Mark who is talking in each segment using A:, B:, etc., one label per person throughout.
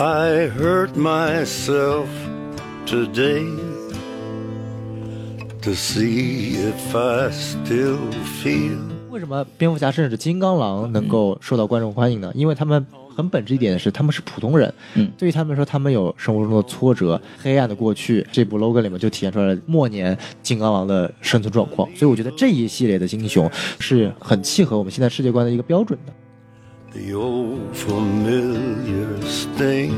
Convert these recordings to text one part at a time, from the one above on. A: I hurt myself today to see if I still feel.
B: 为什么蝙蝠侠甚至金刚狼能够受到观众欢迎呢？因为他们很本质一点是他们是普通人，
C: 嗯
B: 对于他们来说，他们有生活中的挫折、黑暗的过去。这部 logo 里面就体现出来了末年金刚狼的生存状况，所以我觉得这一系列的英雄是很契合我们现在世界观的一个标准的。
A: The old familiar sting.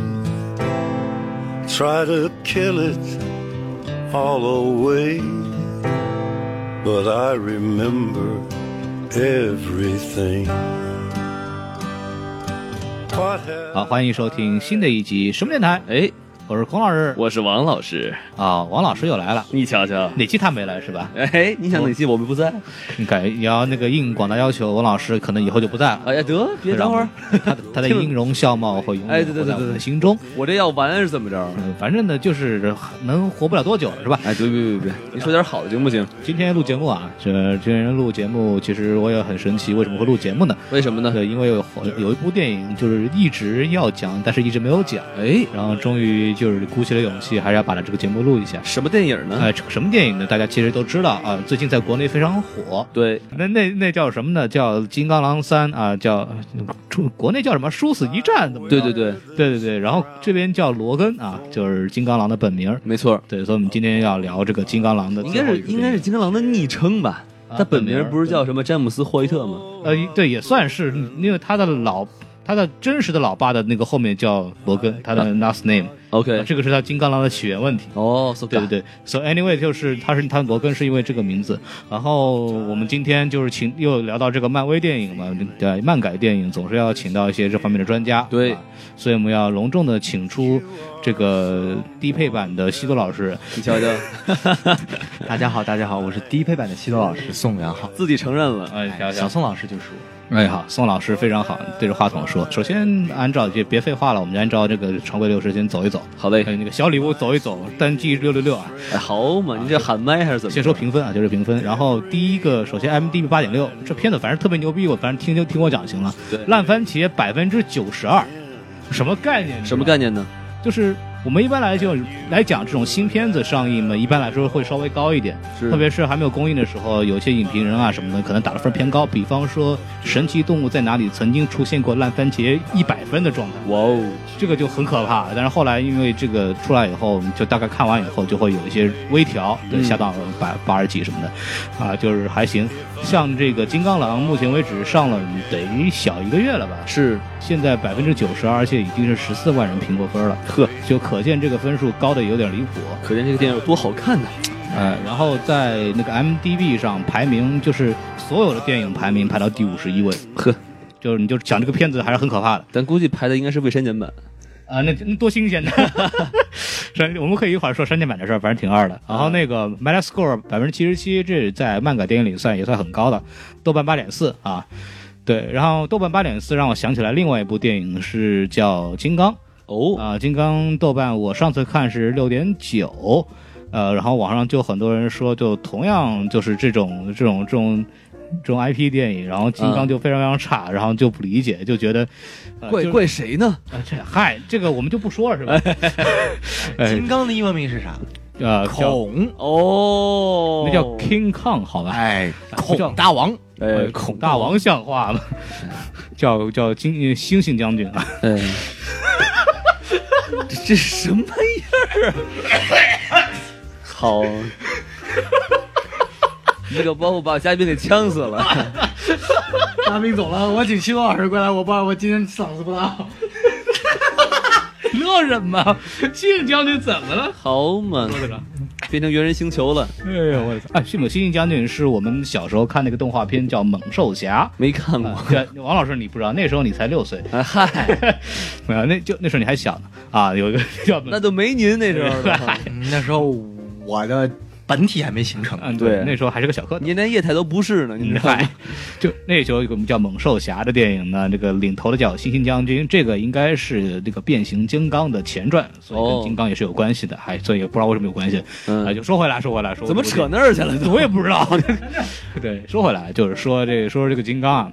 A: Try to kill it all away, but I remember everything. What
C: 好，欢迎收听新的一集什么电台？哎，我是孔老师，
D: 我是王老师，
C: 啊，王老师又来了。
D: 你瞧瞧，
C: 哪期他没来是吧？
D: 哎，你想哪期我们不在？
C: 你改，你要那个应广大要求，王老师可能以后就不在了。
D: 哎呀，得别等会儿，
C: 他的他的音容笑貌会永
D: 哎
C: 远
D: 对
C: 活
D: 对
C: 在
D: 对
C: 我
D: 对
C: 们的
D: 对
C: 心中。
D: 我这要完是怎么着？
C: 嗯，反正呢，就是能活不了多久了，是吧？
D: 哎，对别别别，你说点好的行不行？
C: 今天录节目啊，这今天录节目，其实我也很神奇，为什么会录节目呢？
D: 为什么呢？
C: 对，因为有有一部电影就是一直要讲，但是一直没有讲，
D: 哎，
C: 然后终于就是鼓起了勇气，还是要把这个节目录一下。
D: 什么电影呢？
C: 哎，这个什么电影呢？大家其实都知道啊，最近在国内非常火。
D: 对，
C: 那那那叫什么呢？叫《金刚狼三》啊，叫出国内叫什么“殊死一战”怎么着？
D: 对对对，
C: 对对对。然后这边叫罗根啊，就是金刚狼的本名。
D: 没错，
C: 对，所以我们今天要聊这个金刚狼的
D: 应
C: 最
D: 该
C: 后
D: 是
C: 一部电影，
D: 应该是金刚狼的昵称吧？
C: 啊
D: 他本名
C: 本名
D: 不是叫什么詹姆斯霍伊特吗？
C: 呃，对，也算是，因为他的老他的真实的老爸的那个后面叫罗根，他的 last name，、
D: OK，
C: 这个是他金刚狼的起源问题。
D: 哦，
C: 对对对，so anyway，就是他是他罗根是因为这个名字，然后我们今天就是请又聊到这个漫威电影嘛，对，漫改电影总是要请到一些这方面的专家，
D: 对
C: 啊所以我们要隆重的请出这个低配版的西多老师，
D: 你瞧瞧，
B: 大家好，大家好，我是低配版的西多老师嗯宋元浩，
D: 自己承认了，
C: 哎，想
B: 小
C: 想
B: 宋老师就是
C: 哎，好，宋老师非常好，对着话筒说。首先，按照这别废话了，我们就按照这个常规流程先走一走。
D: 好嘞
C: 还，有那个小礼物走一走，单季六六六啊！
D: 哎好嘛，你这喊麦还是怎么着？
C: 先说评分啊，就是评分。然后第一个，首先 m d b 八点六，这片子反正特别牛逼，我反正听就听我讲就行了。
D: 对
C: 烂番茄百分之九十二，什么概念？
D: 什么概？念呢？
C: 就是我们一般来就来讲这种新片子上映嘛，一般来说会稍微高一点，
D: 是
C: 特别是还没有公映的时候，有些影评人啊什么的可能打的分偏高。比方说《神奇动物在哪里》曾经出现过烂番茄一百分的状态，
D: 哇哦，
C: 这个就很可怕。但是后来因为这个出来以后，就大概看完以后就会有一些微调，对，
D: 嗯
C: 下到百八十几什么的，啊、就是还行。像这个《金刚狼》，目前为止上了得小一个月了吧？
D: 是
C: 现在百分之九十二，而且已经是十四万人评过分了，呵，就可见这个分数高的有点离谱。
D: 可见这个电影有多好看呢。
C: 呃，然后在那个 MDB 上排名，就是所有的电影排名排到第五十一位，
D: 呵，
C: 就是你就讲这个片子还是很可怕的
D: 咱估计排的应该是未删减版。
C: 啊、那那多新 鲜呢！删，我们可以一会儿说删减版的事儿，反正挺二的。然
D: 嗯
C: 后那个 Metascore 百分之七十七，这在漫改电影里算也算很高的，豆瓣八点四啊。对，然后豆瓣八点四让我想起来另外一部电影是叫《金刚》，
D: 哦，
C: 啊，金刚豆瓣我上次看是六点九，呃，然后网上就很多人说，就同样就是这种这种这种这种 IP 电影，然后金刚
D: 嗯
C: 就非常非常差，然后就不理解，就觉得、呃、
D: 怪
C: 就是
D: 怪谁呢？
C: 呃这嗨，这个我们就不说了是吧？哎
B: 金刚的英文名是啥？
C: 呃，叫
B: 孔，
D: 哦，
C: 那叫 King Kong 好吧？
B: 哎，
C: 叫
B: 孔大王，
D: 哎
C: 呃，孔大王像话吗？
B: 哎
C: 叫叫金呃猩猩将军啊，
D: 哎， 这这什么样儿啊？ 好，一个包袱把嘉宾给呛死了。
E: 大兵走了，我请西多老师过来，我不然我今天嗓子不大好。
C: 乐什么？性将军怎么了？
D: 好嘛，
C: 说着。
D: 变成猿人星球了，
C: 哎呦我操！哎，迅猛猩猩将军是我们小时候看那个动画片叫《猛兽侠
D: 没看》过
B: 哦
C: 啊。。对，王老师你不知道，那时候你才六岁，
B: 啊
D: 哎嗨，
C: 没有，那就那时候你还小呢啊。有一个叫猛
D: 那都没您那时候 了，
B: 嗯那时候我的本体还没形成，
C: 嗯，
D: 对
C: 那时候还是个小蝌蚪。
D: 您连液态都不是呢，你知 道吗？
C: 就那时候有个叫《猛兽侠》的电影呢，这个领头的叫猩猩将军，这个应该是这个变形金刚的前传，所以
D: 哦
C: 跟金刚也是有关系的，还所以也不知道为什么有关系。
D: 嗯
C: 啊，就说回来，说回来，说
D: 怎么扯那儿去 了？
C: 我也不知道。对，说回来，就是说这说这个金刚啊，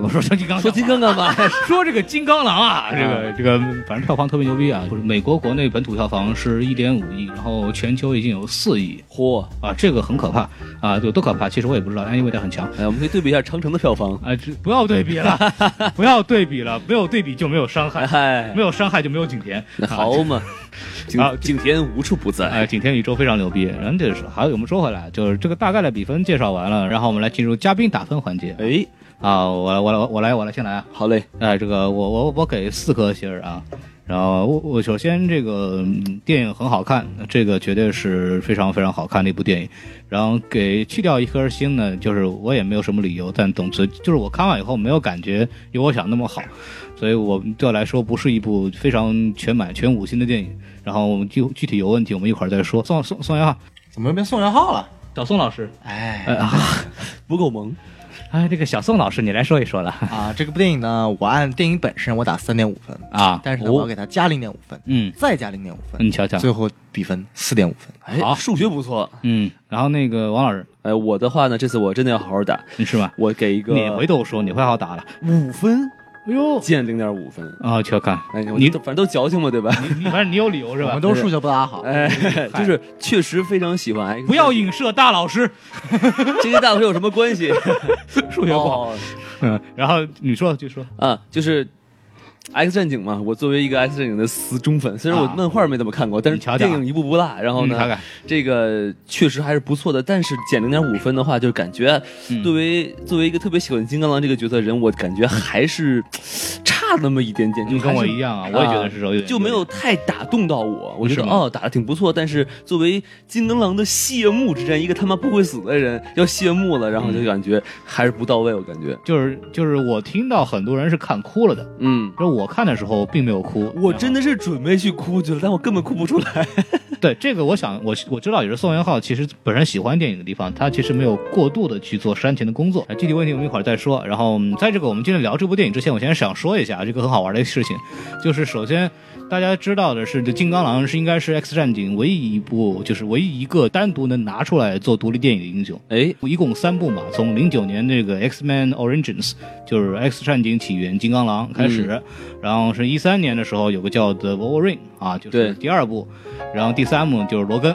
C: 我说说金刚，
D: 说金刚干嘛呀？
C: 说这个金刚狼啊，这个这个，反正票房特别牛逼啊！就是美国国内本土票房是一点五亿，然后全球已经有四亿
D: 嚯！
C: 啊，这个很可怕啊，有多可怕？其实我也不知道，因为它很强。
D: 哎，我们可以对比一下长城的票房。
C: 啊，这不要对 比了，不要对比了，没有对比就没有伤害，
D: 哎嗨
C: 没，有伤害就没有景甜。
D: 那
C: 啊
D: 好 嘛，景
C: 啊
D: 景甜无处不
C: 哎，
D: 在。
C: 景天宇宙非常牛逼。然后这是，还有我们说回来，就是这个大概的比分介绍完了，然后我们来进入嘉宾打分环节。
D: 哎，
C: 啊，我来，我来，我来，我来，先来啊！
D: 好嘞，
C: 哎，这个我我我给四颗星儿啊。然后我我首先这个、嗯电影很好看，这个绝对是非常非常好看的一部电影。然后给去掉一颗星呢，就是我也没有什么理由，但总之就是我看完以后没有感觉有我想那么好，所以我对我来说不是一部非常全满全五星的电影。然后我们具具体有问题我们一会儿再说。宋宋宋啊元浩，
B: 怎么又变宋元浩了？
C: 找宋老师。
B: 哎
C: 哎啊，
D: 不够萌。
C: 哎，这个小宋老师，你来说一说了
B: 啊，这个部电影呢，我按电影本身我打三点五分，
C: 啊？
B: 但是呢，
C: 哦
B: 我要给它加零点五分，
C: 嗯啊
B: 再加零点五分，
C: 你瞧瞧，
B: 最后比分四点五分。
D: 哎，
C: 好
D: 数学不错。
C: 嗯，然后那个王老师，
D: 哎，我的话呢，这次我真的要好好打，
C: 你是吧？
D: 我给一个
C: 哪回都说你会好打了。
D: 五分，
C: 哎呦，
D: 见零点五分。
C: 啊，瞧看，
D: 哎，我
C: 你
D: 都反正都矫情嘛，对吧？
C: 你反正你有理由是
B: 我
C: 吧
B: 们？都数学不咋好，
D: 哎，就是确实非常喜欢 X。
C: 不要影射大老师，
D: 这跟大会有什么关 系？
C: 数学不好。
D: 哦
C: 嗯，然后你说就说，
D: 啊，就是。X 战警嘛，我作为一个 X 战警的死忠粉，虽然我
C: 啊
D: 漫画没怎么看过，但
C: 你嗯瞧
D: 是
C: 瞧
D: 电影一部不落。然后
C: 你
D: 呢，
C: 看看，
D: 这个确实还是不错的，但是减零点五分的话，就是感觉
C: 嗯
D: 作为、作为一个特别喜欢金刚狼这个角色的人，我感觉还是嘖差那么一点点，就
C: 你跟
D: 还
C: 我
D: 是
C: 一样啊，我也觉得是有点
D: 就没有太打动到我。我觉得
C: 是吗
D: 哦，打的挺不错，但是作为金刚狼的谢幕之战，一个他妈不会死的人要谢幕了，然后就感觉还是不到位，我感觉，
C: 就是就是我听到很多人是看哭了的，
D: 嗯。
C: 就是我看的时候并没有哭，
D: 我真
C: 的
D: 的是准备去哭去了，但我根本哭不出来。
C: 对这个我想我我知道也是宋元浩其实本身喜欢电影的地方，他其实没有过度的去做煽情的工作，哎具体问题我们一会儿再说。然后嗯在这个我们今天聊这部电影之前，我先想说一下啊这个很好玩的事情，就是首先大家知道的是，这《金刚狼》是应该是《X 战警》唯一一部，就是唯一一个单独能拿出来做独立电影的英雄。
D: 哎，
C: 一共三部嘛，从零九年这个《X Men Origins》就是《X 战警起源》《金刚狼》开始，然后是一三年的时候有个叫《The Wolverine》啊，就是
D: 对
C: 第二部，然后第三部就是罗根。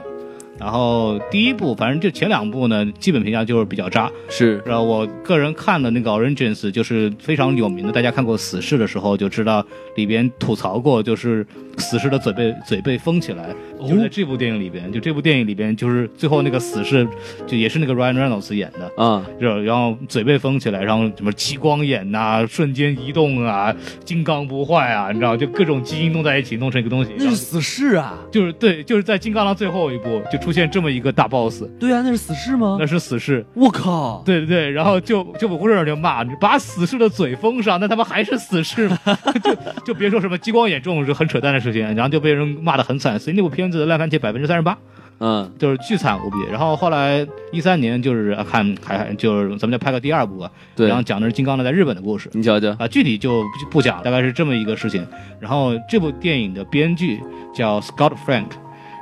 C: 然后第一部，反正就前两部呢，基本评价就是比较渣。
D: 是
C: 然后我个人看了那个《Origins》，就是非常有名的，大家看过《死侍》的时候就知道，里边吐槽过，就是死侍的嘴被嘴被封起来，就在这部电影里边，就这部电影里边，就是最后那个死侍，就也是那个 Ryan Reynolds 演的。
D: 啊，
C: 然后嘴被封起来，然后什么激光眼呐、瞬间移动啊、金刚不坏啊，你知道，就各种基因弄在一起弄成一个东西。
D: 那
C: 然
D: 是
C: 后
D: 死侍啊！
C: 就是对，就是在《金刚狼》最后一部就出现这么一个大 boss，
D: 对啊，那是死侍吗
C: 那？是死侍。
D: 我靠！
C: 对对对，然后就就我护士就骂你把死士的嘴封上，那他妈还是死士吗？ 就就别说什么激光眼这种是很扯淡的事情，然后就被人骂得很惨，所以那部片子的烂番茄百分之三十八，
D: 嗯，
C: 就是巨惨无比。然后后来一三年就是啊看还就是咱们就拍个第二部吧，
D: 对
C: 然后讲的是金刚狼在日本的故事。
D: 你瞧瞧，
C: 啊，具体就不不讲了，大概是这么一个事情。然后这部电影的编剧叫 Scott Frank，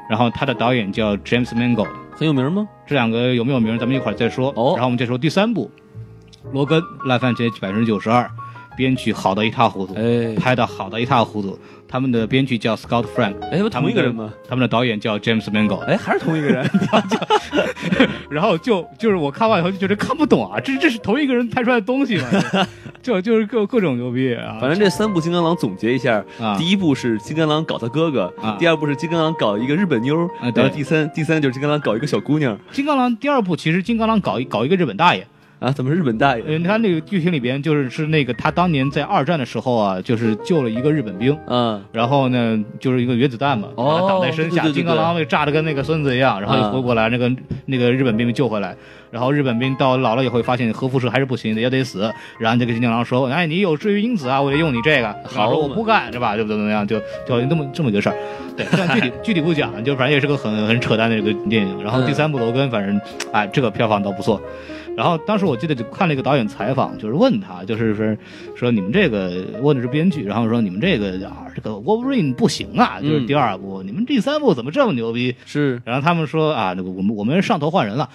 C: 然后他的导演叫 James Mangold，
D: 很有名吗？
C: 这两个有没有名儿，咱们一会儿再说。
D: 哦
C: 然后我们再说第三部，罗根烂番茄百分之九十二，编剧好的一塌糊涂，
D: 哎
C: 拍的好的一塌糊涂。他们的编剧叫 Scott Frank，
D: 哎，不
C: 他
D: 同
C: 们
D: 一个
C: 的
D: 人吗？？
C: 他们的导演叫 James Mangold。
D: 哎，还是同一个人。
C: 然后就就是我看完以后就觉得看不懂啊，这这是同一个人拍出来的东 西吗？就就是各各种牛逼啊！
D: 反正这三部金刚狼总结一下，
C: 啊
D: 第一部是金刚狼搞他哥哥，
C: 啊
D: 第二部是金刚狼搞一个日本妞儿，
C: 啊
D: 然
C: 对
D: 后第三第三就是金刚狼搞一个小姑娘。
C: 金刚狼第二部其实金刚狼搞一搞一个日本大爷。
D: 啊，怎么日本大爷？
C: 嗯，他那个剧情里边就是是那个他当年在二战的时候啊，就是救了一个日本兵，
D: 嗯，
C: 然后呢就是一个原子弹嘛，把
D: 哦
C: 他挡在身下，
D: 对对对对
C: 金刚狼被炸的跟那个孙子一样，然后
D: 啊
C: 又活过来，那个那个日本兵被救回来。然后日本兵到老了以后，发现核辐射还是不行的，也得死。然后这个金刚狼说：“哎，你有治愈因子啊，我就用你这个。”然后
D: 好
C: 说：“
D: 嘛
C: 我不干，是吧？就怎么怎么样，就就那么这么一个事儿。”对，但具体 具体不讲，就反正也是个很很扯淡的一个电影。然后第三部罗根，反正哎，这个票房倒不错。然后当时我记得就看了一个导演采访，就是问他，就是说说你们这个问的是编剧，然后说你们这个啊这个 Wolverine 不行啊，就是第二部，你们第三部怎么这么牛逼？
D: 是
C: 然后他们说啊，那个我们我们上头换人了，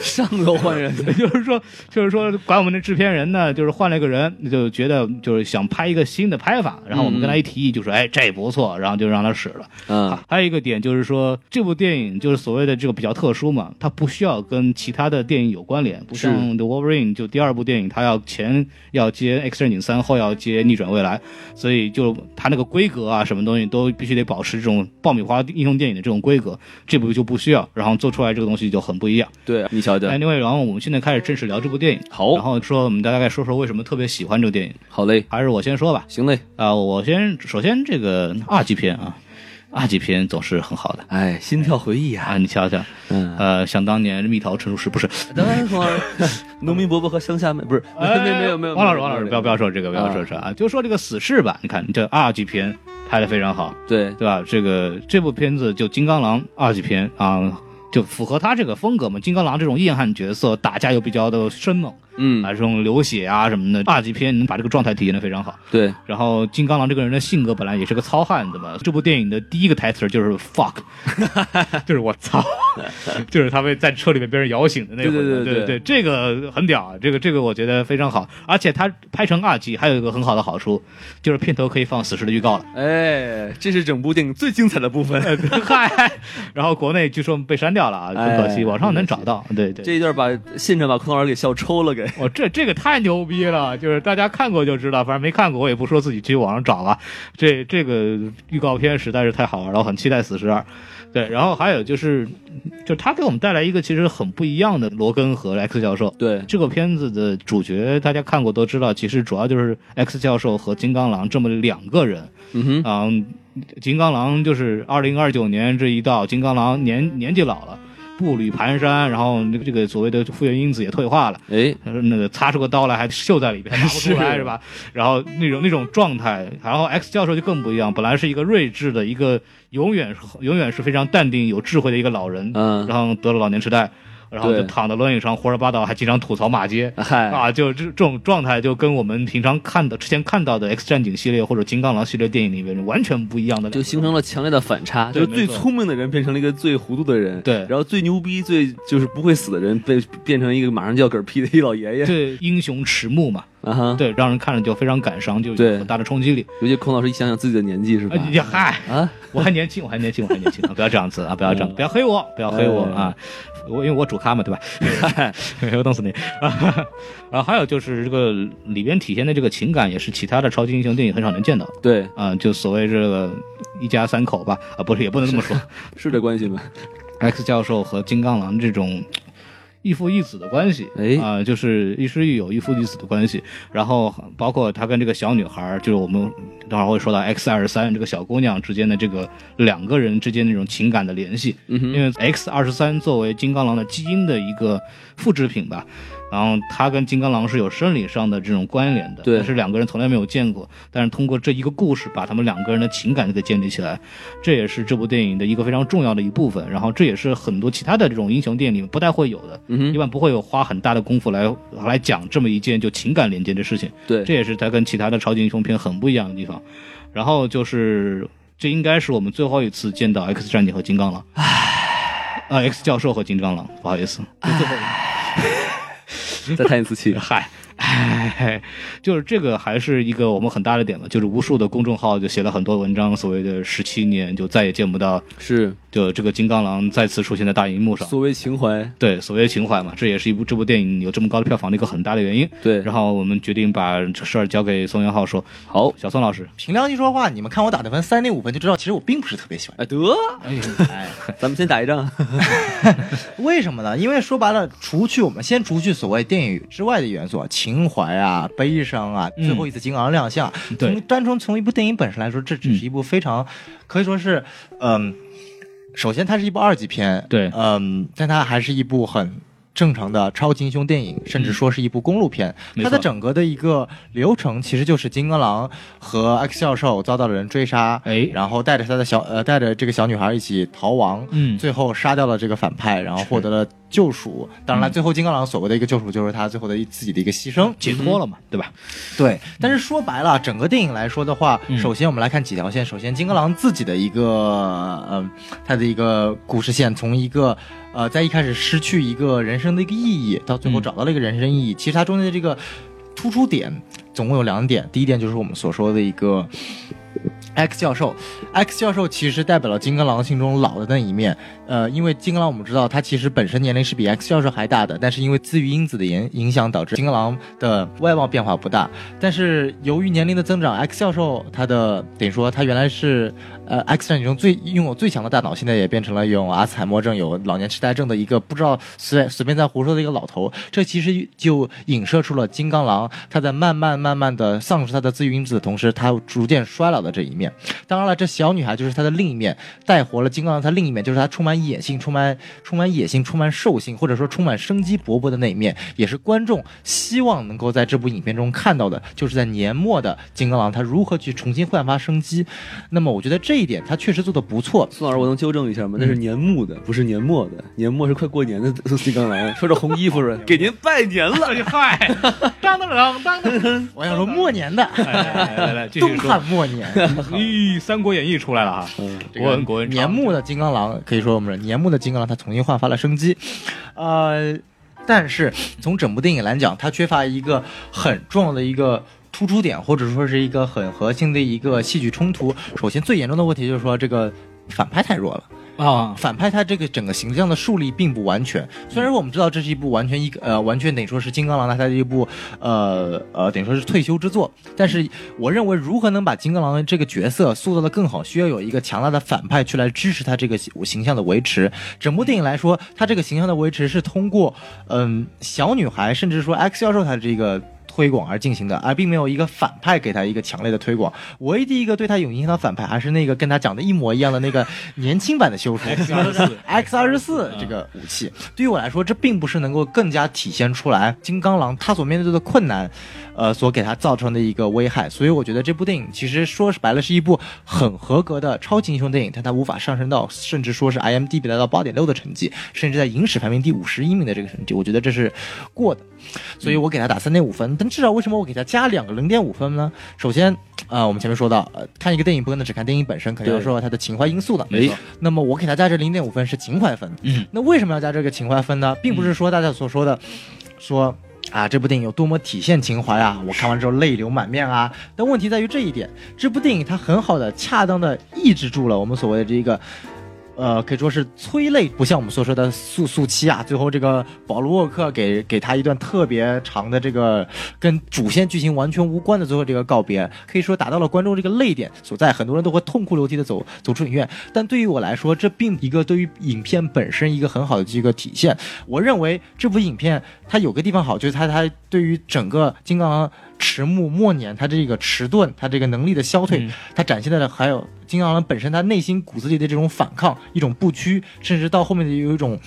D: 上头换人，
C: 就是说就是说管我们的制片人呢，就是换了一个人，就觉得就是想拍一个新的拍法，然后我们跟他一提议，就说哎这不错，然后就让他使了。
D: 嗯
C: 还有一个点就是说，这部电影就是所谓的这个比较特殊嘛，它不需要跟其他的电影有关联，不像
D: 是
C: 《The Wolverine》就第二部电影，它要前要接《X 战警三》，后要接《逆转未来》，所以就它那个规格啊，什么东西都必须得保持这种爆米花英雄电影的这种规格，这部就不需要，然后做出来这个东西就很不一样。
D: 对啊你瞧瞧
C: 哎，，另外，然后我们现在开始正式聊这部电影，
D: 好
C: 然后说我们大概说说为什么特别喜欢这个电影，
D: 好嘞，
C: 还是我先说吧。
D: 行嘞，
C: 啊、我先首先这个二级片啊，二级片总是很好的。
D: 哎，心跳回忆
C: 啊，
D: 啊，
C: 你瞧瞧，
D: 嗯，
C: 呃，想当年蜜桃成熟时不是？
D: 当然说 农民伯伯和乡下妹不是，没
C: 哎
D: 没有没有，
C: 王老师，
D: 没有
C: 王老师，
D: 没有
C: 不要不要说这个，不要
D: 啊
C: 说这啊，就说这个《死侍》吧。你看这二级片拍的非常好，
D: 对，
C: 对吧？这个这部片子就《金刚狼》二级片啊。就符合他这个风格嘛，金刚狼这种硬汉角色，打架又比较的生猛，
D: 嗯
C: 啊，，这种流血啊什么的，二级片能把这个状态体现的非常好。
D: 对，
C: 然后金刚狼这个人的性格本来也是个糙汉子嘛，这部电影的第一个台词就是 fuck，就是我操， 就是他被在车里面被人摇醒的那会儿，
D: 对对对
C: 对
D: 对
C: 这个很屌啊，这个这个我觉得非常好，而且他拍成二级还有一个很好的好处，就是片头可以放死侍的预告了。
D: 哎，这是整部电影最精彩的部分，
C: 嗨，然后国内据说被删掉了啊，很可惜，
D: 哎
C: 网上能找到。对 对，
D: 这一段把现场把孔老师给笑抽了，给
C: 我哦这这个太牛逼了，就是大家看过就知道，反正没看过我也不说自己去网上找了。这这个预告片实在是太好玩了，我很期待《死侍二》。对，然后还有就是，就是他给我们带来一个其实很不一样的罗根和 X 教授。
D: 对，
C: 这个片子的主角大家看过都知道，其实主要就是 X 教授和金刚狼这么两个人。
D: 嗯哼，
C: 嗯，金刚狼就是二零二九年这一到，金刚狼年年纪老了，步履蹒跚，然后这个所谓的复原因子也退化了。呃
D: 哎，
C: 那个擦出个刀来还锈在里边，拿不出来
D: 是
C: 是吧？然后那种那种状态，然后 X 教授就更不一样，本来是一个睿智的，一个永远永远是非常淡定有智慧的一个老人，
D: 嗯，
C: 然后得了老年痴呆，然后就
D: 对
C: 躺在轮椅上胡说八道，还经常吐槽骂街。
D: 嗨，
C: 啊，就这这种状态，就跟我们平常看的、之前看到的《X 战警》系列或者《金刚狼》系列电影里面完全不一样的两个
D: 就
C: 人，
D: 形成了强烈的反差，就
C: 对
D: 是最
C: 没错
D: 聪明的人变成了一个最糊涂的人，
C: 对
D: 然后最牛逼、最就是不会死的人被变成一个马上就要嗝屁的一老爷爷，
C: 对英雄迟暮嘛，
D: 啊哈，，
C: 对，让人看了就非常感伤，就有
D: 对
C: 很大的冲击力。
D: 尤其孔老师一想想自己的年纪是吧
C: 哎，？呀嗨，
D: 啊，嗯
C: 我还年轻，我还年轻，我还年轻啊！不要这样子啊！不要这样，不要黑我，不要黑我
D: 哎
C: 啊！我因为我主咖嘛，对吧？ 我弄死你啊！然后还有就是这个里边体现的这个情感，也是其他的超级英雄电影很少能见到的
D: 对，
C: 啊。就所谓这个一家三口吧，啊，不是，也不能这么说。
D: 是这关系吗？
C: X 教授和金刚狼这种一父一子的关系，
D: 哎
C: 啊、就是亦师亦友、一父一子的关系。然后包括他跟这个小女孩儿，就是我们等会儿会说到 X 二十三这个小姑娘之间的这个两个人之间那种情感的联系，
D: 嗯哼
C: 因为 X 二十三作为金刚狼的基因的一个复制品吧。然后他跟金刚狼是有生理上的这种关联的，
D: 对
C: 但是两个人从来没有见过，但是通过这一个故事，把他们两个人的情感给建立起来，这也是这部电影的一个非常重要的一部分。然后这也是很多其他的这种英雄电影里面不太会有的，
D: 嗯
C: 一
D: 哼，
C: 般不会有花很大的功夫来来讲这么一件就情感连接的事情。
D: 对，
C: 这也是它跟其他的超级英雄片很不一样的地方。然后就是，这应该是我们最后一次见到 X 战警和金刚狼，呃，X 教授和金刚狼，不好意思，
D: 再叹一次气，
C: 嗨，唉哎，就是这个还是一个我们很大的点吧，就是无数的公众号就写了很多文章，所谓的十七年就再也见不到，
D: 是
C: 就这个金刚狼再次出现在大荧幕上。
D: 所谓情怀，
C: 对，所谓情怀嘛，这也是一部这部电影有这么高的票房的一个很大的原因。
D: 对，
C: 然后我们决定把这事儿交给宋元浩说，
D: 好，
C: 小宋老师，
B: 凭良心说话，你们看我打的分三点五分就知道，其实我并不是特别喜欢。
D: 哎得，
C: 哎，
D: 咱们先打一仗，
B: 为什么呢？因为说白了，除去我们先除去所谓电影之外的元素啊，情怀啊、悲伤啊，
C: 嗯
B: 最后一次金刚亮相，啊
C: 对嗯
B: 从单纯从一部电影本身来说，这只是一部非常、可以说是，嗯，首先它是一部二级片，
C: 对
B: 嗯，但它还是一部很。正常的超级英雄电影，甚至说是一部公路片，
C: 嗯没
B: 它
C: 错
B: 的整个的一个流程其实就是金刚狼和 X 教授遭到了人追杀，
C: 哎
B: 然后带着他的小呃带着这个小女孩一起逃亡，
C: 嗯
B: 最后杀掉了这个反派，然后获得了救赎。当然了，
C: 嗯
B: 最后金刚狼所谓的一个救赎，就是他最后的一自己的一个牺牲。嗯
C: 解脱了嘛，对吧？
B: 对，但是说白了，整个电影来说的话，
C: 嗯
B: 首先我们来看几条线。首先，金刚狼自己的一个，呃，他的一个故事线，从一个，呃，在一开始失去一个人生的一个意义，到最后
C: 嗯
B: 找到了一个人生意义。其实它中间的这个突出点，总共有两点。第一点就是我们所说的一个 X 教授，X 教授其实代表了金刚狼心中老的那一面。呃，因为金刚狼我们知道，他其实本身年龄是比 X 教授还大的，但是因为自愈因子的影影响，导致金刚狼的外貌变化不大。但是由于年龄的增长，X 教授他的等于说他原来是呃 X 战警中最拥有最强的大脑，现在也变成了拥有阿兹海默症、有老年痴呆症的一个不知道随随便在胡说的一个老头。这其实就影射出了金刚狼他在慢慢慢慢的丧失他的自愈因子的同时，他逐渐衰老的这一面。当然了，这小女孩就是她的另一面，带活了金刚狼她另一面，就是她充满野性、充满充满野性、充满兽性，或者说充满生机勃勃的那一面，也是观众希望能够在这部影片中看到的，就是在年末的金刚狼它如何去重新焕发生机。那么我觉得这一点它确实做得不错。
D: 宋老师，我能纠正一下吗？那
C: 嗯
D: 是年暮的，不是年末的，年末是快过年的金刚狼，穿着红衣服的，给您拜年了。
C: 哎嗨，当当当当当，
B: 我想说，末年的
C: 来来来来，继续
B: 东
C: 说
B: 汉。末年。
C: 咦，《三国演义》出来了哈，
D: 嗯
C: 国文国文
B: 年
C: 长
B: 暮的金刚狼，可以说我们是年暮的金刚狼，它重新焕发了生机，呃，但是从整部电影来讲，它缺乏一个很重要的一个。突出点，或者说是一个很核心的一个戏剧冲突。首先，最严重的问题就是说，这个反派太弱了。
C: 啊，
B: 反派他这个整个形象的树立并不完全。虽然说我们知道这是一部完全一个呃完全等于说是金刚狼他的一部呃呃等于说是退休之作，但是我认为如何能把金刚狼这个角色塑造的更好，需要有一个强大的反派去来支持他这个形形象的维持。整部电影来说，他这个形象的维持是通过嗯、小女孩甚至说 X 教授他这个。推广而进行的，而并没有一个反派给他一个强烈的推广。唯一第一个对他有影响的反派，还是那个跟他长得一模一样的那个年轻版的修书
C: X24
B: X 二十四嗯这个武器，对于我来说，这并不是能够更加体现出来金刚狼他所面对的困难，呃，所给他造成的一个危害。所以我觉得这部电影其实说白了是一部很合格的超级英雄电影，但它无法上升到甚至说是 IMDB 来到八点六的成绩，甚至在影史排名第五十一名的这个成绩，我觉得这是过的。所以我给他打三点五分。但至少为什么我给他加两个零点五分呢？首先，啊，我们前面说到，呃，看一个电影不可能只看电影本身，肯定要
D: 对
B: 说到它的情怀因素的。
C: 没错，
B: 那么我给他加这零点五分是情怀分。
C: 嗯，
B: 那为什么要加这个情怀分呢？并不是说大家所说的，说啊这部电影有多么体现情怀啊，我看完之后泪流满面啊。但问题在于这一点，这部电影它很好的、恰当的抑制住了我们所谓的这个。呃，可以说是催泪，不像我们所说的速速七啊，最后这个保罗沃克给给他一段特别长的这个跟主线剧情完全无关的最后这个告别，可以说达到了观众这个泪点所在，很多人都会痛哭流涕的走走出影院。但对于我来说，这并一个对于影片本身一个很好的一个体现。我认为这部影片它有个地方好，就是它它对于整个啊金刚狼迟暮末年，它这个迟钝，它这个能力的消退，
C: 嗯
B: 它展现的还有金刚狼本身他内心骨子里的这种反抗、一种不屈，甚至到后面的有一种，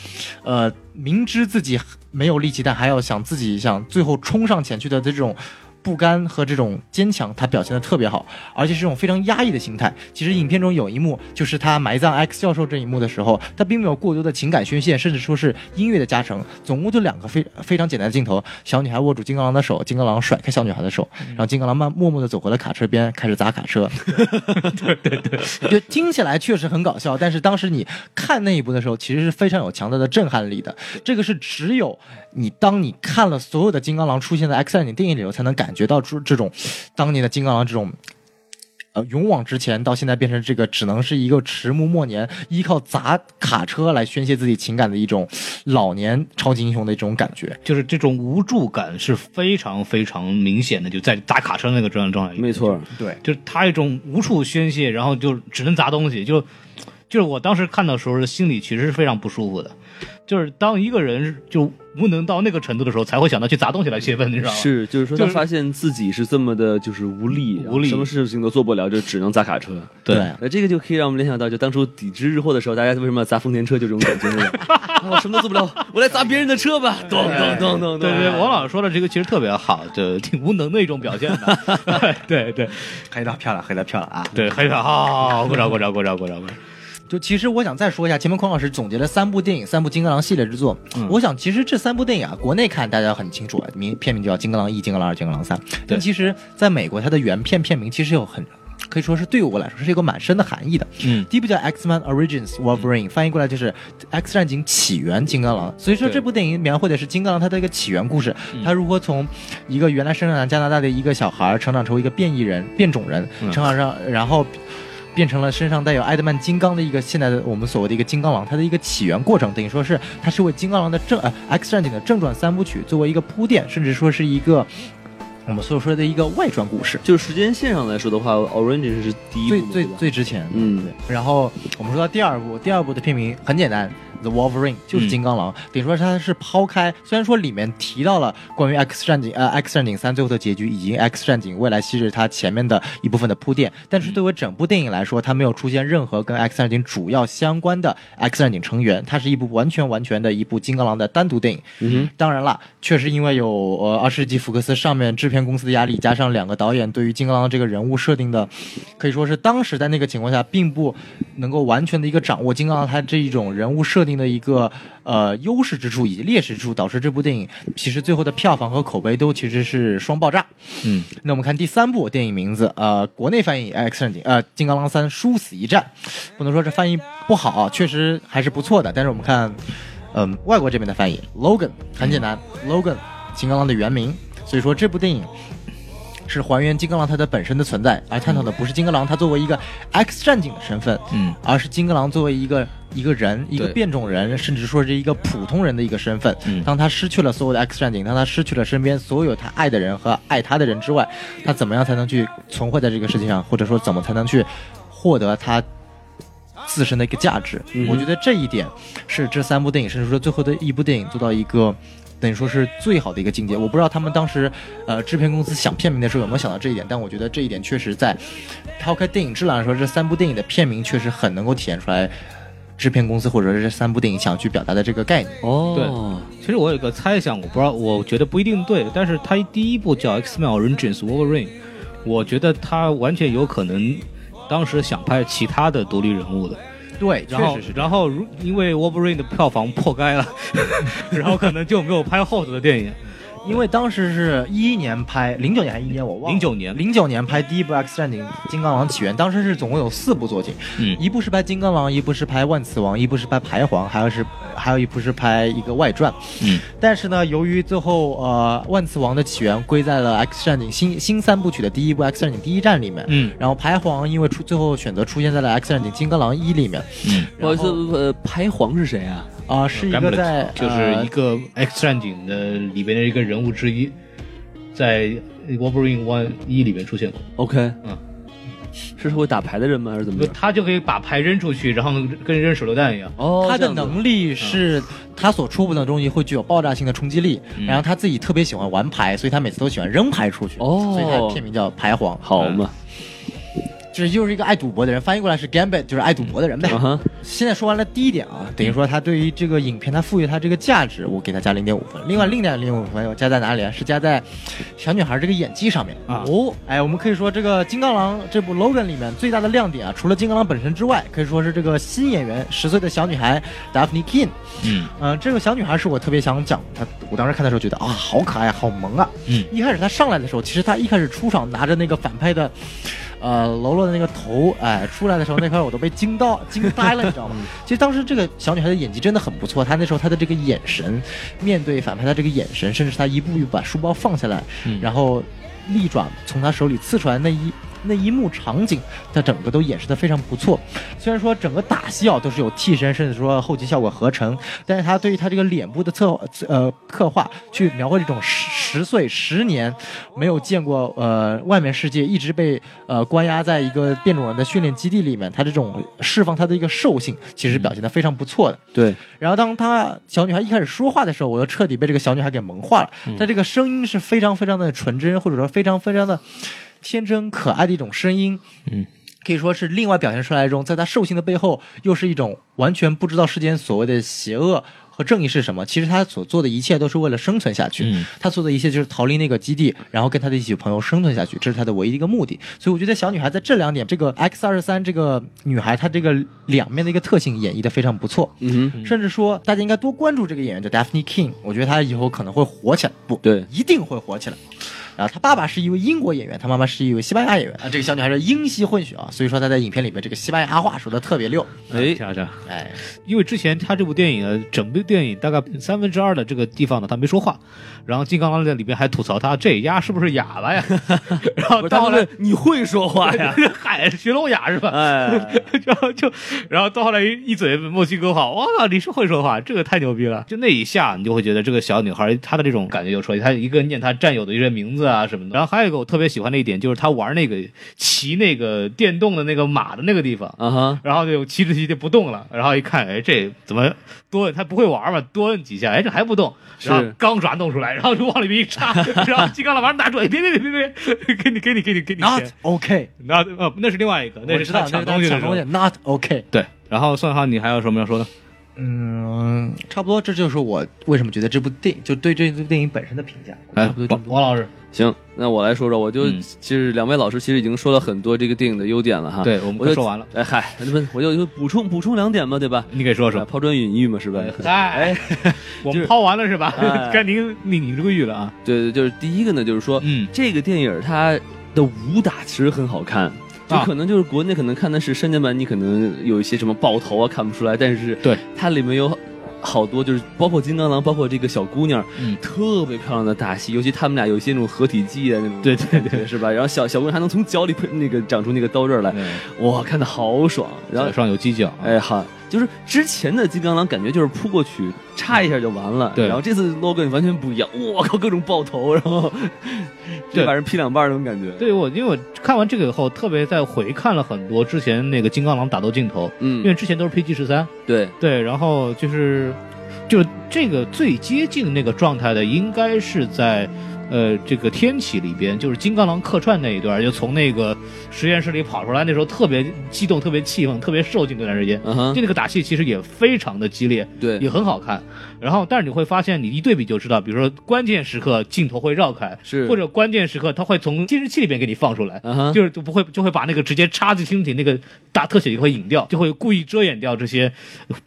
B: 呃，明知自己没有力气，但还要想自己想最后冲上前去的这种。不甘和这种坚强，他表现的特别好，而且是这种非常压抑的心态。其实影片中有一幕， 就是他埋葬 X 教授这一幕的时候，他并没有过多的情感宣泄，甚至说是音乐的加成。总共就两个非非常简单的镜头：小女孩握住金刚狼的手，金刚狼甩开小女孩的手，然后金刚狼慢默默的走回了卡车边，开始砸卡车。 就听起来确实很搞笑，但是当时你看那一部的时候，其实是非常有强大的震撼力的。这个是只有你当你看了所有的金刚狼出现在 X 战警电影里头，才能感觉到出这种当年的金刚狼这种。呃，勇往直前，到现在变成这个，只能是一个迟暮末年，依靠砸卡车来宣泄自己情感的一种老年超级英雄的一种感觉。
C: 就是这种无助感是非常非常明显的，就在砸卡车那个状状态里。
D: 没错，
B: 对，
C: 就是他一种无处宣泄，然后就只能砸东西，就就是我当时看的时候，心里其实是非常不舒服的。就是当一个人就无能到那个程度的时候，才会想到去砸东西来泄愤，你知道吗？
D: 是就是说
C: 就
D: 他
C: 是
D: 发现自己是这么的，就是无力，
C: 无力
D: 什么事情都做不了，就只能砸卡车。
C: 对
D: 那呃这个就可以让我们联想到，就当初抵制日货的时候，大家为什么要砸丰田车，就这种感觉。是吧啊我什么都做不了，我来砸别人的车吧！咚咚咚咚咚。
C: 对对，王老师说的这个其实特别好，就挺无能的一种表现 的。对对
B: 黑到漂亮，黑到漂亮啊！
C: 对，很好，鼓掌鼓掌鼓掌鼓掌鼓掌。
B: 就其实我想再说一下，前面匡老师总结了三部电影、三部金刚狼系列之作。
C: 嗯
B: 我想其实这三部电影啊，国内看大家很清楚，啊，名片名就叫《金刚狼一》《金刚狼二》《金刚狼三》，但其实在美国它的原片片名其实有很。可以说是对我来说是一个蛮深的含义的。
C: 嗯
B: 第一部叫《X-Men Origins Wolverine》，翻译过来就是《X 战警起源：金刚狼》。所以说
C: 对嗯
B: 这部电影描绘的是金刚狼它的一个起源故事，它如何从一个原来生长在加拿大的一个小孩儿成长成为一个变异人、变种人，
C: 嗯
B: 成长上然后变成了身上带有埃德曼金刚的一个现在的我们所谓的一个金刚狼，它的一个起源过程，等于说是它是为金刚狼的正呃 X 战警的正传三部曲作为一个铺垫，甚至说是一个我们所说的一个外传故事。
D: 就是时间线上来说的话，Orange 是第一部
B: 最
D: 嘛
B: 最
D: 对吧
B: 最值钱的，
D: 嗯
B: 对。然后我们说到第二部，第二部的片名很简单，The Wolverine
D: 嗯
B: 就是金刚狼。等于说它是抛开，虽然说里面提到了关于 X 战警呃 X 战警三最后的结局以及 X 战警未来昔日它前面的一部分的铺垫，但是对
D: 嗯
B: 于整部电影来说，它没有出现任何跟 X 战警主要相关的 X 战警成员，它是一部完全完全的一部金刚狼的单独电影。
D: 嗯
B: 当然了，确实因为有呃二十世纪福克斯上面制片公司的压力，加上两个导演对于金刚狼这个人物设定的，可以说是当时在那个情况下，并不能够完全的一个掌握金刚狼他这一种人物设定的一个呃优势之处以及劣势之处，导致这部电影其实最后的票房和口碑都其实是双爆炸。
C: 嗯，
B: 那我们看第三部电影名字，呃，国内翻译《X 战警》，呃，《金刚狼三：殊死一战》，不能说这翻译不好啊，确实还是不错的。但是我们看，嗯、外国这边的翻译，Logan 很简单，Logan
C: 嗯
B: 金刚狼的原名，所以说这部电影。是还原金刚狼它的本身的存在，而探讨的不是金刚狼它作为一个 X 战警的身份，
C: 嗯，
B: 而是金刚狼作为一个一个人，一个
D: 对
B: 变种人，甚至说是一个普通人的一个身份。
C: 嗯
B: 当他失去了所有的 X 战警，当他失去了身边所有他爱的人和爱他的人之外，他怎么样才能去存活在这个世界上，或者说怎么才能去获得他自身的一个价值？我觉得这一点是这三部电影，甚至说最后的一部电影做到一个。等于说是最好的一个境界。我不知道他们当时，呃，制片公司想片名的时候有没有想到这一点，但我觉得这一点确实在抛开电影质量来说，这三部电影的片名确实很能够体现出来制片公司或者是这三部电影想去表达的这个概念。
D: 哦，
C: 其实我有个猜想，我不知道，我觉得不一定对，但是他第一部叫《X-Men Origins Wolverine》，我觉得他完全有可能当时想拍其他的独立人物的。
B: 对，
C: 然后，然后如因为 Wolverine 的票房破该了， 然后可能就没有拍后头的电影。
B: 因为当时是一一年拍，零九年还是一年我忘了。
C: 零九年，
B: 零九年拍第一部《X 战警：金刚狼起源》，当时是总共有四部作品，
C: 嗯
B: 一部是拍金刚狼，一部是拍万磁王，一部是拍排皇，还有是还有一部是拍一个外传。
C: 嗯，
B: 但是呢，由于最后呃万磁王的起源归在了《X 战警新》新三部曲的第一部《X 战警第一战》里面，
C: 嗯
B: 然后排皇因为出最后选择出现在了《X 战警：金刚狼一》里面，
C: 嗯
D: 不好意思，
B: 然后
D: 呃，排皇是谁啊？
B: 啊、是一个
C: Gambit，
B: 在
D: 呃
B: 呃
C: 就是一个 X 战警的里边的一个人物之一，在 Wolverine One 一里面出现过，
D: OK，
C: 嗯，
D: 是会打牌的人吗？还是怎么着？
C: 他就可以把牌扔出去，然后跟扔手榴弹一样。
D: 哦，
B: 他
D: 这
B: 的
D: 样子
B: 能力是他所出不的东西会具有爆炸性的冲击力，
D: 嗯
B: 然后他自己特别喜欢玩牌，所以他每次都喜欢扔牌出去，
D: 哦
B: 所以他的片名叫牌皇。
D: 好嘛？
B: 这就是一个爱赌博的人，翻译过来是 gambit，就是爱赌博的
C: 嗯
B: 人呗。
D: 啊哈，
B: 现在说完了第一点啊，等于说他对于这个影片，他赋予他这个价值，我给他加零点五分。另外另点零点五分要加在哪里啊？是加在小女孩这个演技上面
C: 啊
B: 哦，哎，我们可以说这个《金刚狼》这部 Logan 里面最大的亮点啊，除了金刚狼本身之外，可以说是这个新演员十岁的小女孩 Daphne King。
C: 嗯
B: 呃，这个小女孩是我特别想讲，她我当时看的时候觉得啊，好可爱，好萌啊。
C: 嗯，
B: 一开始她上来的时候，其实她一开始出场拿着那个反派的，呃，喽啰的那个头，哎、出来的时候那块儿我都被惊到惊呆了，你知道吗？其实当时这个小女孩的演技真的很不错，她那时候她的这个眼神，面对反派她这个眼神，甚至她一步一步把书包放下来，
C: 嗯
B: 然后利爪从她手里刺出来那一。那一幕场景，她整个都演示的非常不错。虽然说整个打戏啊都是有替身，甚至说后期效果合成，但是他对于他这个脸部的策呃刻画，去描绘这种十十岁十年没有见过呃外面世界，一直被呃关押在一个变种人的训练基地里面，他这种释放他的一个兽性，其实表现的非常不错的。
D: 对，
B: 然后当她小女孩一开始说话的时候，我就彻底被这个小女孩给萌化了。她这个声音是非常非常的纯真，或者说非常非常的天真可爱的一种声音。
C: 嗯。
B: 可以说是另外表现出来一种，在她兽性的背后，又是一种完全不知道世间所谓的邪恶和正义是什么。其实她所做的一切都是为了生存下去，
C: 嗯
B: 她做的一切就是逃离那个基地，然后跟她的一起朋友生存下去，这是她的唯一一个目的。所以我觉得小女孩在这两点，这个 X 二十三这个女孩她这个两面的一个特性演绎的非常不错。
D: 嗯哼，
B: 甚至说大家应该多关注这个演员叫 Daphne King，我觉得他以后可能会火起来，不，
D: 对
B: 一定会火起来。然后他爸爸是一位英国演员，他妈妈是一位西班牙演员啊。这个小女孩是英西混血啊，所以说她在影片里面这个西班牙话说的特别溜。
D: 哎，
C: 是啊，
B: 哎，
C: 因为之前他这部电影呢，整部电影大概三分之二的这个地方呢，他没说话，然后金刚狼在里边还吐槽他这丫是不是哑巴呀？ 然后
D: 不是
C: 到
D: 他
C: 了
D: 问你会说 话呀？
C: 嗨，学聋哑是吧？
D: 哎，
C: 然后就，然后到后来一一嘴墨西哥话，哇，你是会说话，这个太牛逼了！就那一下，你就会觉得这个小女孩她的这种感觉就出来，她一个念她战友的一些名字啊什么的。然后还有一个我特别喜欢的一点就是她玩那个骑那个电动的那个马的那个地方。
B: 嗯
D: 啊哈，
C: 然后就骑着骑着不动了，然后一看，哎，这怎么多摁？他不会玩嘛，多摁几下，哎，这还不动，
D: 是
C: 然后钢爪弄出来，然后就往里面 一插，然后金刚狼马上拿住，哎，别别别别别，给你给你给你给你
B: Not
C: 钱，
B: OK，
C: 那呃那是另外一个，那
B: 我
C: 是
B: 知
C: 他
B: 道，那是
C: 抢东西的
B: 抢
C: 时
B: 东
C: 候
B: 西。Not OK。
C: 对，然后宋浩，你还有什么要说的？
B: 嗯，差不多，这就是我为什么觉得这部电影就对这部电影本身的评价。
C: 哎
B: 差不多这
C: 王
B: 么多
C: 王老师，
D: 行，那我来说说，我就、
C: 嗯
D: 其实两位老师其实已经说了很多这个电影的优点了哈。
C: 对我们
D: 我就
C: 快说完了，
D: 哎嗨，那么我就就补充补充两点嘛，对吧？
C: 你给说说。
D: 抛砖引玉嘛，是吧？
C: 哎，我们抛完了是吧
D: 哎？
C: 该您你你这个语了啊。
D: 对对，就是第一个呢，就是说、
C: 嗯
D: 这个电影它的武打其实很好看。就
C: 啊
D: 可能就是国内可能看的是删减版，你可能有一些什么爆头啊看不出来，但是
C: 对
D: 它里面有好多就是包括金刚狼，包括这个小姑娘，
C: 嗯
D: 特别漂亮的打戏，尤其他们俩有一些那种合体技的那种，
C: 对对对，
D: 是吧？然后小小姑娘还能从脚里喷那个长出那个刀刃来，哇，看的好爽。然后
C: 脚嗯上有犄角啊。
D: 哎好，就是之前的金刚狼感觉就是扑过去插一下就完了，
C: 对
D: 然后这次 Logan 完全不一样，我靠，各种爆头，然后
C: 对
D: 就把人劈两半儿那种感觉。
C: 对我，因为我看完这个以后，特别在回看了很多之前那个金刚狼打斗镜头，因
D: 嗯
C: 为，之前都是 PG 十三，
D: 对，
C: 对，然后就是就这个最接近那个状态的，应该是在呃这个天启里边，就是金刚狼客串那一段，就从那个实验室里跑出来，那时候特别激动，特别气愤，特别受尽那段时间。
D: 嗯哼
C: 就，那个打戏其实也非常的激烈，
D: 对
C: 也，很好看。然后，但是你会发现，你一对比就知道，比如说关键时刻镜头会绕开，
D: 是
C: 或者关键时刻它会从监视器里边给你放出来，
D: 嗯哼，
C: 就是就不会就会把那个直接插进身体那个大特写就会隐掉，就会故意遮掩掉这些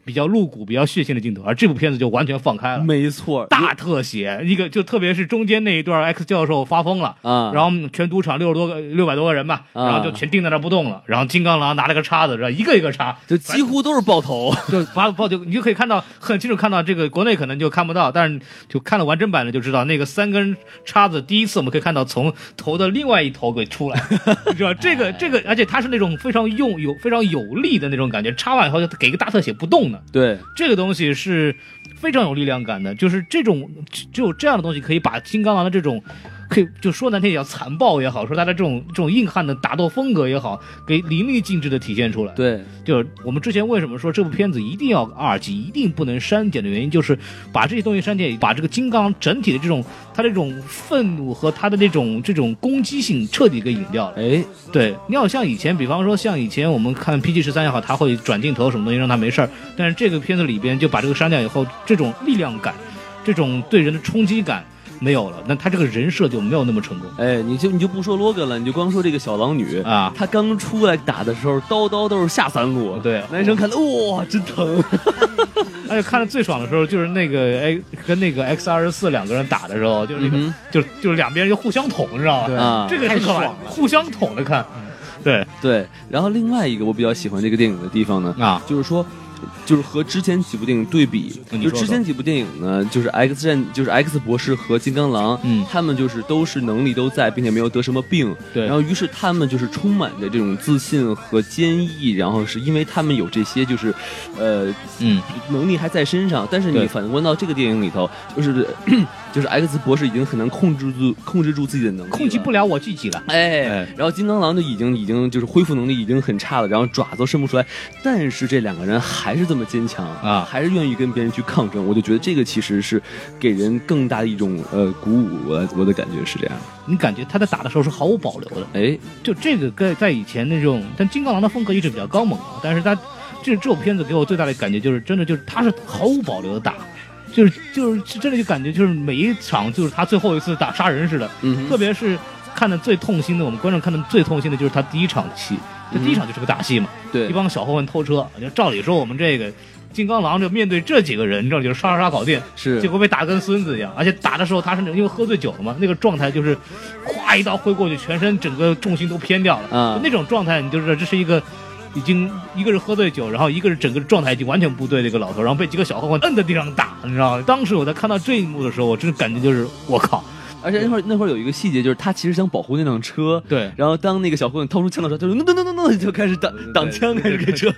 C: 比较露骨、比较血腥的镜头，而这部片子就完全放开了。
D: 没错，
C: 大特写，一个就特别是中间那一段，X 教授发疯了，
D: 啊，
C: 然后全赌场六十多个、六百多个人吧，
D: 啊
C: 然后就全定在那儿不动了。然后金刚狼拿了个叉子，然后一个一个插，
D: 就几乎都是爆头，
C: 就把把就你就可以看到很清楚看到这个国内可能就看不到，但是就看了完整版的就知道那个三根叉子，第一次我们可以看到从头的另外一头给出来，你知道这个这个，而且它是那种非常用有非常有力的那种感觉，插完以后就给一个大特写不动的，
D: 对，
C: 这个东西是非常有力量感的，就是这种只有这样的东西可以把金刚狼的这种。可以就说难听也叫残暴也好，说他的这种这种硬汉的打斗风格也好，给淋漓尽致的体现出来。
D: 对，
C: 就是我们之前为什么说这部片子一定要 R 级，一定不能删减的原因，就是把这些东西删减，把这个金刚整体的这种他这种愤怒和他的这种这种攻击性彻底给隐掉了。
D: 哎，
C: 对，你要像以前，比方说像以前我们看 PG 十三也好，他会转镜头什么东西让他没事儿，但是这个片子里边就把这个删掉以后，这种力量感，这种对人的冲击感。没有了，那他这个人设就没有那么成功
D: 哎，你就你就不说罗根了，你就光说这个小狼女，
C: 啊！
D: 她刚出来打的时候，刀刀都是下三路，
C: 对
D: 男生看的哇，真 疼，
C: 而且看的最爽的时候就是那个哎，跟那个 X 二十四两个人打的时候，就是那个、
D: 嗯
C: 就就是两边就互相捅，你知道吧？
B: 对
D: 啊
C: 这个
B: 太
C: 很可爱
B: 爽了嗯
C: 互相捅着看。对
D: 对。然后另外一个我比较喜欢这个电影的地方呢，
C: 啊，
D: 就是说，就是和之前几部电影对比，
C: 嗯你
D: 就
C: 说
D: 之前几部电影呢，就是 X 战，就是 X 博士和金刚狼，
C: 嗯
D: 他们就是都是能力都在，并且没有得什么病，
C: 对
D: 然后于是他们就是充满着这种自信和坚毅，然后是因为他们有这些就是，呃，
C: 嗯，
D: 能力还在身上，但是你
C: 对
D: 反观到这个电影里头，就是 就是 X 博士已经很难控制住控制住自己的能力，
C: 控制不。了我自己了。
D: 哎
C: 哎，
D: 然后金刚狼就已经已经就是恢复能力已经很差了，然后爪子都伸不出来，但是这两个人还是这么坚强
C: 啊
D: 还是愿意跟别人去抗争。我就觉得这个其实是给人更大的一种呃鼓舞，我我的感觉是这样。
C: 你感觉他在打的时候是毫无保留的，
D: 哎，
C: 就这个跟在以前那种，但金刚狼的风格一直比较刚猛啊，但是他这这部片子给我最大的感觉就是，真的就是他是毫无保留的打。就是就是是真的就感觉就是每一场就是他最后一次打杀人似的，
D: 嗯
C: 特别是看的最痛心的，我们观众看的最痛心的就是他第一场的戏，他第一场就是个打戏嘛，
D: 嗯对
C: 一，帮小混混偷车，就照理说我们这个金刚狼就面对这几个人，你知道就是杀杀杀搞定，
D: 是
C: 结果被打得跟孙子一样，而且打的时候他是那种因为喝醉酒了嘛，那个状态就是，咵一刀挥过去，全身整个重心都偏掉了，
D: 啊
C: 就那种状态你就知道这是一个。已经一个是喝醉酒，然后一个是整个状态已经完全不对的一个老头，然后被几个小混混摁在地上打，你知道吗？当时我在看到这一幕的时候，我真的感觉就是 我靠，
D: 而且那会儿那会儿有一个细节，就是他其实想保护那辆车，
C: 对，
D: 然后当那个小混混掏出枪的时候，他就 no no no no no 就开始挡挡枪，开始给车。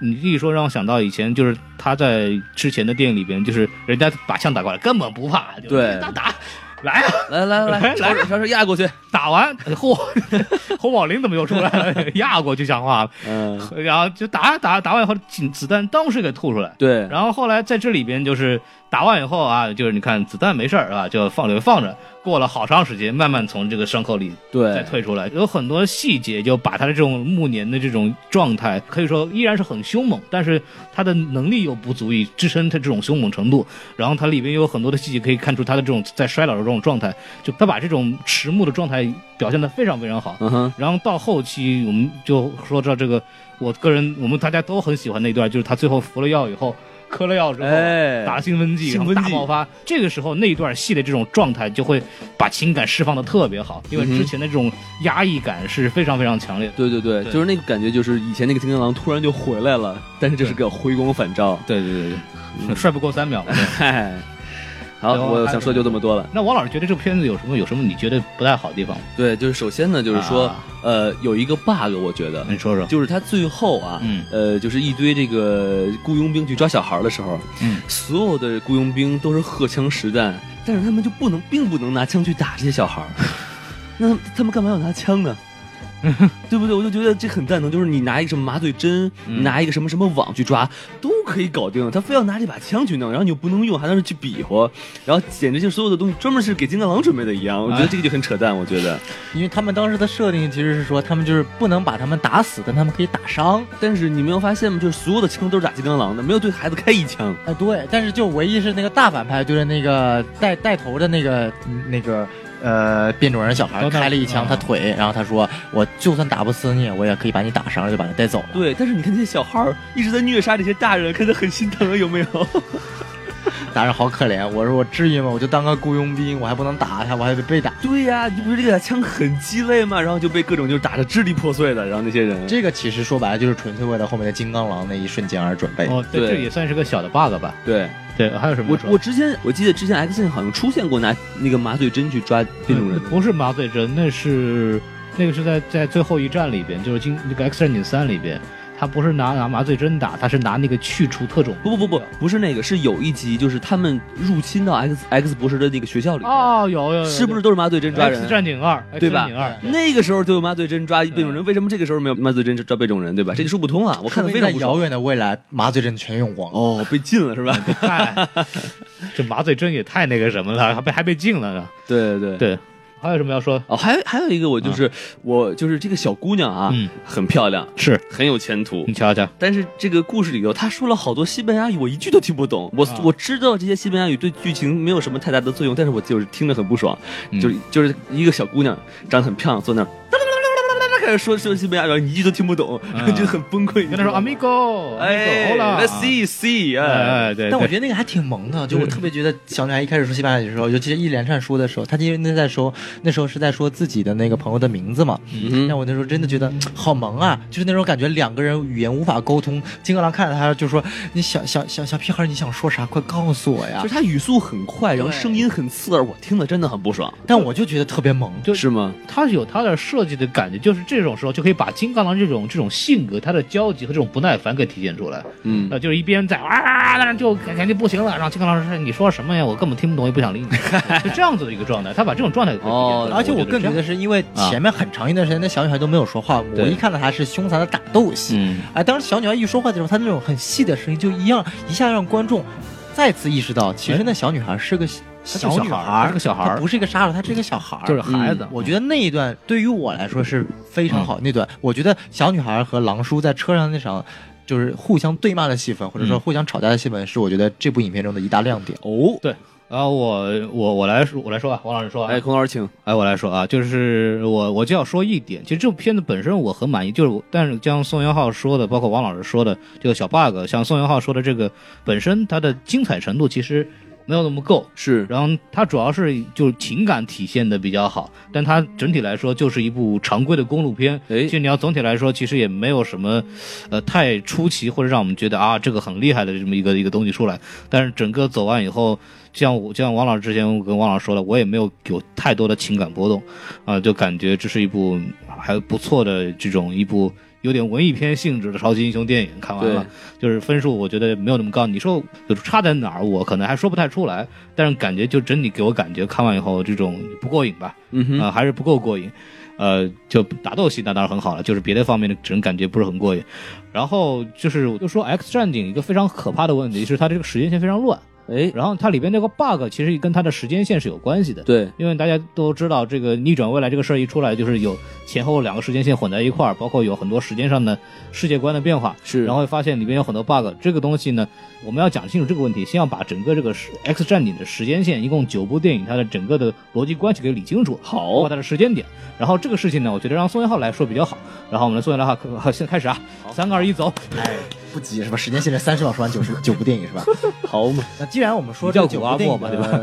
C: 你一说让我想到以前，就是他在之前的电影里边，就是人家把枪打过来根本不怕，就是
D: 对
C: 打打来啊，
D: 来来来来，
C: 来
D: 朝
C: 来
D: 着朝着压过去。
C: 打完嚯， 侯宝林怎么又出来了？压过去讲话了，
D: 嗯，
C: 然后就打打打完以后，子子弹当时给吐出来。
D: 对，
C: 然后后来在这里边就是打完以后啊，就是你看子弹没事儿啊，就放着放着，过了好长时间，慢慢从这个伤口里再
D: 对，
C: 退出来，有很多细节就把他的这种暮年的这种状态，可以说依然是很凶猛，但是他的能力又不足以支撑他这种凶猛程度。然后它里边有很多的细节可以看出他的这种在衰老的这种状态，就他把这种迟暮的状态表现得非常非常好。
D: 嗯哼，
C: 然后到后期，我们就说到这个，我个人我们大家都很喜欢那一段，就是他最后服了药以后，嗑了药之后，
D: 哎，
C: 打了兴奋剂，
D: 兴
C: 然
D: 奋剂
C: 后大爆发。这个时候那一段戏的这种状态就会把情感释放的特别好，因为
D: 嗯哼
C: 之前的这种压抑感是非常非常强烈的。
D: 对对对，
C: 对
D: 就是那个感觉，就是以前那个金刚狼突然就回来了，但是这是个回光返照。
C: 对对对对，嗯帅不过三秒。对
D: 嗨，好，
C: 然后
D: 我
C: 还
D: 想说就这么多了。
C: 那王老师觉得这个片子有什么有什么你觉得不太好的地方吗？
D: 对，就是首先呢，就是说
C: 啊，
D: 呃，有一个 bug，我觉得
C: 你说说。
D: 就是他最后啊，
C: 嗯
D: 呃，就是一堆这个雇佣兵去抓小孩的时候，
C: 嗯
D: 所有的雇佣兵都是荷枪实弹，但是他们就不能，并不能拿枪去打这些小孩儿。那他们干嘛要拿枪呢？对不对？我就觉得这很蛋疼，就是你拿一个什么麻醉针，
C: 嗯
D: 拿一个什么什么网去抓，都可以搞定。他非要拿这把枪去弄，然后你又不能用，还在那去比划，然后简直就所有的东西专门是给金刚狼准备的一样。我觉得这个就很扯淡。我觉得，
B: 因为他们当时的设定其实是说，他们就是不能把他们打死，但他们可以打伤。
D: 但是你没有发现吗？就是所有的枪都是打金刚狼的，没有对孩子开一枪。
C: 嗯
B: 啊，对，但是就唯一是那个大反派，就是那个带带头的那个嗯那个呃变种人小孩
C: 高大
B: 开了一枪
D: 啊
C: 嗯
B: 他腿，然后他说我就算打不死你，我也可以把你打伤，就把他带走了。
D: 对，但是你看这些小孩儿一直在虐杀这些大人，看着很心疼，有没有？
B: 打人好可怜，我说我至于吗？我就当个雇佣兵，我还不能打他，我还得被打。
D: 对呀、你不是这个枪很鸡肋吗？然后就被各种就是打得支离破碎的，然后那些人，
B: 这个其实说白了就是纯粹为了后面的金刚狼那一瞬间而准备。
C: 哦，对，
D: 对
C: 这也算是个小的 bug 吧。
D: 对
C: 对，还有什么
D: 我
C: 要说的？
D: 我之前我记得之前 X 线好像出现过拿那个麻醉针去抓变种人的，
C: 不是麻醉针，那是那个是在在最后一战里边，就是今那个 X 战警三里边，他不是拿拿麻醉针打，他是拿那个去除特种。
D: 不不不不，不是那个，是有一集就是他们入侵到 X X 博士的那个学校里面，
C: 哦，有有有，
D: 是不是都是麻醉针抓
C: X
D: 人？
C: 战警二，
D: 对吧
C: X 战警二，
D: 那个时候就有麻醉针抓被种人，为什么这个时候没有麻醉针抓被种人？对吧？这就说不通啊！我
B: 我
D: 看的非常
B: 在
D: 不
B: 遥
D: 爽。
B: 远的未来，麻醉针全用光了。
D: 哦，被禁了是吧？
C: 嗨， 这麻醉针也太那个什么了，还被还被禁了呢。
D: 对对对。
C: 对，还有什么要说？
D: 哦，还有还有一个，我就是、我就是这个小姑娘啊，
C: 嗯
D: 很漂亮，
C: 是
D: 很有前途
C: 你。瞧瞧，
D: 但是这个故事里头，她说了好多西班牙语，我一句都听不懂。我、
C: 啊
D: 我知道这些西班牙语对剧情没有什么太大的作用，但是我就是听着很不爽。
C: 嗯
D: 就是就是一个小姑娘长得很漂亮，坐那儿。开始说说西班牙语，你一句都听不懂，然 后就很崩溃。
C: 跟他说 amigo，
D: 啊哎
C: amigo，hola
D: ，Let's see see，
C: 哎
D: 哎，
C: 哎对，
B: 但我
C: 对
B: 觉得那个还挺萌的，就我特别觉得小女孩一开始说西班牙语的时候，尤其是一连串说的时候，她因为那在说那时候是在说自己的那个朋友的名字嘛，
D: 嗯
B: 但我那时候真的觉得好萌啊，就是那种感觉两个人语言无法沟通，金刚狼看着她就说：“你小小小小屁孩，你想说啥？快告诉我呀
D: 就是她语速很快，然后
B: 对
D: 声音很刺耳，我听了真的很不爽，！”
B: 但我就觉得特别萌，
C: 就是
D: 吗？
C: 他有他的设计的感觉，就是这种时候就可以把金刚狼这种这种性格、他的焦急和这种不耐烦给体现出来。
D: 嗯
C: 呃，就是一边在啊，那就感觉不行了，然后金刚狼说：“你说什么呀？我根本听不懂，也不想理你。”是这样子的一个状态，他把这种状态给体现出
D: 哦
C: 来。
B: 而且
C: 我
B: 我更觉
C: 这
B: 得
C: 样，
B: 是因为前面很长一段时间，那小女孩都没有说话，我
C: 对
B: 一看到她是凶残的打斗戏，
C: 嗯，
B: 哎，当时小女孩一说话的时候，她那种很细的声音，就一样一下让观众再次意识到，其实那小女孩是个小女
C: 哎她是个小孩儿
B: 她不是一个杀手，她是一个小孩儿。
C: 就是孩子，嗯
B: 我觉得那一段对于我来说是非常好。那段我觉得小女孩和狼叔在车上那场就是互相对骂的戏份，或者说
C: 嗯
B: 互相吵架的戏份，是我觉得这部影片中的一大亮点。
D: 哦，
C: 对。然后我我我来说我来说吧，王老师说吧，
D: 哎，孔老师请，
C: 哎，我来说啊，就是我我就要说一点，其实这部片子本身我很满意，就是我但是像宋元浩说的，包括王老师说的这个小 bug，像宋元浩说的这个本身它的精彩程度其实没有那么够，
D: 是
C: 然后它主要是就是情感体现的比较好，但它整体来说就是一部常规的公路片。
D: 哎
C: 其实你要总体来说，其实也没有什么，呃，太出奇或者让我们觉得啊这个很厉害的这么一个一个东西出来。但是整个走完以后，就像我就像王老师之前我跟王老师说了，我也没有有太多的情感波动，啊、就感觉这是一部还不错的这种一部。有点文艺片性质的超级英雄电影看完了，就是分数我觉得没有那么高。你说有差在哪儿，我可能还说不太出来，但是感觉就整体给我感觉看完以后这种不过瘾吧，
D: 嗯哼
C: 啊、还是不够过瘾。呃，就打斗戏那当然很好了，就是别的方面的只能感觉不是很过瘾。然后就是我就说《X 战警》一个非常可怕的问题是它这个时间线非常乱，
D: 哎，
C: 然后它里边那个 bug 其实跟它的时间线是有关系的。
D: 对，
C: 因为大家都知道，这个逆转未来这个事儿一出来，就是有前后两个时间线混在一块儿，包括有很多时间上的世界观的变化，
D: 是
C: 然后会发现里面有很多 bug。这个东西呢，我们要讲清楚这个问题，先要把整个这个时 X 战警的时间线，一共九部电影，它的整个的逻辑关系给理清楚，
D: 好
C: 包括它的时间点。然后这个事情呢，我觉得让宋元浩来说比较好。然后我们来宋元浩，好，现在开始啊，三二一，走。
B: 哎，不急是吧？时间限制三十秒说完九十九部电影 是吧？
D: 好嘛，
B: 那既然我们说
C: 你叫
B: 这九
C: 古阿
B: 部
C: 莫
B: 电影
C: 吧
B: 的，
C: 对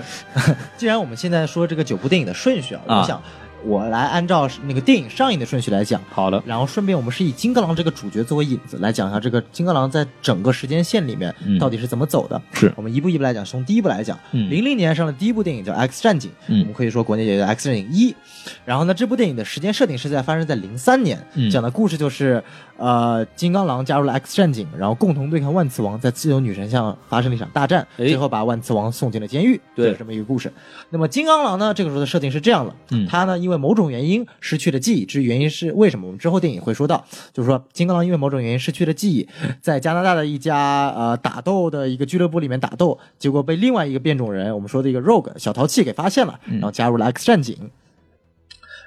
C: 吧
B: 既然我们现在说这个九部电影的顺序啊，
D: 啊
B: 我想我来按照那个电影上映的顺序来讲，
C: 好的，
B: 然后顺便我们是以金刚狼这个主角作为引子来讲一下这个金刚狼在整个时间线里面
C: 嗯
B: 到底是怎么走的。
C: 是
B: 我们一步一步来讲，从第一部来讲，
C: 嗯
B: 零零年上的第一部电影叫《X 战警》，
C: 嗯
B: 我们可以说国内也叫《X 战警一》。然后呢，这部电影的时间设定是在发生在零三年，
C: 嗯
B: 讲的故事就是呃，金刚狼加入了 X 战警，然后共同对抗万磁王，在自由女神像发生了一场大战，
D: 哎
B: 最后把万磁王送进了监狱，
D: 对
B: 就是这么一个故事。那么金刚狼呢，这个时候的设定是这样的，
C: 嗯
B: 他呢因为某种原因失去了记忆，至于原因是为什么，我们之后电影会说到，就是说金刚狼因为某种原因失去了记忆，在加拿大的一家呃打斗的一个俱乐部里面打斗，结果被另外一个变种人，我们说的一个 Rogue 小淘气给发现了，然后加入了 X 战警。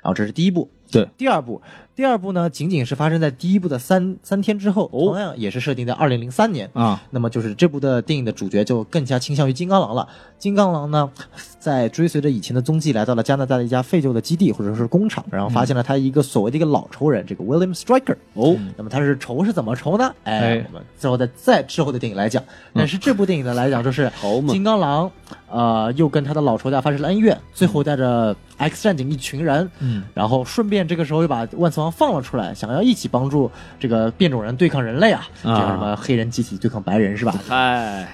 B: 然后这是第一部，
C: 对，
B: 第二部，第二部呢，仅仅是发生在第一部的三三天之后，
D: 哦
B: 同样也是设定在二零零三年。
C: 啊，
B: 那么就是这部的电影的主角就更加倾向于金刚狼了。金刚狼呢，在追随着以前的踪迹，来到了加拿大的一家废旧的基地或者是工厂，然后发现了他一个所谓的一个老仇人，这个 William Striker。
D: 哦，
B: 那么他是仇是怎么仇呢？
C: 哎
B: 哎，我们最后再再之后的电影来讲，但是这部电影的来讲就是
D: 好嘛
B: 金刚狼，呃，又跟他的老仇家发生了恩怨，最后带着 X 战警一群人，
C: 嗯，
B: 然后顺便这个时候又把万磁王放了出来，想要一起帮助这个变种人对抗人类啊，这
D: 啊
B: 叫什么黑人集体对抗白人是吧？
D: 嗨，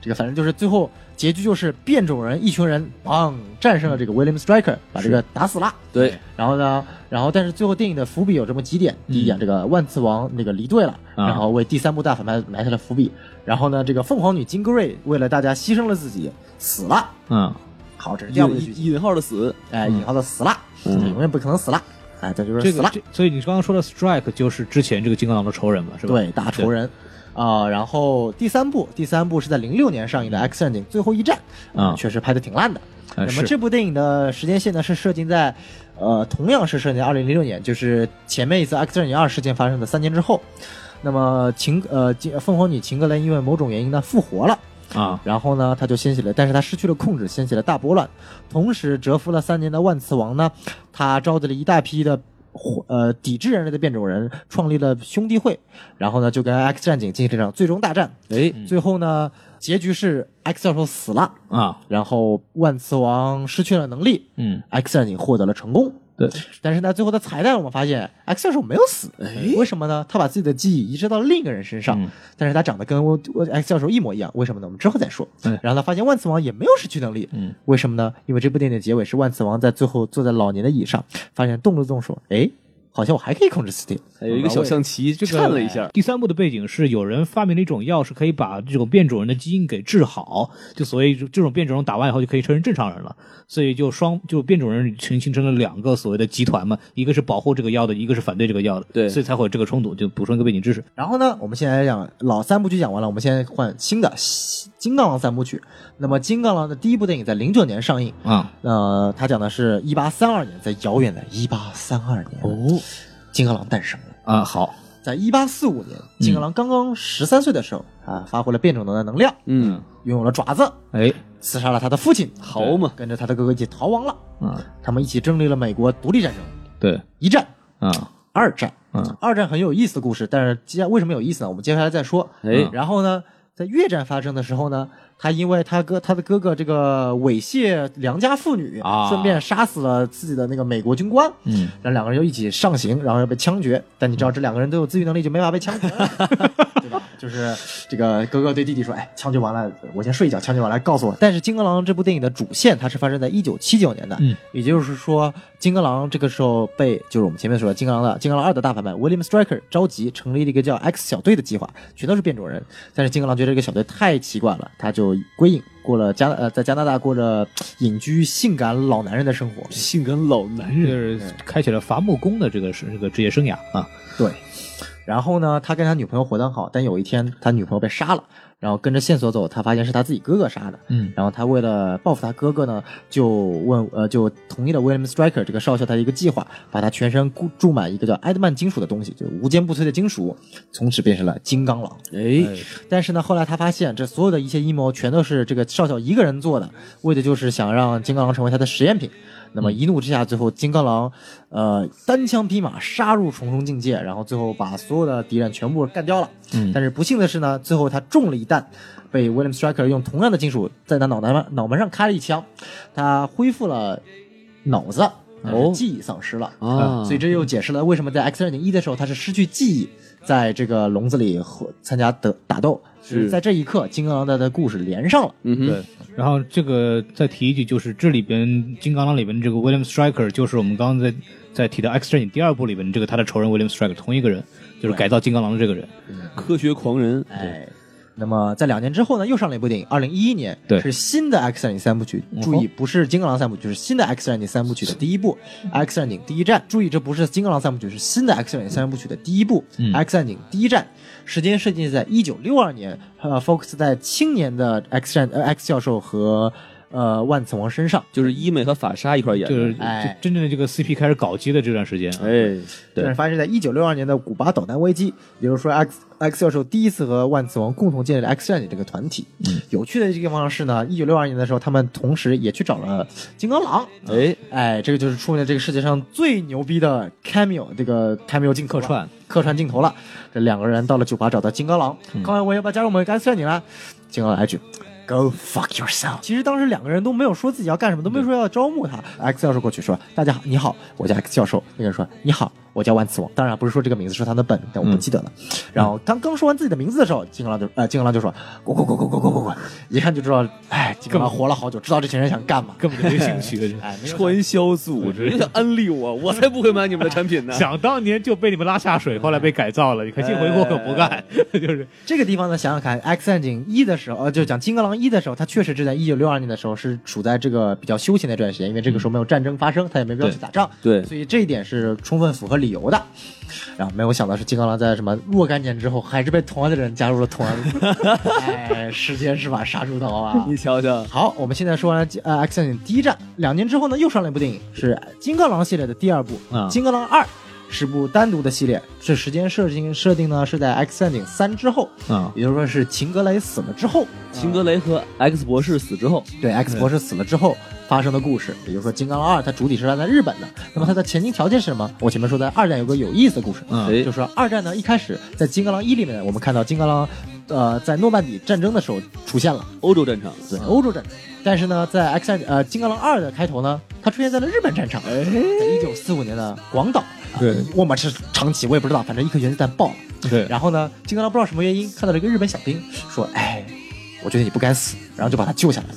B: 这个反正就是最后结局就是变种人一群人砰战胜了这个 William Striker，把这个打死了。
D: 对，
B: 然后呢，然后但是最后电影的伏笔有这么几点：第一点，这个万磁王那个离队了，
D: 啊
B: 然后为第三部大反派埋下了伏笔；然后呢，这个凤凰女金戈瑞为了大家牺牲了自己，死了。
D: 嗯，
B: 好，这是第二部的剧
D: 引
B: 情。
D: 引号的死，
B: 哎，引号的死了，
D: 嗯
B: 永远不可能死了。哎，这就是
C: 这
B: 死
C: 个
B: 了，
C: 这，所以你刚刚说的 Strike 就是之前这个金刚狼的仇人嘛，是吧？
B: 对，大仇人。啊、然后第三部，第三部是在零六年上映的《X 战警：最后一战》嗯
D: 啊
B: 确实拍的挺烂的。那
D: 哎
B: 么
D: 是
B: 这部电影的时间线呢，是设定在，呃，同样是设定在二零零六年，就是前面一次《X 战警二》事件发生的三年之后。那么秦呃金凤凰女秦格雷因为某种原因呢复活了，
D: 啊，
B: 然后呢，他就掀起了，但是他失去了控制，掀起了大波乱。同时，蛰伏了三年的万磁王呢，他召集了一大批的火呃抵制人类的变种人，创立了兄弟会，然后呢，就跟 X 战警进行这场最终大战。
D: 哎
B: 最后呢，结局是 X 教授死了，
D: 啊，
B: 然后万磁王失去了能力
C: 嗯，
B: ，X 战警获得了成功。
D: 对，
B: 但是呢，最后的彩蛋我们发现 X 教授没有死，为什么呢？他把自己的记忆移植到了另一个人身上，
D: 哎嗯
B: 但是他长得跟我我 X 教授一模一样，为什么呢？我们之后再说。
D: 哎
B: 然后他发现万磁王也没有失去能力，
D: 嗯
B: 为什么呢？因为这部电影的结尾是万磁王在最后坐在老年的椅上，发现动了动手，哎，好像我还可以控制 Steve，
D: 还哎有一个小象棋
C: 这个
D: 颤了一下，
C: 第三部的背景是有人发明了一种药，是可以把这种变种人的基因给治好，就所谓这种变种人打完以后就可以成为正常人了。所以就双就变种人群形成了两个所谓的集团嘛，一个是保护这个药的，一个是反对这个药的，
D: 对
C: 所以才会有这个冲突。就补充一个背景知识，
B: 然后呢，我们现在讲老三部曲讲完了，我们现在换新的金刚狼三部曲。那么金刚狼的第一部电影在零九年上映，
C: 啊、
B: 呃，它讲的是一八三二年，在遥远的一八三二年，哦，金刚狼诞生了。
C: 啊，好，
B: 在一八四五年，金刚狼刚刚十三岁的时候啊，发挥了变种人的能量，
D: 嗯，
B: 拥有了爪子，
C: 哎，
B: 刺杀了他的父亲，
D: 好嘛，
B: 跟着他的哥哥一起逃亡了。
D: 啊，
B: 他们一起经历了美国独立战争，
D: 对，
B: 一战、
D: 啊，
B: 二战，
D: 嗯，
B: 二战很有意思的故事，但是接为什么有意思呢？我们接下来再说。嗯
D: 哎
B: 然后呢，在越战发生的时候呢，他因为他哥他的哥哥这个猥亵良家妇女，
D: 啊
B: 顺便杀死了自己的那个美国军官，
D: 嗯，
B: 然后两个人就一起上刑，然后要被枪决。但你知道这两个人都有自愈能力，就没法被枪决 了，对吧？就是这个哥哥对弟弟说：“哎，枪决完了，我先睡一觉，枪决完了告诉
D: 嗯
B: 我。”但是《金刚狼》这部电影的主线它是发生在一九七九年的，
C: 嗯
B: 也就是说，金刚狼这个时候被就是我们前面说的金刚狼的金刚狼二的大反派 William Striker 召集，成立了一个叫 X 小队的计划，全都是变种人。但是金刚狼觉得这个小队太奇怪了，他就归隐，过了加呃在加拿大过着隐居性感老男人的生活。
D: 性感老男
C: 就
D: 人，
C: 是开启了伐木工的这个是这个职业生涯啊，
B: 对，然后呢，他跟他女朋友活得很好，但有一天他女朋友被杀了，然后跟着线索走，他发现是他自己哥哥杀的。
C: 嗯
B: 然后他为了报复他哥哥呢，就问呃就同意了 William Striker 这个少校他的一个计划，把他全身固注满一个叫埃德曼金属的东西，就是无坚不摧的金属，从此变成了金刚狼。
D: 哎，
B: 但是呢，后来他发现这所有的一切阴谋全都是这个少校一个人做的，为的就是想让金刚狼成为他的实验品。那
D: 嗯
B: 么一怒之下，最后金刚狼，呃，单枪匹马杀入重重境界，然后最后把所有的敌人全部干掉了。
C: 嗯
B: 但是不幸的是呢，最后他中了一弹，被 William Striker 用同样的金属在他脑袋上脑门上开了一枪，他恢复了脑子，但是
D: 哦
B: 记忆丧失了。
D: 啊，
B: 所以这又解释了为什么在 X 战警一的时候他是失去记忆，在这个笼子里和参加的打斗，
D: 是
B: 在这一刻金刚狼的的故事连上了。
D: 嗯哼，
C: 对，然后这个再提一句，就是这里边《金刚狼》里边的这个 William Striker，就是我们刚刚在在提的《X 战警》第二部里边这个他的仇人 William Striker，同一个人，就是改造金刚狼的这个人。
D: 科学狂人，
B: 哎，那么在两年之后呢，又上了一部电影，二零一一年，
C: 对嗯
B: 是新的 X 战警三部曲。注意，不是金刚狼三部曲，是新的 X 战警三部曲的第一部，《X 战警第一战》。注意，这不是金刚狼三部曲，是新的 X 战警三部曲的第一部，
C: 嗯
B: X 战警第一战》。时间设定在一九六二年，呃，Fox 在青年的 X 战呃 X 教授和呃万磁王身上。
D: 就是医美和法莎一块儿演的，
C: 就是
B: 哎
C: 就真正的这个 CP 开始搞基的这段时间啊，
D: 哎，
B: 但是
D: 对，
B: 发生在一九六二年的古巴导弹危机，也就是说 X X 教授第一次和万磁王共同建立了 X 战警这个团体。有趣的这个地方是呢，一九六二年的时候，他们同时也去找了金刚狼。
D: 哎，
B: 哎，这个就是出现在这个世界上最牛逼的 cameo 这个 cameo 镜头
C: 客
B: 了
C: 串
B: 客串镜头了。这两个人到了酒吧找到金刚狼，刚才我要不要加入我们 X 战警啦？金刚狼来一句。Go fuck yourself！其实当时两个人都没有说自己要干什么，都没有说要招募他。X 教授过去说：“大家好，你好，我叫 X 教授。”那个人说：“你好，我叫万磁王，当然不是说这个名字，是他的本名，但我不记得了。然后他刚说完自己的名字的时候，金刚狼就呃金刚狼就说滚滚滚滚滚滚滚滚，一看就知道，哎，金刚狼活了好久，知道这群人想干嘛。
C: 根本就没兴趣。
B: 哎，没有想
D: 传销组织想安利我，我才不会买你们的产品呢。
C: 想当年就被你们拉下水，后来被改造了，你看这回我可不干， 就是
B: 这个地方呢，想想看，X 战警一的时候，呃，就讲金刚狼一的时候，它确实是在一九六二年的时候是处在这个比较休闲的这段时间，因为这个时候没有战争发生，他也没必要去打仗，
D: 对对
B: 所以这一点是充分符合理由的。然后没有想到是金刚狼在什么若干年之后，还是被同样的人加入了同样的， 哎，时间是把杀猪刀啊！
D: 你瞧瞧，
B: 好，我们现在说完了呃《X 战警》第一站，两年之后呢，又上了一部电影，是《金刚狼》系列的第二部，
D: 啊
B: 金刚狼二》是部单独的系列，这时间设定设定呢是在《X 战警三》之后，
D: 啊，
B: 也就是说是秦格雷死了之后，
D: 秦格雷和 X 博士死之后，
B: 对 X 博士死了之后发生的故事，也就是说《金刚狼二》它主体是站在日本的，那么它的前提条件是什么？我前面说在二战有个有意思的故事，
C: 嗯
D: 谁
B: 就是说二战呢一开始在《金刚狼一》里面，我们看到金刚狼，呃，在诺曼底战争的时候出现了。
D: 欧洲战场，
B: 对，欧洲战场。但是呢，在 X 战呃《金刚狼二》的开头呢，它出现在了日本战场，
D: 哎
B: 在一九四五年的广岛。
C: 对
B: 我们是长崎，我也不知道，反正一颗原子弹爆了。
C: 对
B: 然后呢，金刚狼不知道什么原因看到了一个日本小兵，说：“哎，我觉得你不该死。”然后就把他救下来了。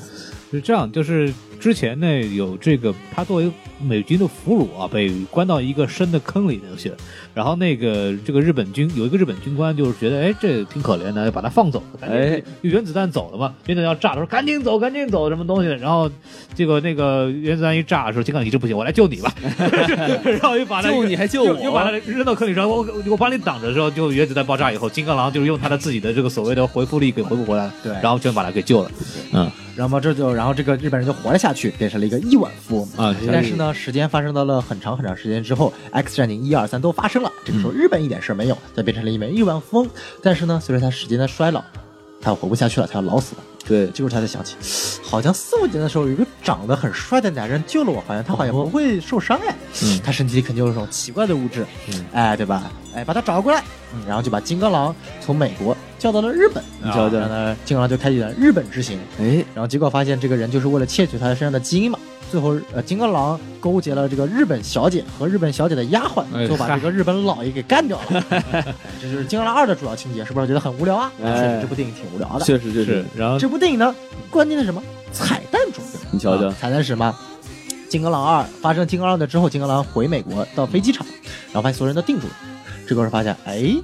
C: 是这样，就是之前呢有这个他作为美军的俘虏啊，被关到一个深的坑里头去，然后那个这个日本军有一个日本军官就是觉得哎这挺可怜的，把他放走了，赶紧
D: 哎，
C: 原子弹走了嘛，原子弹要炸的时候赶紧走，赶紧走什么东西的，然后这个那个原子弹一炸的时候，金刚一直不行，我来救 你吧，然后又把他
D: 救你还救
C: 又又把他
D: 我，
C: 扔到坑里，然后我我我把你挡着的时候，就原子弹爆炸以后，金刚狼就是用他的自己的这个所谓的回复力给回复回来了，
B: 对
C: 然后就把他给救了，嗯
B: 然后嘛这就，然后这个日本人就活了下去，变成了一个亿万富翁。
C: 啊，
B: 但是呢，时间发生到了很长很长时间之后，《X 战警》一二三都发生了。这个
D: 嗯
B: 时候，日本一点事儿没有，他变成了一名亿万富翁。但是呢，随着他时间的衰老，他要活不下去了，他要老死了。
D: 对，
B: 这时候他才想起，好像四五年的时候有一个长得很帅的男人救了我，好像他好像不会受伤哎，
D: 哦嗯
B: 他身体里肯定有一种奇怪的物质，哎，对吧？哎，把他找过来，嗯然后就把金刚狼从美国叫到了日本，
D: 你瞧瞧
B: 然后呢，金刚狼就开启了日本之行，
D: 哎，
B: 然后结果发现这个人就是为了窃取他身上的基因嘛。最后，呃，金刚狼勾结了这个日本小姐和日本小姐的丫鬟，
C: 哎
B: 就把这个日本老爷给干掉了。哎这就是《金刚狼二》的主要情节，是不是觉得很无聊啊？
D: 哎
B: 确实这部电影挺无聊的。
D: 确实确
C: 是
D: 实，，
C: 然后
B: 这部电影呢，关键是什么？彩蛋重要。
D: 啊你瞧瞧
B: 啊，彩蛋是什么？金刚狼二发生金刚狼的之后，金刚狼回美国到飞机场，然后发现所有人都定住了。这个时候发现，哎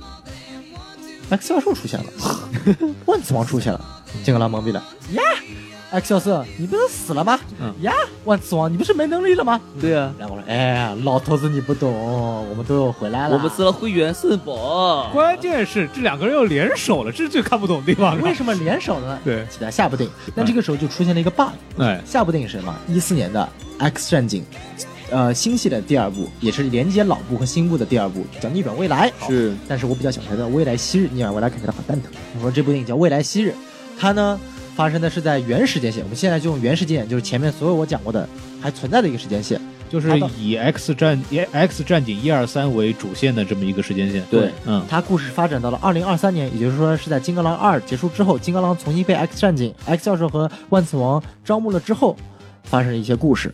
B: ，X 教授出现了， 万磁王出现了，金刚狼懵逼了呀！X 教授，你不是死了吗？
C: 嗯
B: 呀，万磁王，你不是没能力了吗？
D: 对啊，
B: 然后我说，哎呀，老头子你不懂，我们都又回来了。
D: 我们撕了会员肾宝，
C: 关键是这两个人又联手了，这是最看不懂的地方
B: 为
C: 了。
B: 什么联手呢？
C: 对，
B: 期待下部电影。但这个时候就出现了一个 bug，
C: 哎，
B: 下部电影是什么？一四年的《X 战警》，呃，新系列的第二部，也是连接老部和新部的第二部，叫《逆转未来》。
D: 是
B: 但是我比较想谈的《未来昔日》，《逆转未来》看起来很蛋疼。我说这部电影叫《未来昔日》，它呢发生的是在原时间线，我们现在就用原时间线，就是前面所有我讲过的还存在的一个时间线。
C: 就是以 X 战以 X 战警一二三为主线的这么一个时间线。
D: 对，
C: 嗯，
B: 它故事发展到了二零二三年，也就是说是在《金刚狼二》结束之后，金刚狼重新被 X 战警、X 教授和万磁王招募了之后，发生了一些故事。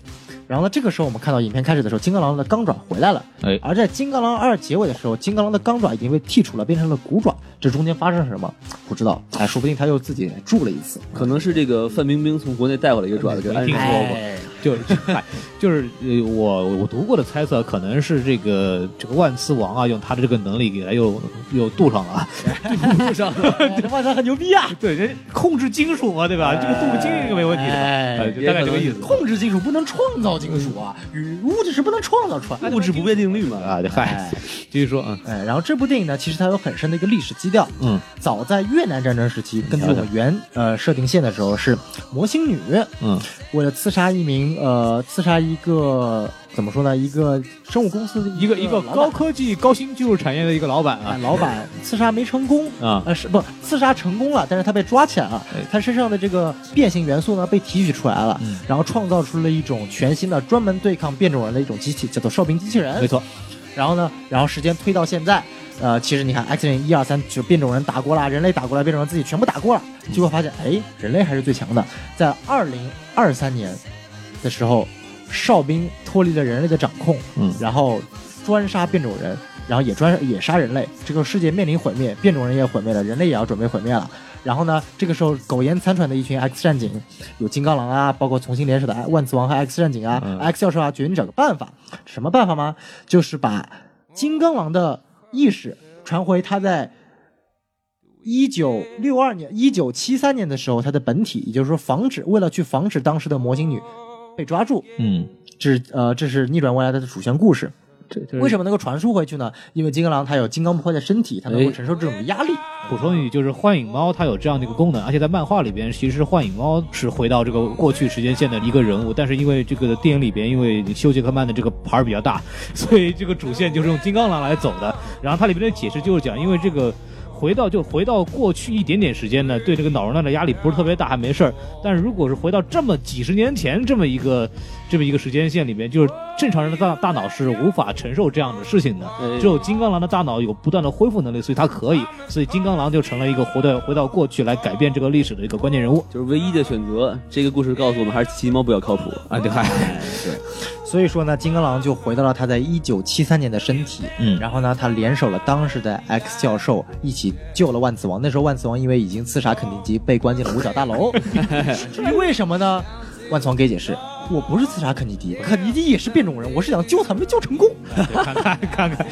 B: 然后呢，这个时候我们看到影片开始的时候，金刚狼的钢爪回来了。
C: 哎
B: 而在《金刚狼二》结尾的时候，金刚狼的钢爪已经被剔除了，变成了骨爪。这中间发生了什么？不知道，哎，说不定他又自己铸了一次。
D: 可能是这个范冰冰从国内带回来一个爪子给安
C: 没听
D: 上
C: 说
D: 了。
C: 过，
B: 哎
C: 就是嗨 就是呃，我我读过的猜测，可能是这个这个万磁王啊，用他的这个能力给他又又镀上了 啊。
D: 路上
B: 哎这万斯很牛逼啊！
C: 对，人控制金属嘛，对吧？这个镀金应该没问题的吧。
B: 哎
C: 哎，就大概这个意思。
B: 控制金属不能创造金属啊，与物质是不能创造出来的。
D: 物质不变定律嘛，
C: 啊，对嗨
B: 哎，
C: 继续说啊，
B: 哎，然后这部电影呢，其实它有很深的一个历史基调。
C: 嗯，
B: 早在越南战争时期，根据我们原呃设定线的时候，是魔星女
C: 嗯
B: 为了刺杀一名呃刺杀一个怎么说呢，一个生物公司的
C: 一个一个
B: 老板
C: 高科技高新技术产业的一个老板
B: 哎
C: 啊
B: 老板刺杀没成功。
C: 啊，
B: 呃，是不刺杀成功了，但是他被抓起来了
C: 哎。
B: 他身上的这个变形元素呢，被提取出来了，
C: 嗯
B: 然后创造出了一种全新的专门对抗变种人的一种机器，叫做哨兵机器人。
C: 没错，
B: 然后呢，然后时间推到现在，呃，其实你看 X 战警一二三，就变种人打过了，人类打过了，变种人自己全部打过了，结果发现，哎，人类还是最强的。在二零二三年的时候，哨兵脱离了人类的掌控，
C: 嗯
B: 然后专杀变种人，然后也专也杀人类，这个世界面临毁灭，变种人也毁灭了，人类也要准备毁灭了。然后呢，这个时候苟延残喘的一群 X 战警，有金刚狼啊，包括重新联手的万磁王和 X 战警啊、x 教授啊，决定找个办法，什么办法吗？就是把金刚狼的意识传回他在一九六二年、一九七三年的时候，它的本体，也就是说，防止为了去防止当时的魔形女被抓住，
C: 嗯，
B: 这是呃，这是逆转未来的主线故事。
C: 这这
B: 为什么能够传输回去呢？因为金刚狼它有金刚不坏的身体，它能够
C: 哎
B: 承受这种压力。
C: 补充一句，就是幻影猫它有这样的一个功能，而且在漫画里边，其实幻影猫是回到这个过去时间线的一个人物，但是因为这个电影里边，因为休·杰克曼的这个牌儿比较大， 所以这个主线就是用金刚狼来走的。然后它里边的解释就是讲，因为这个。回到就回到过去一点点时间呢，对这个脑容量的压力不是特别大，还没事儿。但是如果是回到这么几十年前这么一个这么一个时间线里面，就是正常人的大大脑是无法承受这样的事情的。只有金刚狼的大脑有不断的恢复能力，所以它可以，所以金刚狼就成了一个活到回到过去来改变这个历史的一个关键人物。
D: 就是唯一的选择。这个故事告诉我们，还是骑猫比较靠谱。
C: 啊，对，嗨，
B: 所以说呢，金刚狼就回到了他在一九七三年的身体，
C: 嗯
B: 然后呢，他联手了当时的 X 教授一起救了万磁王。那时候万磁王因为已经刺杀肯尼基，被关进了五角大 楼。至于为什么呢？万磁王给解释：我不是刺杀肯尼迪，肯尼迪也是变种人，我是想救他，没救成功。
C: 对嗯看看看 看，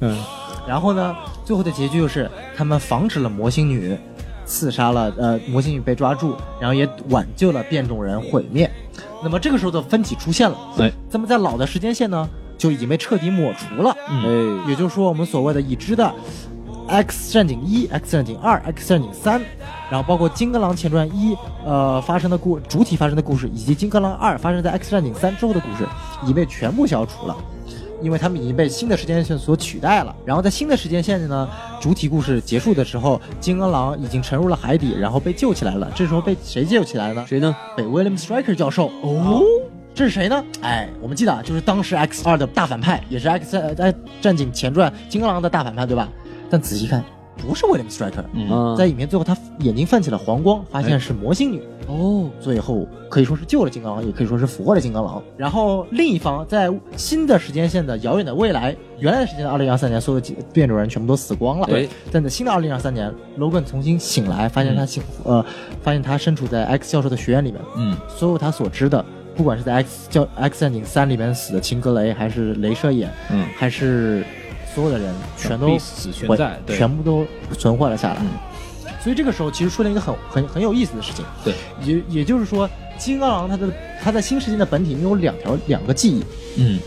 C: 嗯，
B: 然后呢，最后的结局就是他们防止了魔形女，刺杀了呃魔形女被抓住，然后也挽救了变种人毁灭。那么这个时候的分体出现了，
C: 哎，
B: 那么在老的时间线呢，就已经被彻底抹除了。
D: 哎，
B: 也就是说，我们所谓的已知的 X 战警一、X 战警二、X 战警三，然后包括《金刚狼前传一》呃发生的故主体发生的故事，以及《金刚狼二》发生在 X 战警三之后的故事，已经被全部消除了。因为他们已经被新的时间线所取代了。然后在新的时间线里呢，主体故事结束的时候，金刚狼已经沉入了海底，然后被救起来了。这时候被谁救起来呢？
D: 谁呢？
B: 被 William Striker 教授哦。这是谁呢？哎，我们记得啊，就是当时 X 二的大反派，也是 X 战呃战警前传金刚狼的大反派，对吧？但仔细看，不是 William Striker，、
D: 啊，
B: 在影片最后他眼睛泛起了黄光，发现是魔形女。
D: 哦，
B: 最后可以说是救了金刚狼，也可以说是俘获了金刚狼。然后另一方在新的时间线的遥远的未来，原来的时间的二零二三年，所有的变种人全部都死光了。
D: 哎，
B: 但在新的二零二三年，Logan 重新醒来，发现他醒、呃，发现他身处在 X 教授的学院里面。
C: 嗯，
B: 所有他所知的，不管是在 X 教 X 战警三里面死的秦格雷，还是镭射眼，
C: 嗯
B: 还是所有的人，全都
C: 必死全
B: 回
C: 在，对，
B: 全部都存活了下来。嗯所以这个时候其实出现一个很很很有意思的事情，
C: 对，
B: 也也就是说，金刚狼它的它在新世界的本体拥有两条两个记忆，
C: 嗯，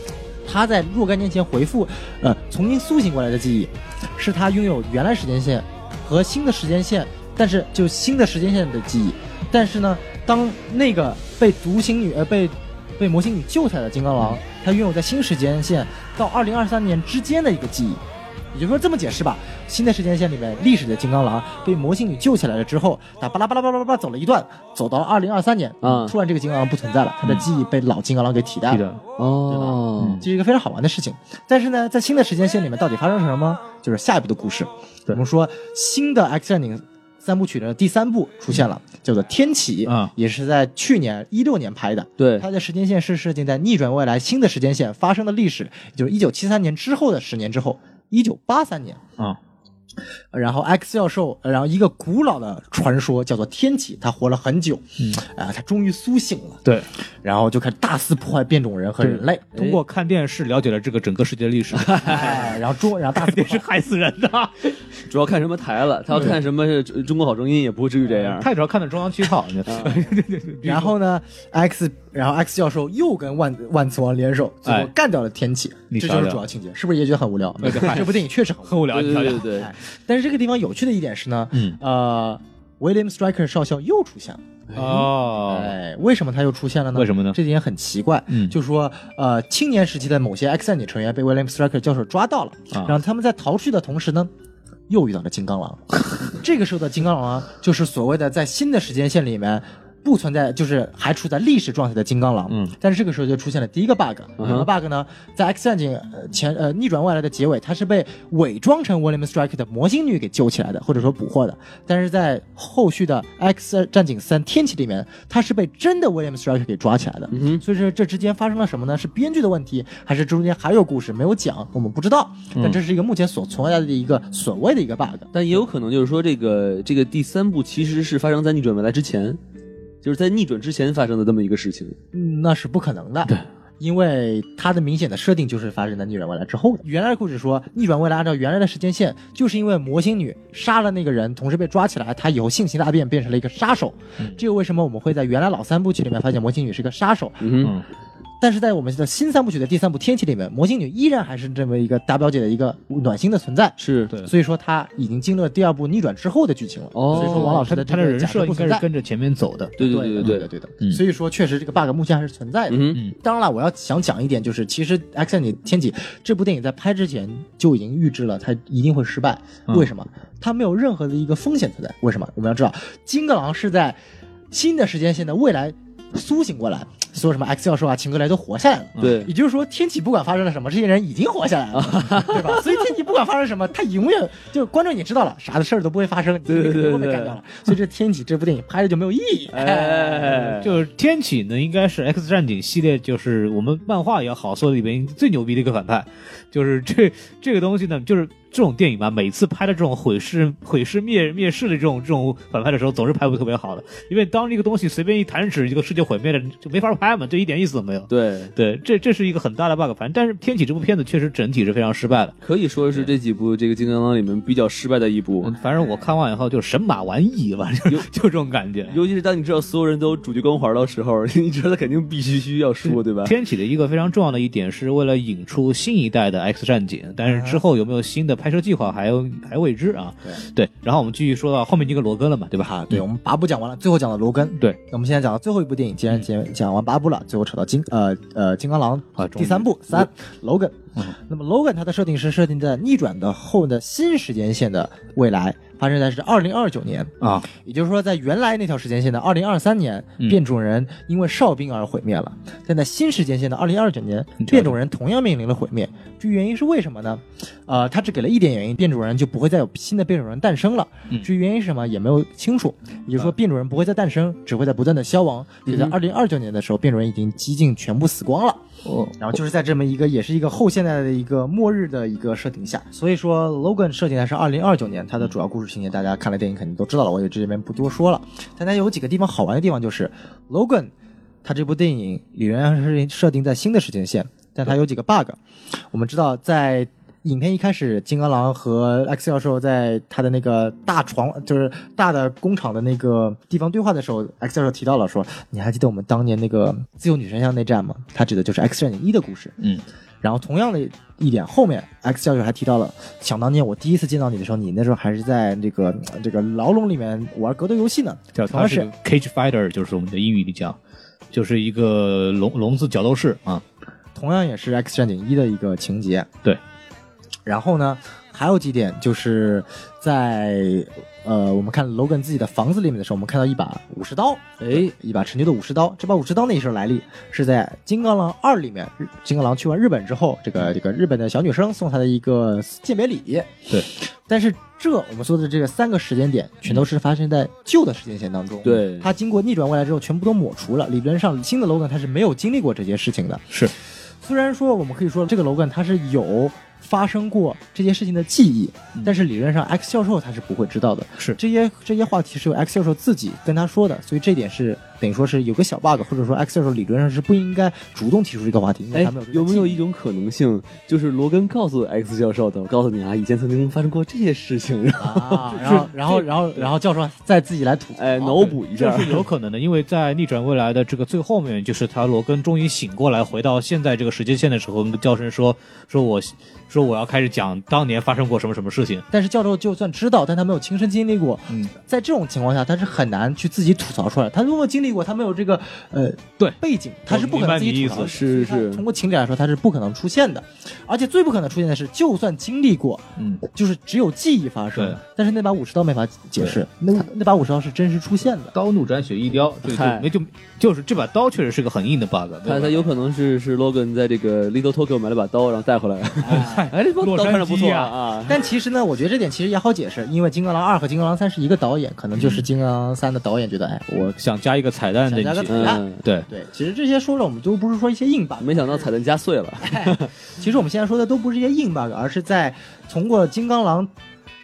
B: 它在若干年前回复呃重新苏醒过来的记忆，是它拥有原来时间线和新的时间线，但是就新的时间线的记忆，但是呢，当那个被独行女呃被被魔形女救起来的金刚狼，它拥有在新时间线到二零二三年之间的一个记忆。也就是说，这么解释吧，新的时间线里面，历史的金刚狼被魔形女救起来了之后，他巴拉巴拉巴拉巴拉走了一段，走到了二零二三年，
D: 嗯
B: 突然这个金刚狼不存在了，他的记忆被老金刚狼给替代
C: 记
B: 了，
C: 得，
D: 哦，
B: 这是一个非常好玩的事情。但是呢，在新的时间线里面，到底发生了什么，就是下一步的故事。我们说，新的 X 战警三部曲的第三部出现了，叫做《天启》，
C: 嗯
B: 也是在去年一六年拍的，
D: 对，
B: 它的时间线是设定在逆转未来新的时间线发生的历史，也就是一九七三年之后的十年之后，一九八三年。
C: 啊
B: 然后 X 教授，然后一个古老的传说叫做天启，他活了很久，嗯，啊、他终于苏醒了，
C: 对，
B: 然后就开始大肆破坏变种人和人类，
C: 通过看电视了解了这个整个世界的 历史，
B: 哎，然后中，然后 大肆破
C: 电视
B: 坏
C: 害死人的，
D: 主要看什么台了，他要看什么呃《中国好声音》，也不至于这样。
C: 太主要看的中央啊七 套，你知道吗
B: 然后呢，X，然后 X 教授又跟万万磁王联手，最后
C: 哎
B: 干掉了天启，
C: 你啊
B: 这
C: 瞧
B: 就是
C: 瞧
B: 主要情节，是不是也觉得很无聊？这部电影确实很无聊。
C: 很无聊，
D: 对对
C: 你瞧
D: 对
C: 瞧，
D: 对，
B: 但是这个地方有趣的一点是呢，
C: 嗯
B: 呃，William Striker 少校又出现了。
C: 哦，
B: 哎，为什么他又出现了呢？
C: 为什么呢
B: 这点很奇怪。
C: 嗯
B: 就说呃，青年时期的某些 X 战警成员被 William Striker 教授抓到了，
C: 啊
B: 然后他们在逃去的同时呢，又遇到了金刚狼。这个时候的金刚狼啊，就是所谓的在新的时间线里面。不存在，就是还处在历史状态的金刚狼。
D: 嗯，
B: 但是这个时候就出现了第一个 bug，
D: 嗯哼
B: 什么 bug 呢？在 X 战警呃前呃逆转未来的结尾，它是被伪装成 William Strike 的魔星女给救起来的，或者说捕获的。但是在后续的 X 战警三天启里面，它是被真的 William Strike 给抓起来的。
D: 嗯哼
B: 所以说这之间发生了什么呢？是编剧的问题，还是中间还有故事没有讲？我们不知道。但
D: 嗯
B: 这是一个目前所存在的一个所谓的一个 bug。
D: 但也有可能就是说，这个这个第三部其实是发生在逆转未来之前，就是在逆转之前发生的这么一个事情。
B: 嗯，那是不可能的。
D: 对。
B: 因为它的明显的设定就是发生在逆转未来之后的。原来的故事说，逆转未来按照原来的时间线，就是因为魔星女杀了那个人，同时被抓起来，她以后性情大变，变成了一个杀手。
C: 嗯
B: 这又为什么我们会在原来老三部曲里面发现魔星女是个杀手？
D: 嗯哼，
B: 但是在我们的新三部曲的第三部《天启》里面，魔星女依然还是这么一个大表姐的一个暖心的存在。
D: 是
C: 对
B: 所以说，她已经进入了第二部逆转之后的剧情了。
D: 哦
B: 所以说王老师
C: 他
B: 的
C: 他
B: 这
C: 的
B: 个
C: 人
B: 假
C: 设
B: 设不
C: 应该
B: 存
C: 是
B: 在
C: 跟着前面走的。
D: 对对
B: 对
D: 对对
B: 的对
D: 对，
B: 的。
C: 嗯
B: 所以说，确实这个 bug 目前还是存在的。
D: 嗯哼，
B: 当然了，我要想讲一点，就是其实《X 战警：天启》这部电影在拍之前就已经预知了它一定会失败。
C: 嗯
B: 为什么？它没有任何的一个风险存在。为什么？我们要知道，金刚狼是在新的时间线的未来苏醒过来，所有什么 X 教授啊、秦格雷都活下来了。
D: 嗯对
B: 也就是说，天启不管发生了什么，这些人已经活下 来了，对吧？所以天启不管发生什么，他永远就观众也知道了，啥的事儿都不会发生，你
D: 对对
B: 肯
D: 对
B: 定被干掉了。所以这天启这部电影拍的就没有意义。
D: 哎，
C: 就是天启呢，应该是 X 战警系列，就是我们漫画也好，所有里边最牛逼的一个反派。就是这这个东西呢，就是这种电影吧，每次拍的这种毁尸、毁尸灭灭世的这种这种反派的时候，总是拍不特别好的。因为当一个东西随便一弹指，一个世界毁灭了，就没法拍嘛，这一点意思都没有。
D: 对，
C: 对，这这是一个很大的 bug，反正但是《天启》这部片子确实整体是非常失败的。
D: 可以说是这几部这个金刚狼里面比较失败的一部
C: 嗯。反正我看完以后就是神马玩意吧，就就这种感觉。
D: 尤其是当你知道所有人都有主角光环的时候，你知道他肯定必须需要输， 对吧？
C: 天启的一个非常重要的一点，是为了引出新一代的 X 战警，但是之后有没有新的拍摄计划还有还未知啊。对，然后我们继续说到后面这个罗根了嘛，对吧？
B: 啊，对，我们八部讲完了，最后讲到罗根。
C: 嗯对，嗯
B: 那我们现在讲到最后一部电影，既然讲讲完八部了，最后扯到金呃呃金刚狼
C: 啊终
B: 第
C: 于嗯
B: 三部三 Logan。那么 Logan 它的设定是设定在逆转的后的新时间线的未来，发生在是二零二九年，
C: 啊，
B: 也就是说在原来那条时间线的二零二三年，
C: 嗯
B: 变种人因为哨兵而毁灭了。但在新时间线的二零二九年
C: 你，知道
B: 变种人同样面临了毁灭。至于原因是为什么呢？呃，他只给了一点原因，变种人就不会再有新的变种人诞生了。至于原因是什么也没有清楚，也就是说变种人不会再诞生，只会在不断的消亡。所以在二零二九年的时候，变种人已经几近全部死光了。
C: 哦，
B: 然后就是在这么一个也是一个后现代的一个末日的一个设定下，所以说 Logan 设定的是二零二九年，它的主要故事情节大家看了电影肯定都知道了，我也这边不多说了。但它有几个地方好玩的地方就是 Logan，它这部电影理论上是设定在新的时间线，但它有几个 bug。我们知道在。影片一开始，金刚狼和 X 教授在他的那个大床，就是大的工厂的那个地方对话的时候，X 教授提到了说：“你还记得我们当年那个自由女神像内战吗？”他指的就是《X 战警一》的故事。然后同样的一点，后面 X 教授还提到了，想当年我第一次见到你的时候，你那时候还是在这个呃这个牢笼里面玩格斗游戏呢。
C: 叫
B: 同
C: 他
B: 样
C: 是
B: 是
C: 个 cage fighter，就是我们的英语里讲，就是一个笼笼子角斗士啊。
B: 同样也是 X 战警一的一个情节。
C: 对。
B: 然后呢，还有几点就是在呃，我们看 Logan 自己的房子里面的时候，我们看到一把武士刀，
D: 哎，
B: 一把陈旧的武士刀。这把武士刀那时候来历是在《金刚狼二》里面，日金刚狼去完日本之后，这个这个日本的小女生送他的一个鉴别礼。
C: 对，
B: 但是这我们说的这个三个时间点，全都是发生在旧的时间线当中。
D: 对
B: 它经过逆转未来之后，全部都抹除了。理论上，新的 Logan 他是没有经历过这些事情的。
C: 是，
B: 虽然说我们可以说这个 Logan 他是有发生过这些事情的记忆，
D: 嗯
B: 但是理论上 X 教授他是不会知道的。
C: 是
B: 这些这些话题是由 X 教授自己跟他说的，所以这点是等于说是有个小 bug，或者说 X 教授理论上是不应该主动提出这个话题，因为
D: 哎
B: 他没有这，个
D: 有没
B: 记忆
D: 有一种可能性，就是罗根告诉 X 教授的，我告诉你啊，以前曾经发生过这些事 情，然后
B: 啊？然后然后然后然后教授再自己来吐槽，啊
D: 哎脑补一下
C: 这，是有可能的，因为在逆转未来的这个最后面，就是他罗根终于醒过来，回到现在这个时间线的时候，跟教授说：“说我说我要开始讲当年发生过什么什么事情。
B: 但是教授就算知道，但他没有亲身经历过，
C: 嗯，
B: 在这种情况下，他是很难去自己吐槽出来。他如果经历过，他没有这个呃
C: 对
B: 背景，他是不可能自己吐槽
C: 哦我明白你
B: 的。
C: 意思
D: 是
B: 所以
D: 是
B: 他通过情理来说，他是不可能出现的。而且最不可能出现的是，就算经历过，
C: 嗯，
B: 就是只有记忆发生
C: 对，
B: 但是那把武士刀没法解释，那那把武士刀是真实出现的。
C: 刀怒斩雪一雕，对，就
D: 嗨
C: 没就就是这把刀确实是个很硬的 bug 对 吧。
D: 他他有可能是是 Logan 在这个 Little Tokyo 买了把刀，然后带回来。哎，这把刀看着不错啊啊！
B: 但其实呢，我觉得这点其实也好解释，因为《金刚狼二》和《金刚狼三》是一个导演，可能就是《金刚狼三》的导演觉得，哎，我
C: 想加一个彩蛋
B: 想
C: 进
B: 加个
C: 去，
B: 彩蛋
D: 嗯，
C: 对，
B: 对，其实这些说了，我们都不是说一些硬 bug，
D: 没想到彩蛋加碎了。
B: 其实我们现在说的都不是一些硬 bug，而是在通过金刚狼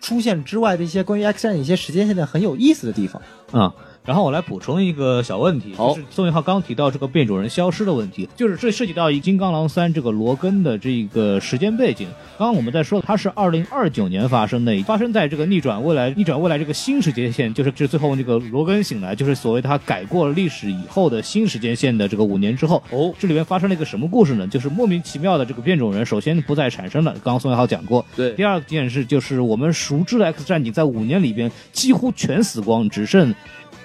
B: 出现之外的一些关于 X 战警一些时间线的很有意思的地方。
C: 啊、然后我来补充一个小问题，
D: 好
C: 就是宋元浩刚提到这个变种人消失的问题，就是这涉及到《金刚狼三》这个罗根的这个时间背景。刚刚我们在说，它是二零二九年发生的，发生在这个逆转未来、逆转未来这个新时间线，就是就是最后那个罗根醒来，就是所谓他改过了历史以后的新时间线的这个五年之后。
D: 哦，
C: 这里面发生了一个什么故事呢？就是莫名其妙的这个变种人首先不再产生了，刚刚宋元浩讲过，
D: 对
C: 第，二件事就是我们熟知的 X 战警在五年里边几乎全死光，只剩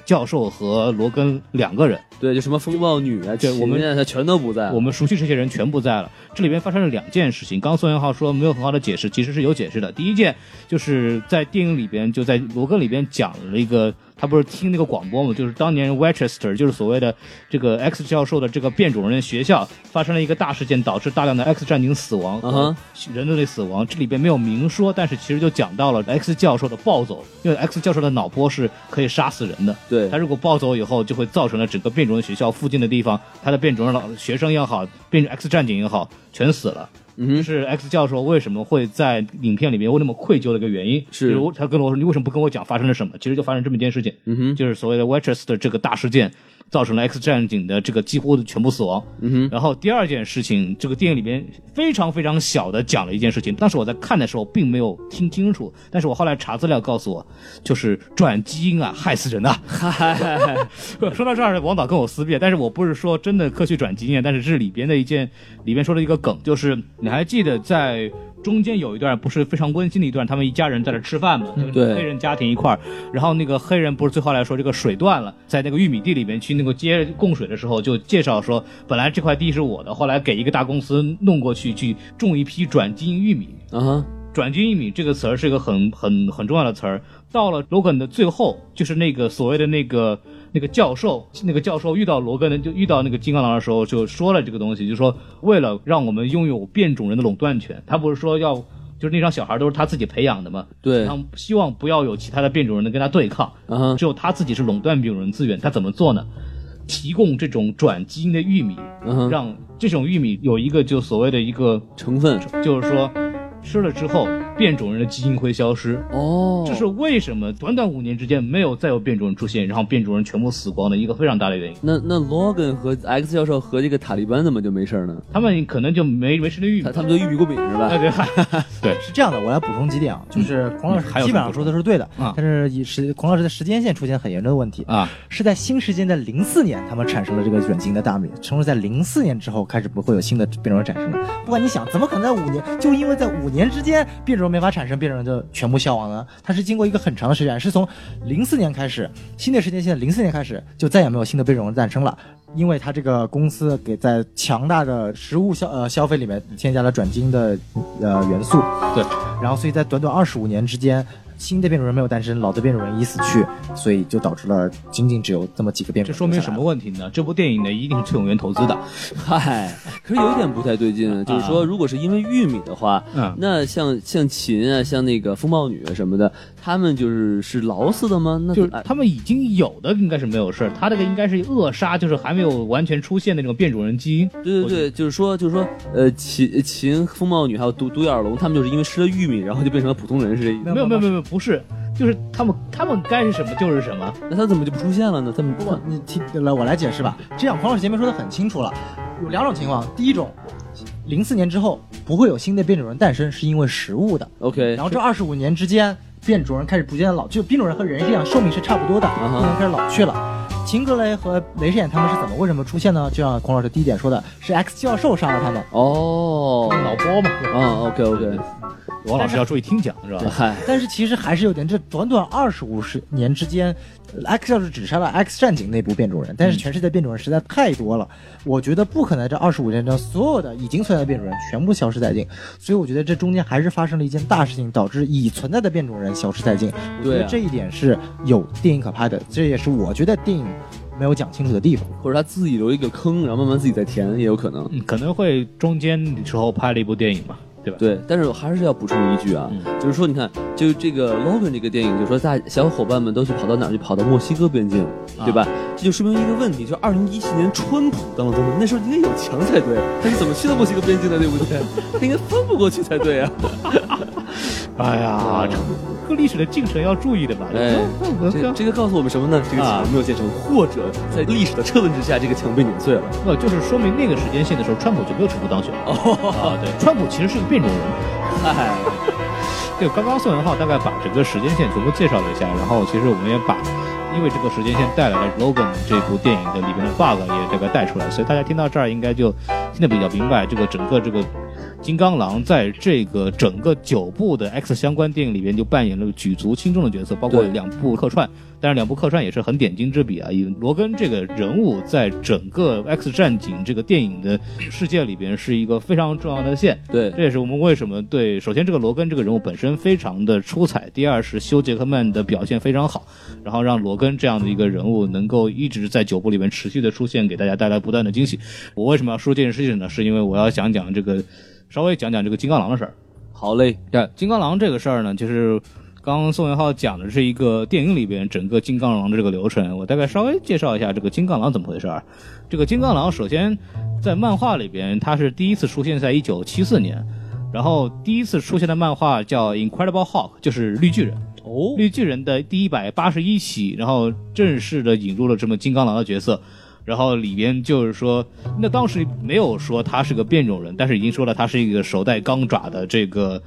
C: 教授和罗根两个人。
D: 对，就什么风暴女啊，
C: 对我们
D: 现在全都不在。
C: 我们熟悉这些人全不在了。这里边发生了两件事情，刚刚宋元浩说没有很好的解释，其实是有解释的。第一件就是在电影里边，就在罗根里边讲了一个，他不是听那个广播嘛，就是当年 Westchester，就是所谓的这个 X 教授的这个变种人学校发生了一个大事件，导致大量的 X 战警死亡
D: 嗯哼，
C: 人类的死亡。这里边没有明说，但是其实就讲到了 X 教授的暴走，因为 X 教授的脑波是可以杀死人的。
D: 对
C: 他，如果暴走以后，就会造成了整个变种人学校附近的地方，他的变种人老学生也好，变成 X 战警也好，全死了。
D: 嗯
C: 这
D: 哼，
C: 是 X 教授为什么会在影片里面会那么愧疚的一个原因。
D: 是
C: 比如他跟我说：“你为什么不跟我讲发生了什么？”其实就发生这么一件事情，
D: 嗯哼，
C: 就是所谓的 w e t c h e s 的这个大事件，造成了 X 战警的这个几乎的全部死亡。
D: 嗯哼，
C: 然后第二件事情，这个电影里边非常非常小的讲了一件事情，当时我在看的时候并没有听清楚，但是我后来查资料告诉我，就是转基因啊，害死人啊！
D: 嗨，
C: 说到这儿，王导跟我思辨，但是我不是说真的科学转基因啊，但是是里边的一件，里边说了一个梗，就是你还记得在中间有一段不是非常温馨的一段，他们一家人在这吃饭嘛，就是
D: 对
C: 黑人家庭一块儿，然后那个黑人不是最后来说这个水断了，在那个玉米地里面去那个接供水的时候，就介绍说本来这块地是我的，后来给一个大公司弄过去去种一批转基因玉米，
D: 啊哈，
C: 转基因玉米这个词儿是一个很很很重要的词儿。到了罗根的最后，就是那个所谓的那个那个教授，那个教授遇到罗根的，就遇到那个金刚狼的时候，就说了这个东西，就说为了让我们拥有变种人的垄断权，他不是说要就是那张小孩都是他自己培养的嘛，
D: 对，
C: 他
D: 啊
C: 希望不要有其他的变种人能跟他对抗，
D: 哈，
C: 只有他自己是垄断变种人资源，他怎么做呢？提供这种转基因的玉米，
D: 嗯哼，
C: 让这种玉米有一个就所谓的一个
D: 成分
C: 就是说吃了之后变种人的基因会消失。
D: 哦，
C: 这是为什么短短五年之间没有再有变种人出现，然后变种人全部死光的一个非常大的原因。
D: 那那 Logan 和 X 教授和这个塔利班怎么就没事儿呢？
C: 他们可能就没没吃那玉米
D: 他。他们就玉米过敏是吧
C: 哎？ 对，嗨
B: 是这样的，我来补充几点啊，就是孔老师
C: 嗯还有
B: 基
C: 什么
B: 本上说的是对的，
C: 啊
B: 但是以时孔老师的时间线出现很严重的问题，
C: 啊，
B: 是在新时间的零四年，他们产生了这个转基因的大米，从而在零四年之后开始不会有新的变种人产生了。不管你想，怎么可能在五年，就因为在五年之间变种人没法产生，变种人就全部消亡了？它是经过一个很长的时间，是从零四年开始，新的时间线零四年开始就再也没有新的变种人诞生了。因为它这个公司给在强大的食物消呃消费里面添加了转基因的呃元素，
C: 对，
B: 然后所以在短短二十五年之间，新的变种人没有诞生，老的变种人已死去，所以就导致了仅仅只有这么几个变种
C: 这
B: 人。
C: 说明什么？问题 呢？这部电影呢，一定是崔永元投资的。
D: 嗨，可是有一点不太对劲，就是
C: 啊
D: 说，如果是因为玉米的话，
C: 嗯
D: 那像像秦啊，像那个风暴女啊什么的，他们就是是劳斯的吗？那
C: 就是
D: 哎
C: 他们已经有的应该是没有事儿，他这个应该是扼杀，就是还没有完全出现的那种变种人基因。
D: 对
C: 我
D: 对对，就是说就是说，呃，秦秦风暴女还有独独眼龙，他们就是因为吃了玉米，然后就变成了普通人，是这意思？
C: 没有没有没有没有，不是，就是他们他们该是什么就是什么。
D: 那他怎么就不出现了呢？他们
B: 不过你听来我来解释吧。这样，黄老师前面说的很清楚了，有两种情况。第一种，零四年之后不会有新的变种人诞生，是因为食物的。
D: OK，
B: 然后这二十五年之间，变种人开始逐渐地老，就变种人和人是一样，寿命是差不多的，
D: 嗯哼
B: 变种人开始老去了。秦格雷和雷神眼他们是怎么为什么出现呢？就像孔老师第一点说的，是 X 教授杀了他们，
D: 哦，
C: 脑包嘛，对吧
D: 啊，OK OK，
C: 罗老师要注意听讲，知道吧？
D: 嗨，
B: 但是其实还是有点，这短短二十五十年之间呃，X 教授只杀了 X 战警内部变种人，但是全世界变种人实在太多了，我觉得不可能这二十五年中所有的已经存在的变种人全部消失殆尽，所以我觉得这中间还是发生了一件大事情，导致已存在的变种人消失殆尽。我觉
D: 对
B: 得
D: 啊
B: 这一点是有电影可拍的，这也是我觉得电影没有讲清楚的地方。
D: 或者他自己留一个坑，然后慢慢自己再填也有可能。
C: 嗯，可能会中间的时候拍了一部电影嘛，对吧？
D: 对，但是我还是要补充一句啊，
C: 嗯
D: 就是说，你看，就这个 Logan 这个电影，就说大小伙伴们都去跑到哪儿去？跑到墨西哥边境，对吧？这就说明一个问题，就是二零一七年川普当了总统，那时候应该有墙才对，啊他是怎么去到墨西哥边境的，对不对？他应该翻不过去才对啊。
C: 哎呀，这个历史的进程要注意的吧？
D: 哎
C: 我
D: 这这个告诉我们什么呢？这个
C: 啊
D: 墙没有建成，或者在历史的车轮之下，这个墙被碾碎了。
C: 那就是说明那个时间线的时候，川普就没有成功当选。哦，对，川普其实是个变种人。
D: 哎，
C: 对，刚刚宋元浩大概把整个时间线全部介绍了一下，然后其实我们也把因为这个时间线带来了 Logan 这部电影的里边的 bug 也这个带出来，所以大家听到这儿应该就听得比较明白，这个整个这个金刚狼在这个整个九部的 X 相关电影里边就扮演了举足轻重的角色，包括
D: 对
C: 两部客串。但是两部客串也是很点睛之笔啊！以罗根这个人物在整个《X 战警》这个电影的世界里边是一个非常重要的线，
D: 对
C: 这也是我们为什么对，首先这个罗根这个人物本身非常的出彩，第二是休杰克曼的表现非常好，然后让罗根这样的一个人物能够一直在九部里面持续的出现，给大家带来不断的惊喜。我为什么要说这件事情呢？是因为我要讲讲这个，稍微讲讲这个金刚狼的事儿。
D: 好嘞，
C: 对，金刚狼这个事儿呢，就是刚刚宋元浩讲的是一个电影里边整个金刚狼的这个流程，我大概稍微介绍一下这个金刚狼怎么回事儿。这个金刚狼首先在漫画里边，它是第一次出现在一九七四年，然后第一次出现的漫画叫《Incredible Hulk》，就是绿巨人。
D: 哦，
C: 绿巨人的第一百八十一期，然后正式的引入了这么金刚狼的角色。然后里边就是说，那当时没有说他是个变种人，但是已经说了他是一个手带钢爪的这个，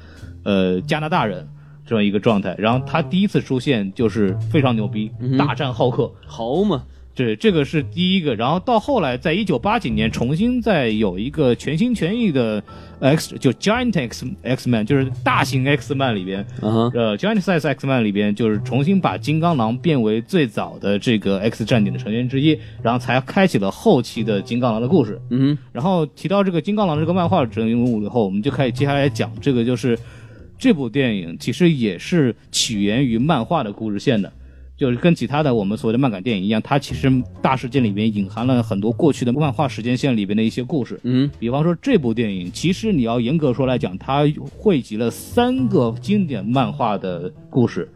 C: 呃，加拿大人这么一个状态。然后他第一次出现就是非常牛逼，
D: 嗯哼
C: 大战浩克，
D: 好嘛，
C: 对，这个是第一个。然后到后来，在一九八几年重新再有一个全心全意的 X，就 Giant X X Man，就是大型 X Man 里边，
D: 啊哈，
C: 呃，Giant Size X Man 里边就是重新把金刚狼变为最早的这个 X 战警的成员之一，然后才开启了后期的金刚狼的故事。
D: 嗯
C: 然后提到这个金刚狼这个漫画人物以后，我们就开始接下来讲这个就是这部电影其实也是起源于漫画的故事线的。就是跟其他的我们所谓的漫改电影一样，它其实大事件里面隐含了很多过去的漫画时间线里边的一些故事。
D: 嗯，
C: 比方说这部电影，其实你要严格说来讲，它汇集了三个经典漫画的故事。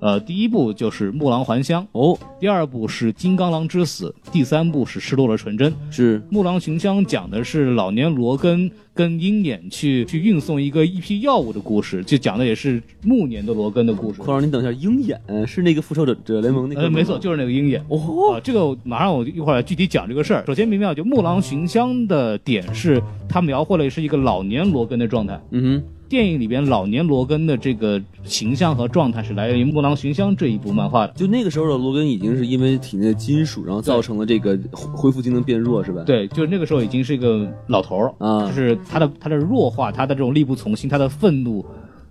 C: 呃，第一部就是《木狼还乡》，
D: 哦，
C: 第二部是《金刚狼之死》，第三部是《失落的纯真》。
D: 是
C: 《木狼寻香》讲的是老年罗根跟鹰眼去去运送一个一批药物的故事，就讲的也是暮年的罗根的故事。
D: 孔老师，你等一下，鹰眼是那个复仇者者联盟那个，嗯
C: 呃，没错，，就是那个鹰眼。
D: 哦，
C: 啊，这个马上我一会儿具体讲这个事儿。首先明妙，就木狼寻香的点是，它描绘了是一个老年罗根的状态。
D: 嗯
C: 电影里边老年罗根的这个形象和状态是来源于《木狼寻香》这一部漫画的。
D: 哼，就那个时候的罗根已经是因为体内的金属，然后造成了这个恢恢复机能变弱，是吧？，
C: 对，就是那个时候已经是一个老头儿
D: 啊
C: 就是他的他的弱化，他的这种力不从心，他的愤怒，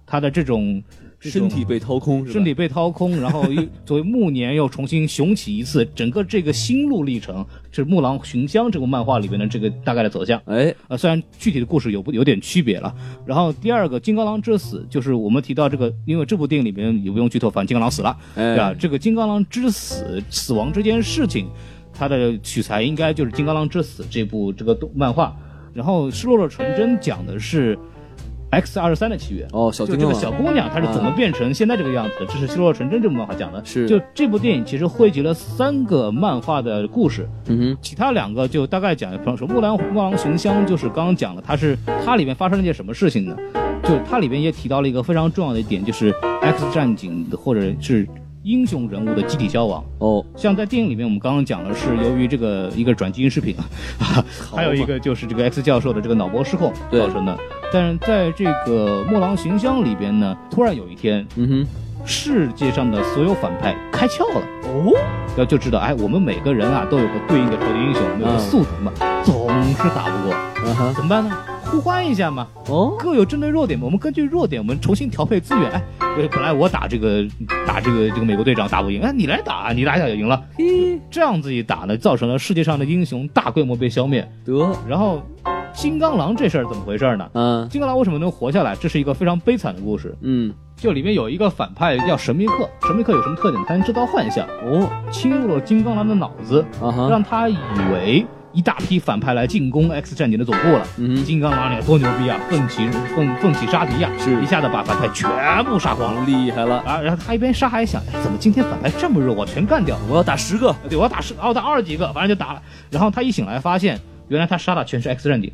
C: 他的这种这
D: 身
C: 种
D: 体被掏空，是吧
C: 身体被掏空，然 后又作为暮年又重新雄起一次，整个这个心路历程是《木狼寻香》这部漫画里面的这个大概的走向。
D: 哎，
C: 呃，虽然具体的故事有不有点区别了。然后第二个《金刚狼之死》，就是我们提到这个，因为这部电影里面也不用剧透，反正金刚狼死了，
D: 哎
C: 对吧？这个金刚狼之死，死亡这件事情，它的取材应该就是《金刚狼之死》这部这个动漫画。然后《失落的纯真》讲的是 X 二十三的起源。
D: 哦，小
C: 就
D: 金
C: 这
D: 刚
C: 个
D: 狼
C: 小姑娘，她是怎么变成现在这个样子的？这是《失落的纯真》这部漫画讲的。
D: 是
C: 就这部电影其实汇集了三个漫画的故事，
D: 嗯
C: 其他两个就大概讲，比方说《木兰木狼寻香》，就是刚刚讲了，它是它里面发生了一件什么事情呢？就它里面也提到了一个非常重要的一点，就是 X 战警或者是英雄人物的集体消亡。
D: 哼，哦，
C: 像在电影里面，我们刚刚讲的是由于这个一个转基因食品啊， 还有一个就是这个 X 教授的这个脑波失控
D: 对
C: 造成的。但是在这个《木狼寻香》里边呢，突然有一天，
D: 嗯
C: 世界上的所有反派开窍了，
D: 哼，哦，
C: 要就知道，哎，我们每个人啊都有个对应的超级英雄，我们有个
D: 嗯
C: 宿敌嘛，总是打不过，
D: 啊哈，
C: 怎么办呢？互换一下嘛，
D: 哦，
C: 各有针对弱点嘛，我们根据弱点，我们重新调配资源。哎，呃本来我打这个打这个这个美国队长打不赢，哎，你来打，你打一下就赢了。
D: 嘿，
C: 这样子一打呢，造成了世界上的英雄大规模被消灭。
D: 得，
C: 然后，金刚狼这事儿怎么回事呢？
D: 嗯
C: 金刚狼为什么能活下来？这是一个非常悲惨的故事。
D: 嗯，
C: 就里面有一个反派叫神秘客，神秘客有什么特点？他能制造幻象，
D: 哦，
C: 侵入了金刚狼的脑子，
D: 啊哈，
C: 让他以为一大批反派来进攻 X 战警的总部了。
D: 嗯哼，
C: 金刚狼你看多牛逼啊！奋起奋奋起杀敌呀、啊
D: 是
C: 一下子把反派全部杀光了
D: 厉害了，
C: 啊！然后他一边杀还想，哎，怎么今天反派这么弱，我全干掉了。
D: 我要打十个，
C: 对，我要打十，哦，打二十几个，反正就打了。然后他一醒来发现，原来他杀的全是 X 战警，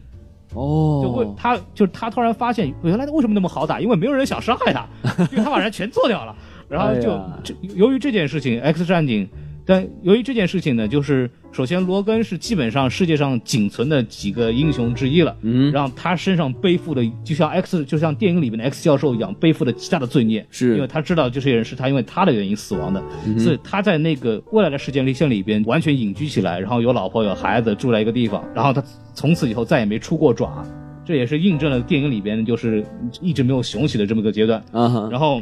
C: 就会
D: 哦，
C: 他就是他突然发现，原来为什么那么好打？因为没有人想伤 害他，因为他把人全做掉了。然后就
D: 哎呀
C: 这、由于这件事情，X 战警，但由于这件事情呢，就是首先罗根是基本上世界上仅存的几个英雄之一了。
D: 嗯，
C: 让他身上背负的，就像 X，就像电影里面的 X 教授一样，背负的极大的罪孽，
D: 是嗯
C: 因为他知道这些人是他因为他的原因死亡的，所以他在那个未来的时间线里边完全隐居起来，然后有老婆有孩子，住在一个地方，然后他从此以后再也没出过爪，这也是印证了电影里边就是一直没有雄起的这么一个阶段。
D: 啊哈，
C: 然后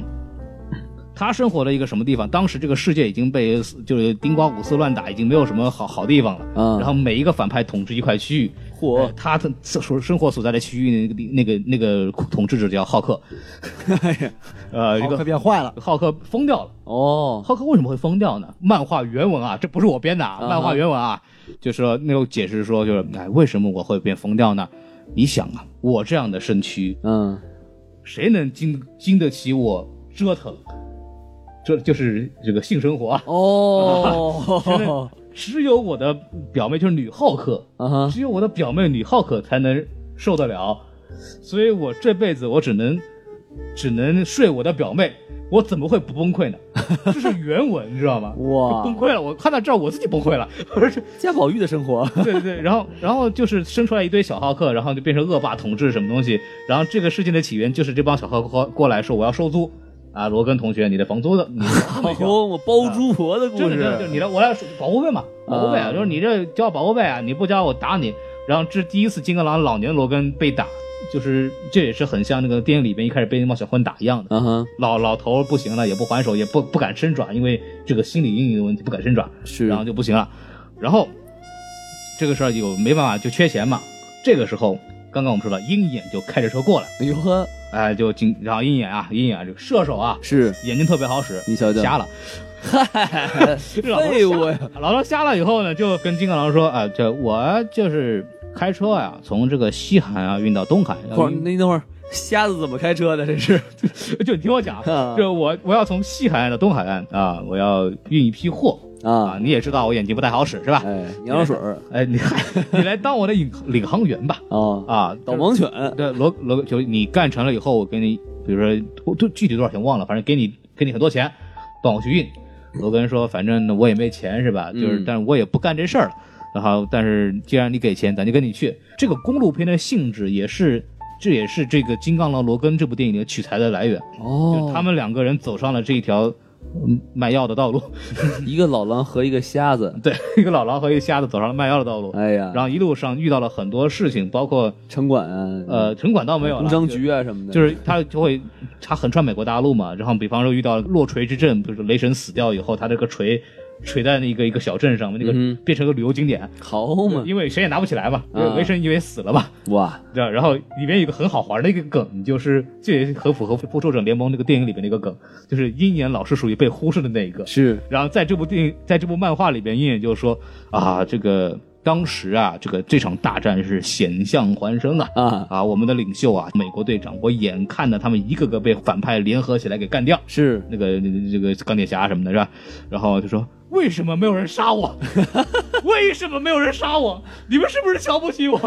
C: 他生活的一个什么地方？当时这个世界已经被就是丁瓜五四乱打，已经没有什么好好地方了。
D: 嗯
C: 然后每一个反派统治一块区域，
D: 嚯
C: 呃他的所生活所在的区域那个地那个那个统治者叫浩克，
D: 哎呀，
C: 呃，一
B: 好快
C: 个
B: 变坏了，
C: 浩克疯掉了。
D: 哦，
C: 浩克为什么会疯掉呢？漫画原文啊，这不是我编的啊，
D: 嗯哼
C: 漫画原文啊，就是说那种解释说就是哎，为什么我会变疯掉呢？你想啊，我这样的身躯，
D: 嗯，
C: 谁能经经得起我折腾？这就是这个性生活啊，真的
D: 哦，
C: 只有我的表妹就是女浩克，
D: 啊哈，
C: 只有我的表妹女浩克才能受得了，所以我这辈子我只能只能睡我的表妹，我怎么会不崩溃呢？这是原文，你知道吗？
D: 哇
C: 崩溃了！我看到这儿我自己崩溃了， 不是
D: 贾宝玉的生活，
C: 对对，对，然后然后就是生出来一堆小浩克，然后就变成恶霸统治什么东西。然后这个事情的起源就是这帮小浩克过过来说我要收租啊，罗根同学，你的房租的，你的房租没交
D: 哦，我包租婆的
C: 真
D: 故
C: 的真的就是
D: 事，
C: 你的我要保护费嘛，保护费啊，
D: 啊
C: 就是你这交保护费啊，你不交我打你。然后这第一次金刚狼老年罗根被打，就是这也是很像那个电影里边一开始被那帮小混打一样的。
D: 啊哈，
C: 老老头儿不行了，也不还手，也不不敢伸爪，因为这个心理阴影的问题不敢伸爪。
D: 是
C: 然后就不行了。然后这个事儿就没办法，就缺钱嘛。这个时候，刚刚我们说了，鹰眼就开着车过来，
D: 哎呦呵，
C: 哎，就进，然后鹰眼啊，鹰眼啊，这个射手啊，
D: 是
C: 眼睛特别好使，
D: 你瞧瞧
C: 瞎了，老头瞎
D: 废物呀，
C: 老头瞎了以后呢，就跟金刚狼说啊，这我就是开车呀、从这个西海啊运到东海，要
D: 不是，
C: 运
D: 那等会儿瞎子怎么开车的？这是，
C: 就你听我讲，
D: 啊
C: 就我我要从西海岸到东海岸啊，我要运一批货啊，
D: 啊，
C: 你也知道我眼睛不太好使是吧？
D: 哎，娘惹水儿
C: 哎，你 你来当我的领领航员吧
D: 啊，
C: 啊，
D: 导盲犬，
C: 对，罗罗就是你干成了以后，我给你，比如说我都具体多少钱忘了，反正给你给你很多钱，帮我去运。罗根说，反正我也没钱是吧？就是，
D: 嗯
C: 但是我也不干这事儿了。然后，但是既然你给钱，咱就跟你去。这个公路片的性质也是，这也是这个《金刚狼罗根》这部电影的取材的来源。就是
D: 哦，
C: 他们两个人走上了这一条嗯卖药的道路，
D: 一个老狼和一个瞎子，
C: 对，一个老狼和一个瞎子走上了卖药的道路。
D: 哎呀，
C: 然后一路上遇到了很多事情，包括
D: 城管啊，
C: 呃，城管倒没有了，
D: 工商
C: 就
D: 局啊什么的，
C: 就是他就会他横穿美国大陆嘛，然后比方说遇到落锤之阵，比如说雷神死掉以后，他这个锤锤在那个一个小镇上面，那个
D: 嗯
C: 变成个旅游景点，
D: 好嘛，
C: 因为谁也拿不起来嘛，因为
D: 啊
C: 雷神因为死了嘛，
D: 哇，
C: 对吧？然后里面有一个很好玩的一个梗，就是这也很符合《复仇者联盟》那个电影里面那个梗，就是鹰眼老是属于被忽视的那一个，
D: 是
C: 然后在这部电影，在这部漫画里边，鹰眼就说啊，这个当时啊，这个这场大战是险象环生啊。
D: 啊，
C: 啊，我们的领袖啊，美国队长，我眼看着他们一个个被反派联合起来给干掉，
D: 是
C: 那个这个钢铁侠什么的，是吧？然后就说。为什么没有人杀我？为什么没有人杀我？你们是不是瞧不起我？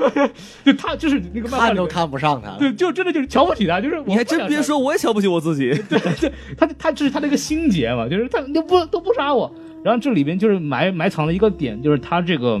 C: 就他就是那个漫画
B: 看
C: 里
B: 都
C: 面，
B: 看不上他。
C: 对，就真的就是瞧不起他，就是我
D: 你还
C: 不
D: 真
C: 想
D: 别
C: 杀
D: 说，我也瞧不起我自己。
C: 他他这是他的一个心结嘛，就是他都不都不杀我。然后这里边就是埋埋藏了一个点，就是他这个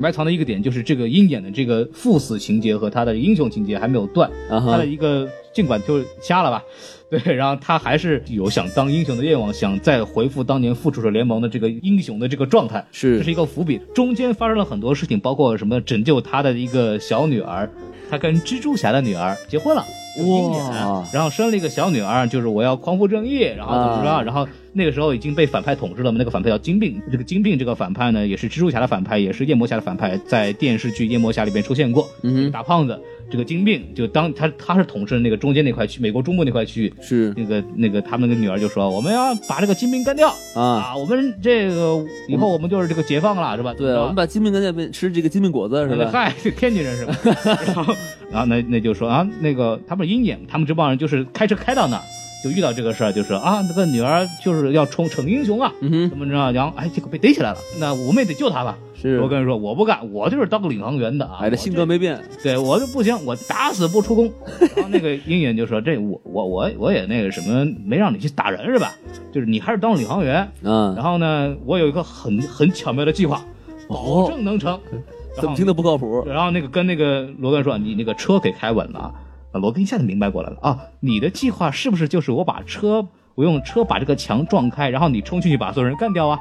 C: 埋藏的一个点就是这个鹰眼的这个赴死情节和他的英雄情节还没有断，
D: 啊
C: 他
D: 哈
C: 的，一个尽管就瞎了吧， 对，然后他还是有想当英雄的愿望，想再回复当年复仇者联盟的这个英雄的这个状态，这是
D: 是
C: 一个伏笔。中间发生了很多事情，包括什么拯救他的一个小女儿，他跟蜘蛛侠的女儿结婚了。有鹰眼
D: 哇，
C: 然后生了一个小女儿，就是我要匡扶正义，然后怎么着？
D: 啊
C: 然后那个时候已经被反派统治了嘛，那个反派叫金并，这个金并这个反派呢，也是蜘蛛侠的反派，也是夜魔侠的反派，在电视剧《夜魔侠》里面出现过。
D: 嗯
C: 大胖子这个金并就当他他是统治那个中间那块区，美国中部那块区域，
D: 哼，是
C: 那个那个他们那个女儿就说我们要把这个金兵干掉
D: 啊，
C: 啊，我们这个以后我们就是这个解放了是吧？
D: 对，啊我们把金饼干点变吃这个金饼果子是吧？
C: 嗨， 这天津 人是吧？然后然后那那就说啊，那个他们是鹰眼，他们这帮人就是开车开到那儿就遇到这个事儿，就说啊，那个女儿就是要成逞英雄啊。
D: 嗯哼，
C: 怎么着？然后哎，结果被逮起来了，那我们也得救他吧。
D: 是
C: 我，跟你说，我不干，我就是当个领航员的啊。
D: 哎，这
C: 我
D: 性
C: 就
D: 格没变，
C: 对我就不行，我打死不 出宫。然后那个鹰眼就说：“这我我我我也那个什么，没让你去打人是吧？就是你还是当领航员。
D: 啊，
C: 然后呢，我有一个很很巧妙的计划，保
D: 哦，
C: 证能成。
D: 怎么听都不靠谱，
C: 然后那个跟那个罗根说：“你那个车给开稳了。”啊，罗根一下子明白过来了啊，你的计划是不是就是我把车，我用车把这个墙撞开，然后你冲进去把所有人干掉啊？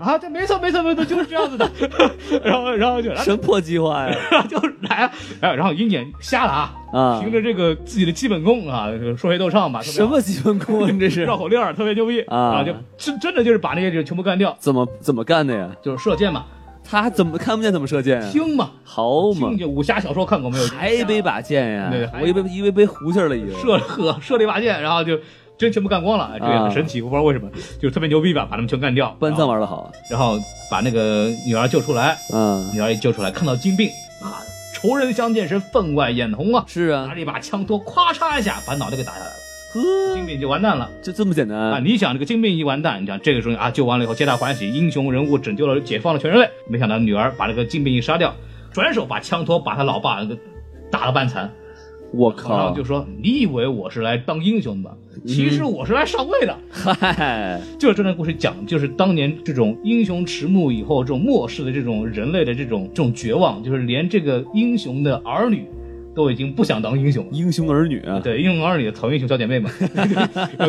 C: 啊，对，没错，没错，没错，就是这样子的。 然后，然后就，然后
D: 神破计划 呀，
C: 就来了，然后然后鹰眼瞎了啊，
D: 啊
C: 凭，着这个自己的基本功啊，这个说学逗唱吧，特别
D: 什
C: 好
D: 么基本功啊，你这是
C: 绕口令儿特别牛逼
D: 啊
C: 就真真的就是把那些就全部干掉，
D: 怎么怎么干的呀？
C: 就是射箭嘛，
D: 他怎么看不见怎么射箭呀？
C: 听嘛，
D: 好嘛
C: 听，就武侠小说看过没有？
D: 还背把剑
C: 对
D: 呀，
C: 还
D: 我以为以为背胡线了已经，
C: 射 呵射了一把箭，然后就真全部干光了，这
D: 啊
C: 也很神奇，我不知道为什么，就是特别牛逼吧，把他们全干掉，
D: 搬葬玩的好，
C: 然后，然后把那个女儿救出来，
D: 嗯，
C: 女儿一救出来，看到金并啊，仇人相见是分外眼红啊，
D: 是
C: 拿
D: 啊，
C: 着一把枪托，咵嚓一下把脑袋给打下来了，
D: 呵，
C: 金并就完蛋了。
D: 就这么简
C: 啊！
D: 单，
C: 你想这个金并一完蛋，你想这个时候啊，救完了以后，皆大欢喜，英雄人物拯救了解放了全人类。没想到女儿把这个金并一杀掉，转手把枪托把他老爸那个打了半残。
D: 我
C: 然后
D: 靠
C: 就，说：“你以为我是来当英雄的，其实我是来上位的。
D: 嗨，
C: 就是这段故事讲，就是当年这种英雄迟暮以后，这种漠视的这种人类的这种这种绝望，就是连这个英雄的儿女都已经不想当英雄了。
D: 英雄儿女啊，
C: 对，英雄儿女的草英雄小 姐妹们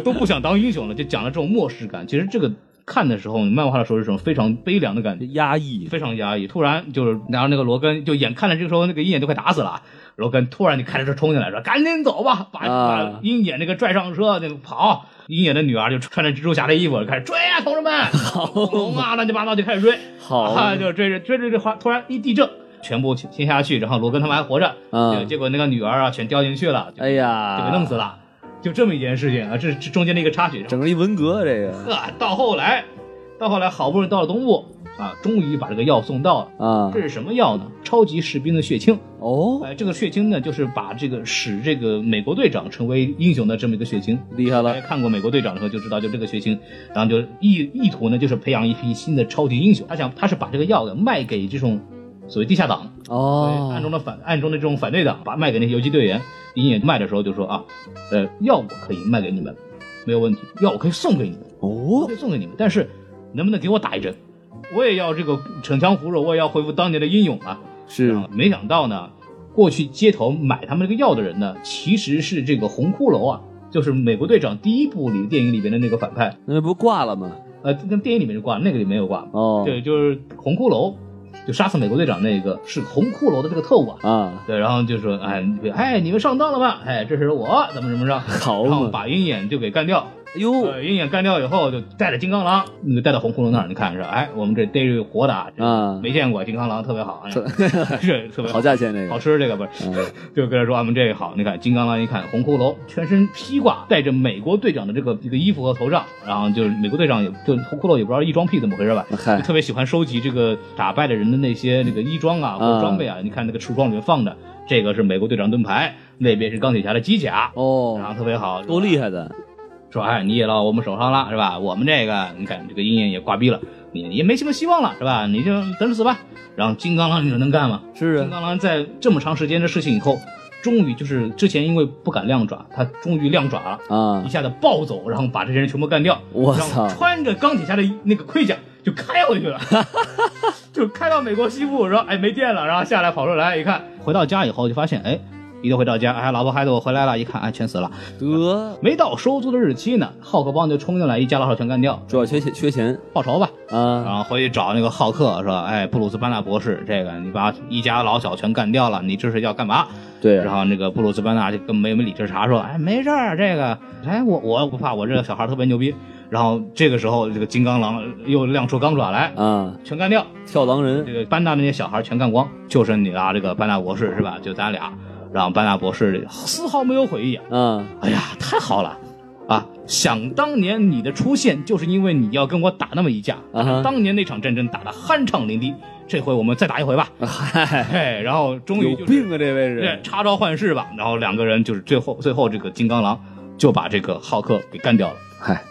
C: 都不想当英雄了，就讲了这种漠视感。其实这个看的时候，漫画的时候是一种非常悲凉的感觉，
D: 压抑，
C: 非常压抑。突然就是，然后那个罗根就眼看着这个时候那个鹰眼就快打死了，罗根突然就开着车冲进来说：“赶紧走吧，把、
D: 啊
C: 把鹰眼那个拽上车，就跑。”鹰眼的女儿就穿着蜘蛛侠的衣服开始追啊，同志们， 恐龙啊，乱七八糟就开始追，
D: 好
C: 啊，就追着追着这花，突然一地震。全部陷下去，然后罗根他们还活着，
D: 啊
C: 结结果那个女儿啊全掉进去了，就
D: 哎呀，
C: 就给弄死了，就这么一件事情啊，这这中间的一个插曲。然后
D: 整个一文革啊这个
C: 呵，到后来，到后来好不容易到了东部啊，终于把这个药送到了。
D: 啊
C: 这，是什么药呢？超级士兵的血清。
D: 哦，
C: 哎，这个血清呢，就是把这个使这个美国队长成为英雄的这么一个血清。
D: 厉害
C: 大
D: 了
C: 家，看过美国队长的时候就知道，就这个血清，然后就意意图呢，就是培养一批新的超级英雄。他想，他是把这个药给卖给这种所谓地下党，对暗中
D: 哦，
C: 的反暗中的这种反对党，把卖给那些游击队员。鹰眼卖的时候就说啊，呃，药我可以卖给你们，没有问题，药我可以送给你们，我
D: 哦
C: 可，以送给你们，但是能不能给我打一针？我也要这个逞强扶弱，我也要恢复当年的英勇啊！
D: 是
C: 啊没想到呢，过去街头买他们这个药的人呢，其实是这个红骷髅啊，就是美国队长第一部里电影里边的那个反派，
D: 那不挂了吗？
C: 呃，跟电影里面是挂，那个里没有挂，
D: 哦，
C: 对，就是红骷髅，就杀死美国队长那个是红骷髅的这个特务啊。
D: 啊，
C: 对，然后就说，哎，你哎，你们上当了吧？哎，这是我，怎么怎么着，
D: 好
C: 然后
D: 嘛，
C: 把鹰眼就给干掉。
D: 哎呦
C: 呃，鹰眼干掉以后，就带着金刚狼，那个带到红骷髅那儿，你看是，哎，我们这逮着活的啊，这
D: 啊，
C: 没见过金刚狼，特别好，哎 是特别
D: 好价钱这
C: 好
D: 个，
C: 吃这个不是，
D: 嗯
C: 就跟他说，我们这个好，你看金刚狼一看红骷髅，全身披挂，带着美国队长的这个这个衣服和头上，然后就是美国队长也就红骷髅也不知道异装癖怎么回事吧，
D: 嗨
C: 就，特别喜欢收集这个打败的人的那些那个衣装啊或者
D: 啊
C: 装备啊。你看那个橱窗里面放着，这个是美国队长盾牌，那边是钢铁侠的机甲，然
D: 哦，
C: 后特别好，
D: 多厉
C: 害！
D: 害的，
C: 说哎，你也落我们手上了是吧？我们这个你看这个鹰眼也挂逼了，你也没什么希望了是吧？你就等着死吧。然后金刚狼你说能干吗？
D: 是
C: 金
D: 啊，
C: 刚狼在这么长时间的事情以后，终于就是之前因为不敢亮爪，他终于亮爪了。
D: 啊
C: 一，下子暴走，然后把这些人全部干掉。
D: 我
C: 然
D: 操
C: 后穿着钢铁侠的那个盔甲，就开 回去了，就开到美国西部，然后哎没电了，然后下来跑出来一看，回到家以后就发现哎。一到回到家，哎，老婆孩子我回来了，一看，哎，全死了，
D: 得
C: 没到收租的日期呢。浩克帮就冲进来，一家老少全干掉，
D: 主要缺钱缺钱
C: 报仇吧。然
D: 啊，
C: 后回去找那个浩克说：“哎，布鲁斯班纳博士，这个你把一家老小全干掉了，你这是要干嘛？”
D: 对啊
C: 然后那个布鲁斯班纳就跟没没理智查说：“哎，没事儿，这个，哎，我我不怕，我这个小孩特别牛逼。”然后这个时候，这个金刚狼又亮出钢爪来，
D: 啊，
C: 全干掉。
D: 跳狼
C: 这
D: 人
C: 个班纳那些小孩全干光，就剩你啊拉这个班纳博士是吧？就咱俩，然后班纳博士丝毫没有悔意啊，
D: 啊，
C: 哎呀，太好了！啊，想当年你的出现，就是因为你要跟我打那么一架。
D: 啊哈
C: 当年那场战争打得酣畅淋漓，这回我们再打一回 吧。
D: 嗨，
C: 哎，然后终于
D: 啊有
C: 就是
D: 病啊，这位
C: 对
D: 是
C: 插招换式吧，然后两个人就是最后最后这个金刚狼就把这个浩克给干掉了。
D: 嗨，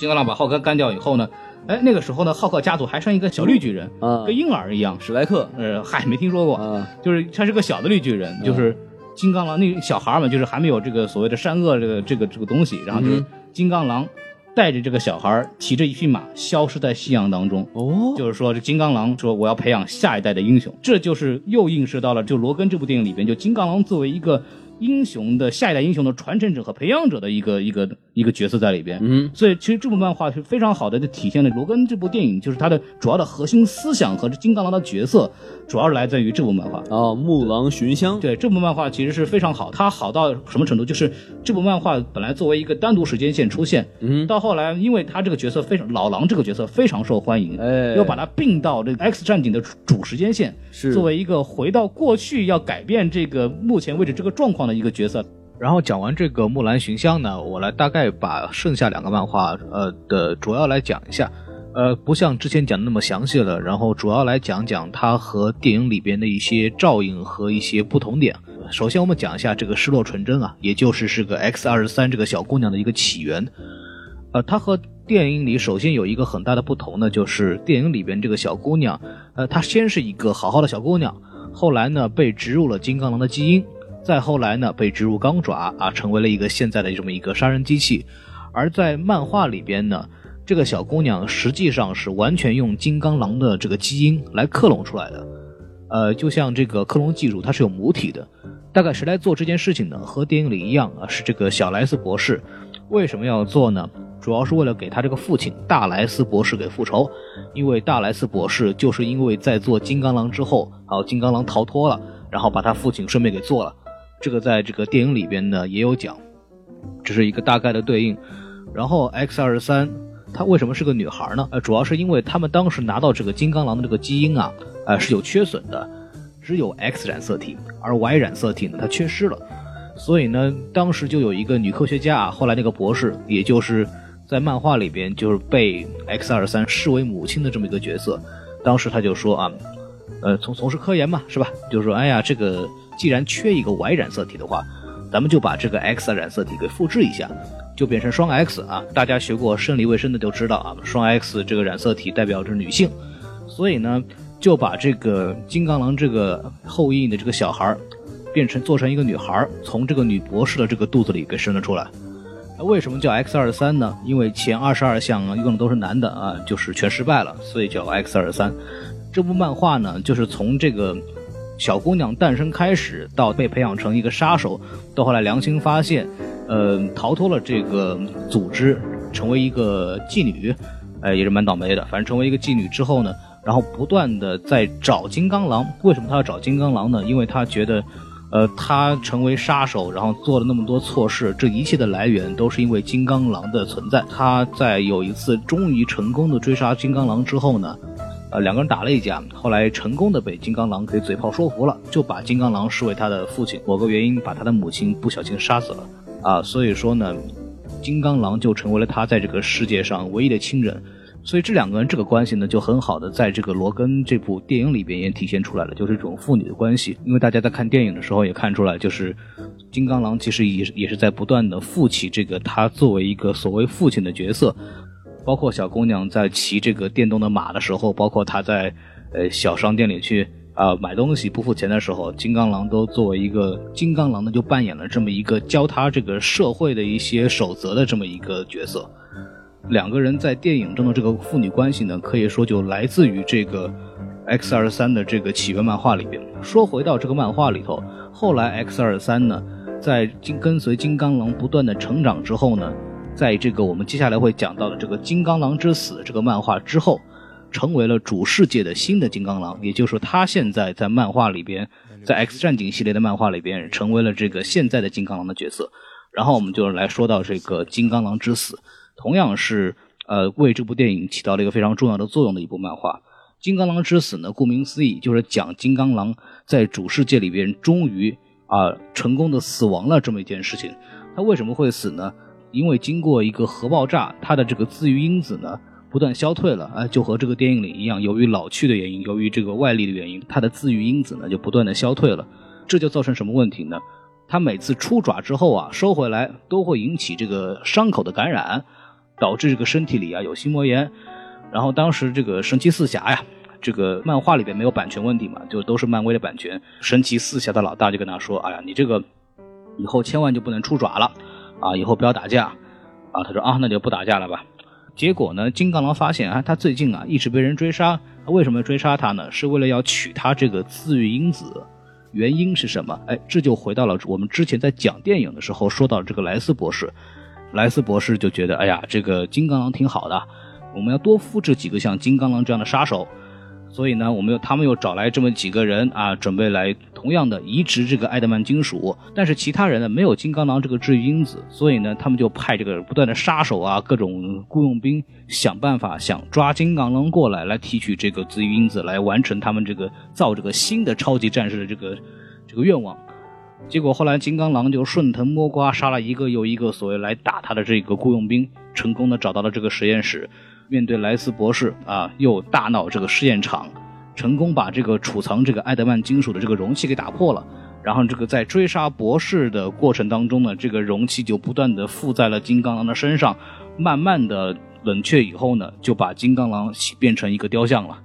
C: 金刚狼把浩克干掉以后呢，哎，那个时候呢，浩克家族还剩一个小绿巨人，
D: 啊，
C: 跟婴儿一样。
D: 史莱克
C: 呃，嗨，没听说过。
D: 啊，
C: 就是他是个小的绿巨
D: 嗯
C: 人，就是金刚狼那个小孩儿嘛，就是还没有这个所谓的善恶这个这个这个东西，然后就是
D: 嗯
C: 金刚狼带着这个小孩儿骑着一匹马消失在夕阳当中。
D: 哦，
C: 就是说，这金刚狼说我要培养下一代的英雄，这就是又映射到了就罗根这部电影里边，就金刚狼作为一个英雄的下一代英雄的传承者和培养者的一个一个一个角色在里边。
D: 嗯，
C: 所以其实这部漫画是非常好的，就体现了罗根这部电影就是它的主要的核心思想和这金刚狼的角色，主要是来自于这部漫画。
D: 哦，木狼寻香，
C: 对这部漫画其实是非常好，它好到什么程度？就是这部漫画本来作为一个单独时间线出现，
D: 嗯，
C: 到后来因为它这个角色非常老狼这个角色非常受欢迎，
D: 哎
C: 又把它并到这个 X 战警的主主时间线，
D: 是
C: 作为一个回到过去要改变这个目前为止这个状况的一个角色。然后讲完这个木兰寻香呢，我来大概把剩下两个漫画呃的主要来讲一下。呃，不像之前讲的那么详细了，然后主要来讲讲它和电影里边的一些照应和一些不同点。首先，我们讲一下这个失落纯真啊，也就是是个 X 二十三这个小姑娘的一个起源。呃，它和电影里首先有一个很大的不同呢，就是电影里边这个小姑娘，呃，她先是一个好好的小姑娘，后来呢被植入了金刚狼的基因，再后来呢被植入钢爪啊，成为了一个现在的这么一个杀人机器。而在漫画里边呢，这个小姑娘实际上是完全用金刚狼的这个基因来克隆出来的。呃，就像这个克隆技术，它是有母体的。大概谁来做这件事情呢？和电影里一样啊，是这个小莱斯博士。为什么要做呢？主要是为了给他这个父亲大莱斯博士给复仇，因为大莱斯博士就是因为在做金刚狼之后，然后金刚狼逃脱了，然后把他父亲顺便给做了。这个在这个电影里边呢也有讲，这是一个大概的对应。然后 X 二十三，她为什么是个女孩呢？呃，主要是因为他们当时拿到这个金刚狼的这个基因啊，呃是有缺损的，只有 X 染色体，而 Y 染色体呢它缺失了。所以呢，当时就有一个女科学家啊，后来那个博士，也就是在漫画里边就是被 X 二三视为母亲的这么一个角色，当时他就说啊，呃，从从事科研嘛，是吧？就是说，哎呀，这个既然缺一个 Y 染色体的话，咱们就把这个 X 染色体给复制一下，就变成双 X 啊。大家学过生理卫生的都知道啊，双 X 这个染色体代表着女性，所以呢，就把这个金刚狼这个后裔的这个小孩儿，变成做成一个女孩儿，从这个女博士的这个肚子里给生了出来。呃为什么叫 X 二三呢？因为前二十二项啊用的都是男的啊，就是全失败了，所以叫 X 二三。这部漫画呢，就是从这个小姑娘诞生开始，到被培养成一个杀手，到后来良心发现，呃，逃脱了这个组织，成为一个妓女，呃，也是蛮倒霉的。反正成为一个妓女之后呢，然后不断的在找金刚狼。为什么他要找金刚狼呢？因为他觉得，呃，他成为杀手，然后做了那么多错事，这一切的来源都是因为金刚狼的存在。他在有一次终于成功的追杀金刚狼之后呢，呃，两个人打了一架，后来成功的被金刚狼给嘴炮说服了，就把金刚狼视为他的父亲，某个原因把他的母亲不小心杀死了啊，所以说呢，金刚狼就成为了他在这个世界上唯一的亲人。所以这两个人这个关系呢，就很好的在这个罗根这部电影里边也体现出来了，就是一种父女的关系。因为大家在看电影的时候也看出来，就是金刚狼其实也是也是在不断的负起这个他作为一个所谓父亲的角色，包括小姑娘在骑这个电动的马的时候，包括她在呃小商店里去啊、买东西不付钱的时候，金刚狼都作为一个金刚狼呢，就扮演了这么一个教她这个社会的一些守则的这么一个角色。两个人在电影中的这个父女关系呢，可以说就来自于这个 X 二三的这个起源漫画里边。说回到这个漫画里头，后来 X 二三呢，在金跟随金刚狼不断的成长之后呢，在这个我们接下来会讲到的这个《金刚狼之死》这个漫画之后，成为了主世界的新的金刚狼，也就是他现在在漫画里边，在 X 战警系列的漫画里边，成为了这个现在的金刚狼的角色。然后我们就来说到这个《金刚狼之死》，同样是呃为这部电影起到了一个非常重要的作用的一部漫画。《金刚狼之死》呢，顾名思义就是讲金刚狼在主世界里边终于啊、成功的死亡了这么一件事情。他为什么会死呢？因为经过一个核爆炸，它的这个自愈因子呢不断消退了，哎，就和这个电影里一样，由于老去的原因，由于这个外力的原因，它的自愈因子呢就不断的消退了，这就造成什么问题呢？它每次出爪之后啊，收回来都会引起这个伤口的感染，导致这个身体里啊有心膜炎。然后当时这个神奇四侠呀，这个漫画里边没有版权问题嘛，就都是漫威的版权。神奇四侠的老大就跟他说：“哎呀，你这个以后千万就不能出爪了，啊，以后不要打架。”啊，他说：“啊，那就不打架了吧。”结果呢，金刚狼发现啊，他最近啊一直被人追杀，为什么追杀他呢？是为了要取他这个自愈因子。原因是什么？哎，这就回到了我们之前在讲电影的时候说到的这个莱斯博士。莱斯博士就觉得，哎呀，这个金刚狼挺好的，我们要多复制几个像金刚狼这样的杀手。所以呢，我们又他们又找来这么几个人啊，准备来同样的移植这个艾德曼金属，但是其他人呢没有金刚狼这个治愈因子，所以呢，他们就派这个不断的杀手啊，各种雇佣兵想办法想抓金刚狼过来，来提取这个治愈因子，来完成他们这个造这个新的超级战士的这个这个愿望。结果后来金刚狼就顺藤摸瓜，杀了一个又一个所谓来打他的这个雇佣兵，成功的找到了这个实验室。面对莱斯博士啊，又大闹这个试验场，成功把这个储藏这个艾德曼金属的这个容器给打破了。然后这个在追杀博士的过程当中呢，这个容器就不断的附在了金刚狼的身上，慢慢的冷却以后呢，就把金刚狼洗变成一个雕像了。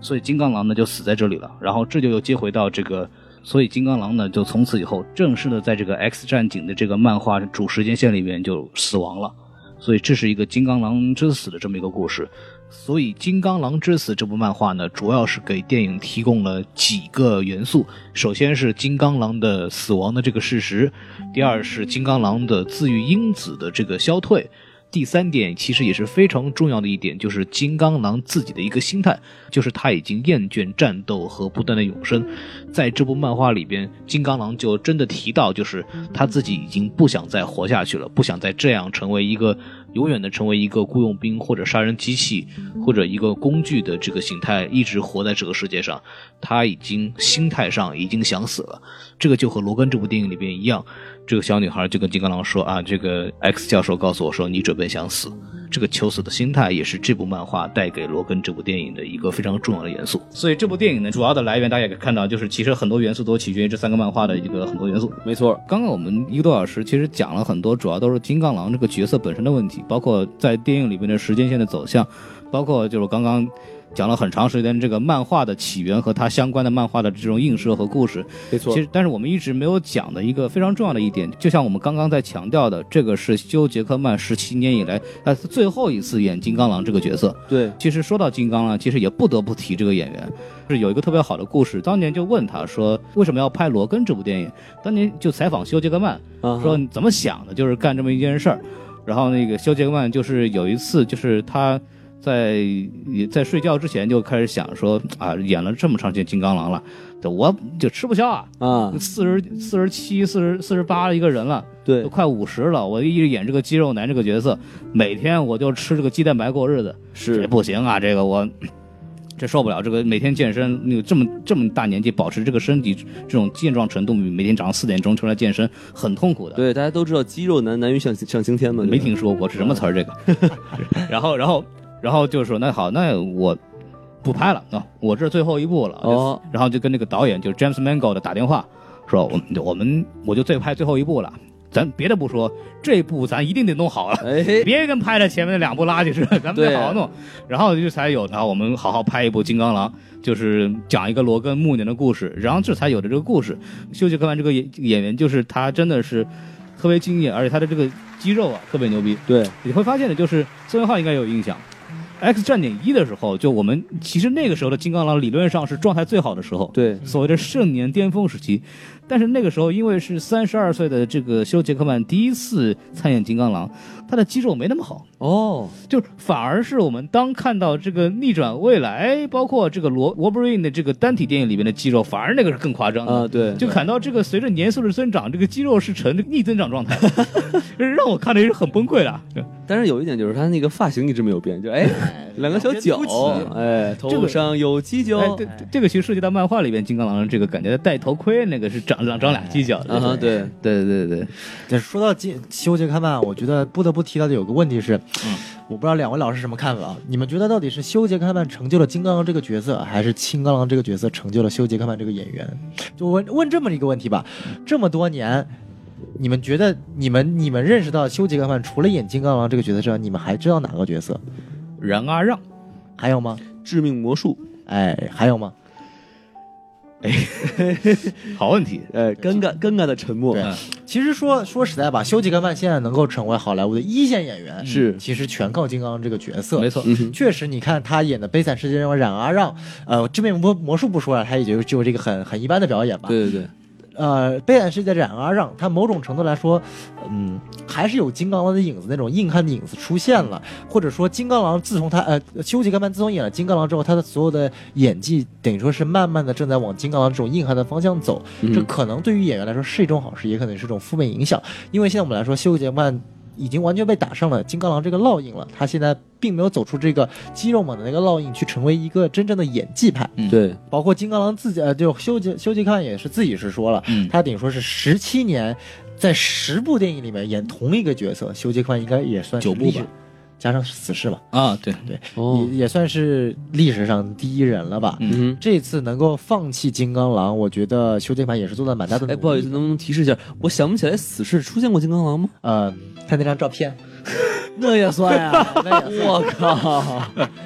C: 所以金刚狼呢就死在这里了。然后这就又接回到这个，所以金刚狼呢就从此以后正式的在这个 X 战警的这个漫画主时间线里面就死亡了。所以这是一个金刚狼之死的这么一个故事。所以《金刚狼之死》这部漫画呢，主要是给电影提供了几个元素。首先是金刚狼的死亡的这个事实，第二是金刚狼的自愈因子的这个消退，第三点其实也是非常重要的一点，就是金刚狼自己的一个心态，就是他已经厌倦战斗和不断的永生。在这部漫画里边，金刚狼就真的提到，就是他自己已经不想再活下去了，不想再这样成为一个永远的成为一个雇佣兵或者杀人机器或者一个工具的这个形态，一直活在这个世界上。他已经心态上已经想死了。这个就和罗根这部电影里边一样，这个小女孩就跟金刚狼说啊，这个 X 教授告诉我说你准备想死。这个求死的心态也是这部漫画带给罗根这部电影的一个非常重要的元素。所以这部电影呢，主要的来源大家也可以看到，就是其实很多元素都取决于这三个漫画的一个很多元素。
D: 没错，
C: 刚刚我们一个多小时其实讲了很多，主要都是金刚狼这个角色本身的问题，包括在电影里面的时间线的走向，包括就是我刚刚讲了很长时间这个漫画的起源和它相关的漫画的这种映射和故事。
D: 没错
C: 其实，但是我们一直没有讲的一个非常重要的一点，就像我们刚刚在强调的，这个是休·杰克曼十七年以来他最后一次演金刚狼这个角色。
D: 对，
C: 其实说到金刚狼，其实也不得不提这个演员，是有一个特别好的故事。当年就问他说，为什么要拍《罗根》这部电影？当年就采访休·杰克曼，
D: 啊
C: 说你怎么想的，就是干这么一件事儿。然后那个休·杰克曼就是有一次，就是他在在睡觉之前就开始想说啊，演了这么长时间金刚狼了，我就吃不消啊，
D: 啊，
C: 四十四十七、四十四十八一个人了。
D: 对
C: 都，快五十了，我一直演这个肌肉男这个角色，每天我就吃这个鸡蛋白过日子，这
D: 是
C: 不行啊，这个我这受不了，这个每天健身，那个这么这么大年纪保持这个身体这种健壮程度，每天早上四点钟出来健身很痛苦的。
D: 对，大家都知道肌肉男难于上上青天嘛，
C: 没
D: 对吧
C: 听说过是什么词儿这个。 然后，然后，然后就说那好，那我不拍了啊，我这是最后一部了。
D: 哦
C: 然后就跟那个导演就是 James Mangold 打电话说，我们我们我就最拍最后一部了，咱别的不说，这部咱一定得弄好了。
D: 哎，
C: 别跟拍了前面那两部垃圾似的，咱们
D: 对
C: 得好好弄。然后就才有，然后我们好好拍一部《金刚狼》，就是讲一个罗根暮年的故事，然后这才有的这个故事。休杰克曼这个演这个演员，就是他真的是特别敬业，而且他的这个肌肉啊，特别牛逼。
E: 对，
C: 你会发现的就是宋元浩应该有印象，《X 战警一》的时候，就我们其实那个时候的金刚狼理论上是状态最好的时候，
E: 对
C: 所谓的盛年巅峰时期。但是那个时候，因为是三十二岁的这个休·杰克曼第一次参演金刚狼，他的肌肉没那么好，
E: 哦，
C: 就反而是我们当看到这个逆转未来，包括这个罗罗伯瑞的这个单体电影里面的肌肉，反而那个是更夸张的。
E: 啊，对，
C: 就感到这个随着年岁的增长，这个肌肉是呈这个逆增长状态， 让我看的也是很崩溃的。啊
E: 但是有一点就是他那个发型一直没有变，就哎，两个小角
C: 有点凸，
E: 哎，
C: 这
E: 头
C: 个
E: 上有犄角，
C: 哎，对，对这个其实涉及到漫画里边金刚狼的这个感觉，戴头盔那个是长长长俩犄角的。
E: 啊哈，对，
C: 对对对对，
B: 但是说到金修杰克曼，我觉得不得不提到的有个问题是，我不知道两位老师什么看法啊？你们觉得到底是修杰克曼成就了金刚狼这个角色，还是金刚狼这个角色成就了修杰克曼这个演员？就问问这么一个问题吧，这么多年。你们觉得你们你们认识到修杰克曼除了演金刚狼这个角色之外，你们还知道哪个角色？
C: 然而让
B: 还有吗？
E: 致命魔术，
B: 哎，还有吗？
C: 好问题，
E: 哎，尴尬尴尬的沉默
B: 对，其实说说实在吧，修杰克曼现在能够成为好莱坞的一线演员，
E: 是
B: 其实全靠金刚狼这个角色。
C: 没错，
E: 嗯
B: 确实，你看他演的《悲惨世界》让冉阿让，呃，致命魔魔术不说了，他也就就这个很很一般的表演吧。
E: 对对对，
B: 呃，《悲惨世界》冉阿让，他某种程度来说，嗯，还是有金刚狼的影子，那种硬汉的影子出现了，或者说金刚狼自从他呃，休·杰克曼自从演了金刚狼之后，他的所有的演技等于说是慢慢的正在往金刚狼这种硬汉的方向走，这可能对于演员来说是一种好事，也可能是一种负面影响，因为现在我们来说，休·杰克曼。已经完全被打上了金刚狼这个烙印了，他现在并没有走出这个肌肉猛的那个烙印，去成为一个真正的演技派。
E: 对，
B: 包括金刚狼自己，呃，就休杰休杰克曼也是自己是说了，
C: 嗯
B: 他等于说是十七年，在十部电影里面演同一个角色，休杰克曼应该也算是
C: 九部
B: 历史
C: 吧，
B: 加上死侍嘛，
C: 啊，对，
E: 哦，
B: 也也算是历史上第一人了吧。
C: 嗯
E: 嗯哼。
B: 这次能够放弃金刚狼，我觉得休杰克曼也是做了蛮大的努力。
E: 哎，不好意思，能不能提示一下？我想不起来死侍出现过金刚狼吗？
B: 呃，他那张照片，那也算呀、那也算。
E: 我靠！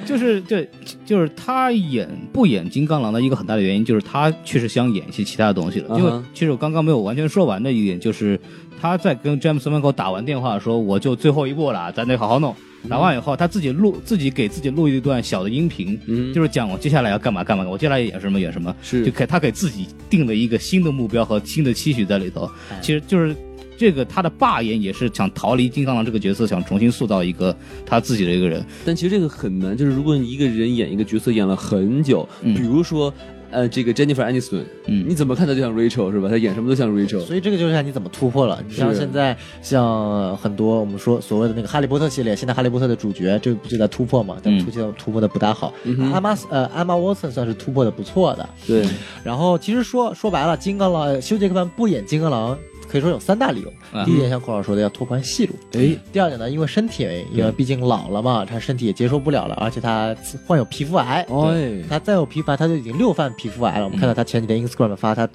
C: 就是对，就是他演不演金刚狼的一个很大的原因，就是他确实想演一些其他的东西了。
E: 嗯哼
C: 因为其实我刚刚没有完全说完的一点，就是他在跟詹姆斯曼口打完电话说，我就最后一步了，咱得好好弄。
E: 嗯
C: 打完以后，他自己录，自己给自己录一段小的音频，
E: 嗯
C: 就是讲我接下来要干嘛干嘛，我接下来演什么演什么，
E: 是
C: 就给他给自己定了一个新的目标和新的期许在里头。
E: 哎
C: 其实就是这个他的爸演也是想逃离金刚狼这个角色，想重新塑造一个他自己的一个人。
E: 但其实这个很难，就是如果你一个人演一个角色演了很久，
C: 嗯
E: 比如说，呃，这个 Jennifer Aniston，
C: 嗯
E: 你怎么看她就像 Rachel 是吧？她演什么都像 Rachel，
B: 所以这个就是看你怎么突破了。你像
E: 是
B: 现在像呃很多我们说所谓的那个《哈利波特》系列，现在《哈利波特》的主角这不就在突破嘛？但
C: 嗯
B: 突破突破的不大好。阿玛呃阿玛沃森算是突破的不错的。
E: 对，
B: 然后其实说说白了，金刚狼休杰克曼不演金刚狼。可以说有三大理由。
C: 嗯
B: 第一点，像孔老师说的，要拓宽戏路。
E: 哎，
B: 第二点呢，因为身体原因，因为毕竟老了嘛，他身体也接受不了了，而且他患有皮肤癌。
E: 哎，
B: 他再有皮肤癌，他就已经六犯皮肤癌了。我们看到他前几天 Instagram 发他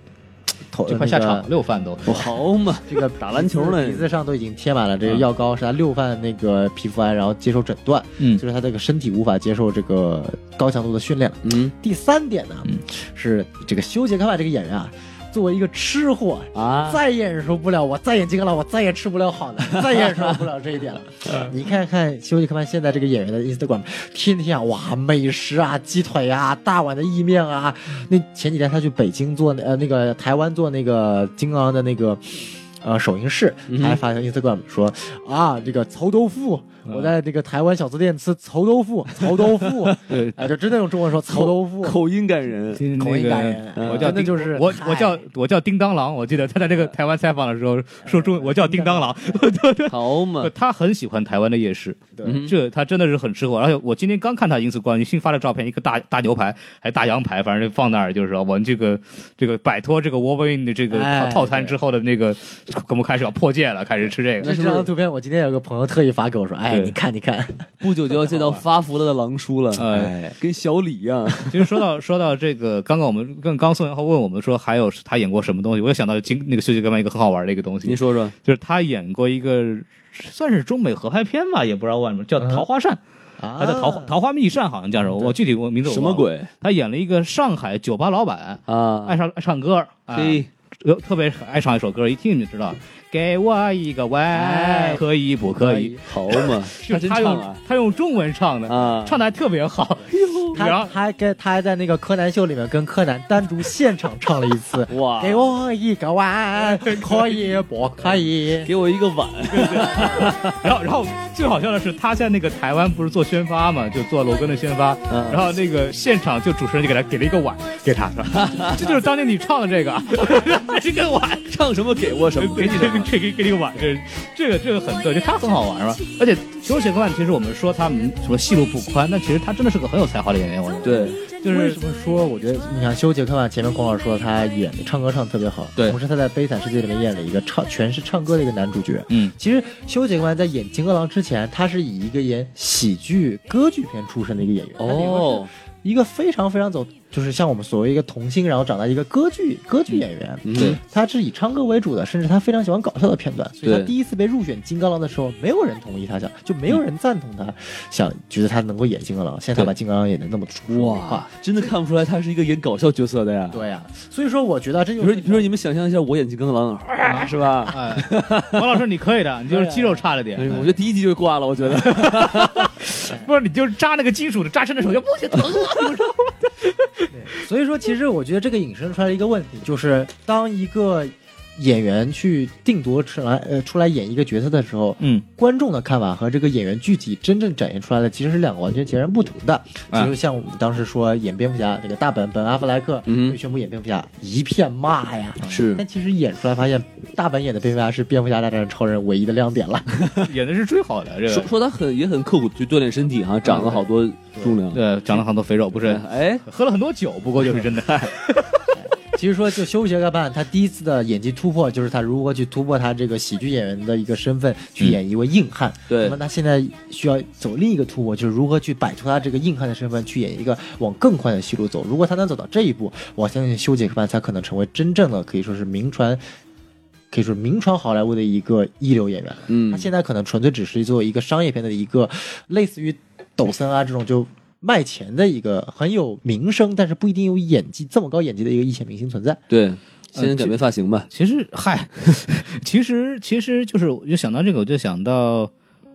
B: 头
C: 这
B: 那
C: 快下
B: 个
C: 场了，六饭都。
E: 好嘛，
B: 这个
E: 打篮球呢啊
B: 鼻子鼻子上都已经贴满了这个药膏，是他六犯那个皮肤癌，然后接受诊断，
C: 嗯
B: 就是他这个身体无法接受这个高强度的训练了。
E: 嗯
B: 第三点呢，
C: 嗯
B: 是这个休杰克曼这个演员啊，作为一个吃货。
E: 啊，
B: 再也忍受不了，我再演金刚狼，我再也吃不了好 的，再也忍受不了这一点了。
E: 嗯
B: 你看看休杰克曼现在这个演员的 Instagram，天天啊，哇，美食啊，鸡腿啊，大碗的意面啊。那前几天他去北京做那呃那个台湾做那个金刚狼的那个。呃，首映式，
E: 嗯
B: 他还发条 Instagram 说、啊，这个臭豆腐，我在这个台湾小吃店吃臭豆腐， 臭豆腐，啊、
E: 对
B: 就真的用中文说臭豆腐，
E: 口音感人，
C: 那
B: 口音感人
C: 个
B: 嗯
C: 我叫
B: 真的
C: 叮
B: 就是
C: 我
B: 嗨呃
C: 我叫我叫叮当狼，我记得他在这个台湾采访的时候说中文，我叫叮当狼，
E: 好嘛，
C: 他很喜欢台湾的夜市，
B: 对
E: 嗯
C: 这他真的是很吃货。而且我今天刚看他 Instagram 新发的照片，一个大大牛排，还大羊排，反正就放那儿，就是说我们这个这个摆脱这个 w a r w i n 的这个
B: 哎
C: 套套餐之后的那个，我们开始要破戒了，开始吃这个
B: 这。这张图片，我今天有个朋友特意发给我说，哎，
C: 对
B: 你看，你看，
E: 不久就要 见到发福了的狼叔了，
C: 哎，
E: 跟小李一样，
C: 其实说到说到这个，刚刚我们跟刚宋元浩问我们说还有他演过什么东西，我又想到金那个休杰克曼一个很好玩的一个东西
E: 您，说说，
C: 就是他演过一个算是中美合拍片吧，也不知道为什么叫《桃花扇》，
B: 啊
C: 还叫《桃花桃花密扇》，好像叫什么，我具体我名字我
E: 嗯什
C: 忘
E: 么
C: 了？
E: 鬼
C: 他演了一个上海酒吧老板，
E: 啊？
B: 哎
C: 爱上爱唱歌，啊
E: 嘿，
C: 呃特别爱唱一首歌，一听你就知道。给我一个吻
E: 哎，
C: 可以不可以？
E: 好嘛，
B: 哎
E: 他
C: 是
E: 真
C: 他
E: 唱
C: 用
E: 啊
C: 他用中文唱的，
E: 啊！，
C: 唱的还特别好。然
B: 他
C: 后
B: 他还跟他还在那个柯南秀里面跟柯南单独现场唱了一次
E: 哇，
B: 给我一 个碗，可以不可以？
E: 给我一个碗，
C: 然后然后最好笑的是，他在那个台湾不是做宣发嘛，就做罗根的宣发，
E: 嗯
C: 然后那个现场就主持人就给他给了一个碗给 他，是吧这就是当年你唱的这个啊，这个碗。
E: 唱什么给我什么，给
C: 给你
E: 你
C: 这
E: 什
C: 个
E: 么。
C: 这个这个碗，这这个这个很逗，就他很好玩嘛。而且球鞋科曼，其实我们说他们什么戏路不宽，但其实他真的是个很有才华的演员。我觉得，
E: 对，
C: 就是
B: 为什么说？我觉得你看修杰克啊曼，前面孔老师说他演唱歌唱得特别好，
E: 对
B: 同时他在《悲惨世界》里面演了一个唱全是唱歌的一个男主角。
C: 嗯，
B: 其实修杰克曼在演《金刚狼》之前，他是以一个演喜剧歌剧片出身的一个演员。他顶多是
E: 哦，
B: 一个非常非常走，就是像我们所谓一个童星，然后长大一个歌剧歌剧演员。
E: 嗯
B: 嗯
E: 对，
B: 他是以唱歌为主的，甚至他非常喜欢搞笑的片段，所以他
E: 对
B: 第一次被入选金刚狼的时候，没有人同意他想，就没有人赞同他，想觉得他能够演金刚狼。现在他把金刚狼演的那么出神入化，
E: 哇，真的看不出来他是一个演搞笑角色的呀。
B: 对呀、啊所以说我觉得这
E: 比
B: 就
E: 如
B: 是
E: 说，比如说你们想象一下，我演金刚狼，啊是吧？
C: 哎，王老师你可以的，你就是肌肉差了点哎
E: 哎，我觉得第一集就挂了，我觉得。
C: 不是你就是扎那个金属的扎身的时候就不 行疼啊。
B: 所以说，其实我觉得这个引申出来的一个问题，就是当一个演员去定夺出来，呃，出来演一个角色的时候，
C: 嗯，
B: 观众的看法和这个演员具体真正展现出来的，其实是两个完全截然不同的。
C: 啊
B: 比如像我们当时说演蝙蝠侠，这个大本本阿弗莱克
E: 嗯
B: 被宣布演蝙蝠侠，一片骂呀。
E: 是
B: 但其实演出来发现，大本演的蝙蝠侠是蝙蝠侠大战超人唯一的亮点了。
C: 演的是最好的这
E: 说
C: 个，
E: 说他很也很刻苦去锻炼身体哈，长了好多重量。
C: 嗯对，长了很多肥肉，不是
E: 哎，
C: 喝了很多酒，不过就是 真的。
B: 其实说，就休杰克曼他第一次的演技突破，就是他如何去突破他这个喜剧演员的一个身份，去演一位硬汉。
E: 对
B: 那么他现在需要走另一个突破，就是如何去摆脱他这个硬汉的身份，去演一个往更宽的戏路走。如果他能走到这一步，我相信休杰克曼才可能成为真正的可以说是名传。可以说名传好莱坞的一个一流演员，
E: 嗯
B: 他现在可能纯粹只是作为一个商业片的一个类似于抖森啊这种就卖钱的一个很有名声，但是不一定有演技这么高演技的一个一线明星存在。
E: 对，
C: 呃
E: 先改变发型吧。
C: 其实嗨， 其实其实就是我就想到这个，我就想到。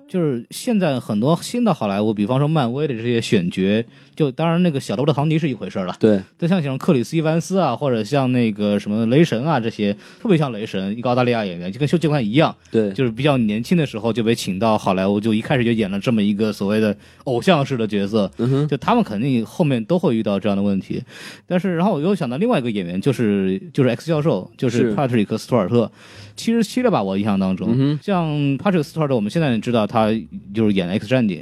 C: 就是现在很多新的好莱坞，比方说漫威的这些选角，就当然那个小罗伯特·唐尼是一回事儿了，
E: 对，
C: 但像像克里斯·伊凡斯啊，或者像那个什么雷神啊这些，特别像雷神，一个澳大利亚演员，就跟休杰克曼一样，
E: 对，
C: 就是比较年轻的时候就被请到好莱坞，就一开始就演了这么一个所谓的偶像式的角色。
E: 嗯哼，
C: 就他们肯定后面都会遇到这样的问题，但是然后我又想到另外一个演员，就是就是 X 教授，就是
E: 是
C: 帕特里克·斯图尔特，七十七了吧？我印象当中，
E: 嗯
C: 像帕特里克·斯图尔特，我们现在知道他就是演《X 战警》，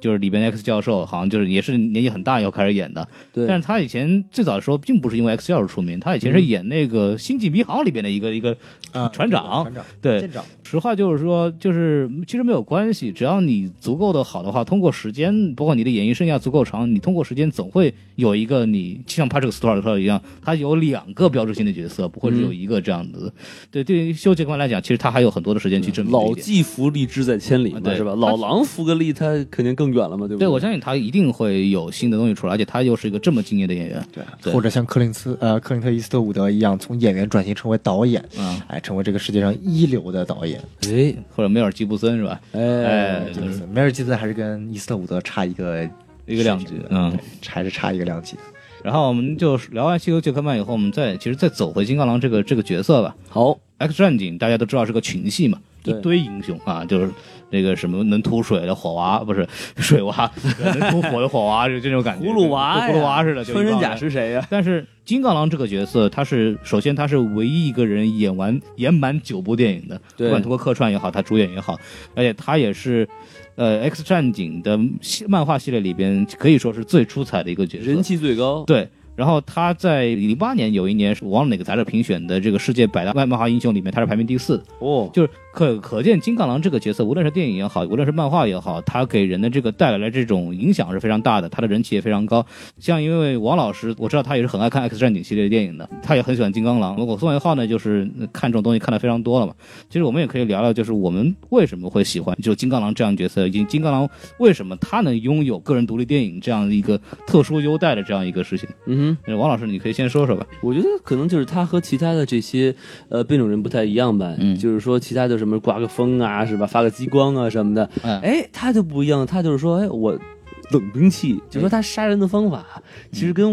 C: 就是里边的 X 教授，好像就是也是年纪很大以后开始演的，但
E: 对，嗯
C: 是他以前最早的时候并不是因为 X 教授出名，他以前是演那个《星际迷航》里边的一个一个
B: 啊
C: 船长
B: 船长，
C: 对
B: 舰。长，
C: 实话就是说，就是其实没有关系，只要你足够的好的话，通过时间，包括你的演艺生涯足够长，你通过时间总会有一个你，就像帕特克·斯图尔特一样，他有两个标志性的角色，不会只有一个这样子。对，对于休杰克曼来讲，其实他还有很多的时间去证明这一
E: 老
C: 点。
E: 骥伏枥，志在千里
C: 啊
E: 嘛，
C: 对
E: 是吧？老狼伏个枥，他肯定更远了嘛，对不
C: 对，我
E: 对？
C: 相信他一定会有新的东西出来，而且他又是一个这么敬业的演员。对
B: 或者像克林斯呃克林特·伊斯特伍德一样，从演员转型成为导演，
C: 嗯
B: 哎，成为这个世界上一流的导演。呃
E: 对，
C: 或者梅尔吉布森是吧？
E: 哎，
C: 哎，
B: 就是梅尔基顿还是跟伊斯特伍德差一个
C: 一个量级
B: 水平
C: 嗯
B: 对还是差一个量级。
C: 然后我们就聊完西游杰克曼以后，我们再其实再走回金刚狼这个这个角色吧。
E: 好，
C: X 战警大家都知道是个群戏嘛，一
E: 对
C: 堆英雄啊，就是那个什么能吐水的火娃，不是水娃，能吐火的火娃，就这种感觉，
E: 葫芦娃呀，
C: 跟葫芦娃似的，就一
E: 穿
C: 帮
E: 山
C: 人
E: 甲是谁呀？
C: 但是金刚狼这个角色，他是首先他是唯一一个人演完演满九部电影的，
E: 对
C: 不管通过客串也好，他主演也好，而且他也是，呃，《X 战警》的系漫画系列里边可以说是最出彩的一个角色，
E: 人气最高，
C: 对。然后他在零八年有一年，我忘了哪个杂志评选的这个世界百大漫漫画英雄里面，他是排名第四的。
E: 哦，
C: 就是可可见金刚狼这个角色，无论是电影也好，无论是漫画也好，他给人的这个带来的这种影响是非常大的，他的人气也非常高。像因为王老师，我知道他也是很爱看 X 战警系列的电影的，他也很喜欢金刚狼。我宋元浩呢，就是看这种东西看的非常多了嘛。其实我们也可以聊聊，就是我们为什么会喜欢就金刚狼这样的角色，以及金刚狼为什么他能拥有个人独立电影这样一个特殊优待的这样一个事情。
E: 嗯哼。
D: 嗯，
C: 王老师，你可以先说说吧。
D: 我觉得可能就是他和其他的这些呃变种人不太一样吧，
C: 嗯
D: 就是说其他的什么刮个风啊，是吧，发个激光啊什么的，
C: 嗯
D: 哎，他就不一样，他就是说，哎，我冷兵器，就说他杀人的方法、其实跟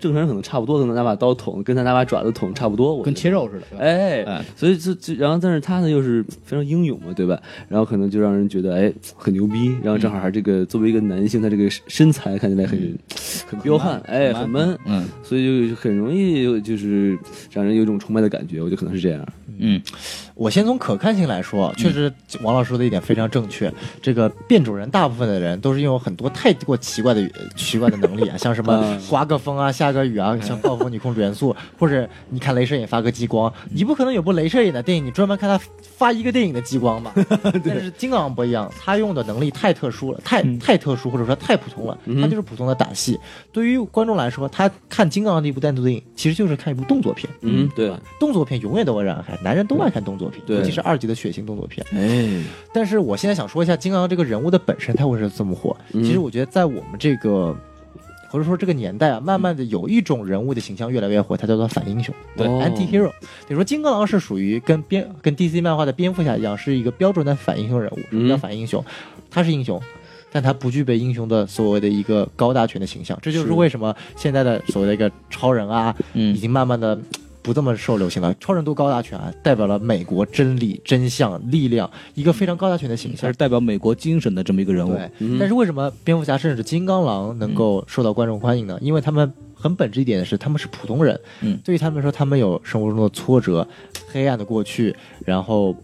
D: 正常人可能差不多，可能拿把刀捅，跟他拿把爪子捅差不多，我
C: 跟
D: 觉得
C: 切肉似的，是吧
D: 哎，
C: 哎
D: 所以这这，然后但是他呢又是非常英勇嘛，对吧？然后可能就让人觉得哎很牛逼，然后正好还这个、作为一个男性，他这个身材看起来很、很彪悍，哎，很闷，
C: 嗯
D: 所以就很容易就是让人有一种崇拜的感觉，我觉得可能是这样。
C: 嗯，
B: 我先从可看性来说，
D: 嗯
B: 确实王老师说的一点非常正确。这个变种人，大部分的人都是拥有很多太过奇怪的语奇怪的能 力啊，像什么
D: 嗯
B: 刮个风啊、下个雨啊，像暴风女控制元素，或者你看镭射眼发个激光，
D: 嗯
B: 你不可能有部镭射眼的电影，你专门看他发一个电影的激 光吧？但是金刚狼不一样，他用的能力太特殊了，太
D: 嗯
B: 太特殊或者说太普通了，他就是普通的打戏。对于观众来说，他看金刚狼的一部单独电影，其实就是看一部动作片。
D: 嗯，对，
B: 动作片永远都会让人爱看，男人都爱看动作片，
D: 对
B: 尤其是二级的血腥动作片。
D: 哎，
B: 但是我现在想说一下金刚这个人物的本身，他为什么这么火？
D: 嗯
B: 其实我觉得在我们这个。或者说这个年
D: 嗯
B: 代啊，慢慢的有一种人物的形象越来越火，它叫做反英雄，
D: 对哦
B: anti hero。你说金刚狼是属于跟蝙跟 DC 漫画的蝙蝠侠一样，是一个标准的反英雄人物。什么叫
D: 嗯
B: 反英雄？他是英雄，但他不具备英雄的所谓的一个高大全的形象。这就是
D: 是
B: 为什么现在的所谓的一个超人啊，
C: 嗯
B: 已经慢慢的不这么受流行了。超人多高大全啊，代表了美国真理、真相、力量，一个非常高大全的形
C: 他
B: 象
C: 是。代表美国精神的这么一个人物。
B: 对，但是为什么蝙蝠侠甚至金刚狼能够受到观众欢迎呢？因为他们很本质一点的是，他们是普通人。
C: 嗯
B: 对于他们来说，他们有生活中的挫折、黑暗的过去，然后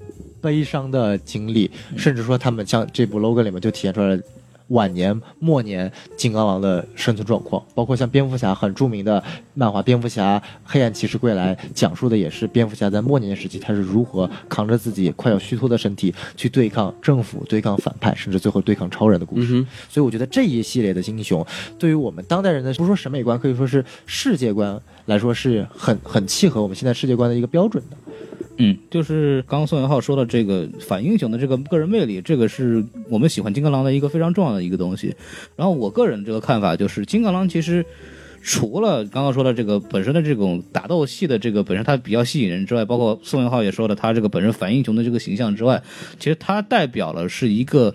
B: 悲伤的经历，甚至说他们像这部 logo 里面就体现出来了。晚年、末年，金刚狼的生存状况，包括像蝙蝠侠很著名的漫画《蝙蝠侠：黑暗骑士归来》，讲述的也是蝙蝠侠在末年时期他是如何扛着自己快要虚脱的身体去对抗政府、对抗反派，甚至最后对抗超人的故事。
D: 嗯
B: 所以我觉得这一系列的英雄，对于我们当代人的不说审美观，可以说是世界观来说，是很很契合我们现在世界观的一个标准的。
C: 嗯，就是刚刚宋元浩说的这个反英雄的这个个人魅力，这个是我们喜欢金刚狼的一个非常重要的一个东西。然后我个人这个看法就是，金刚狼其实除了刚刚说的这个本身的这种打斗戏的这个本身它比较吸引人之外，包括宋元浩也说了，他这个本身反英雄的这个形象之外，其实它代表了是一个，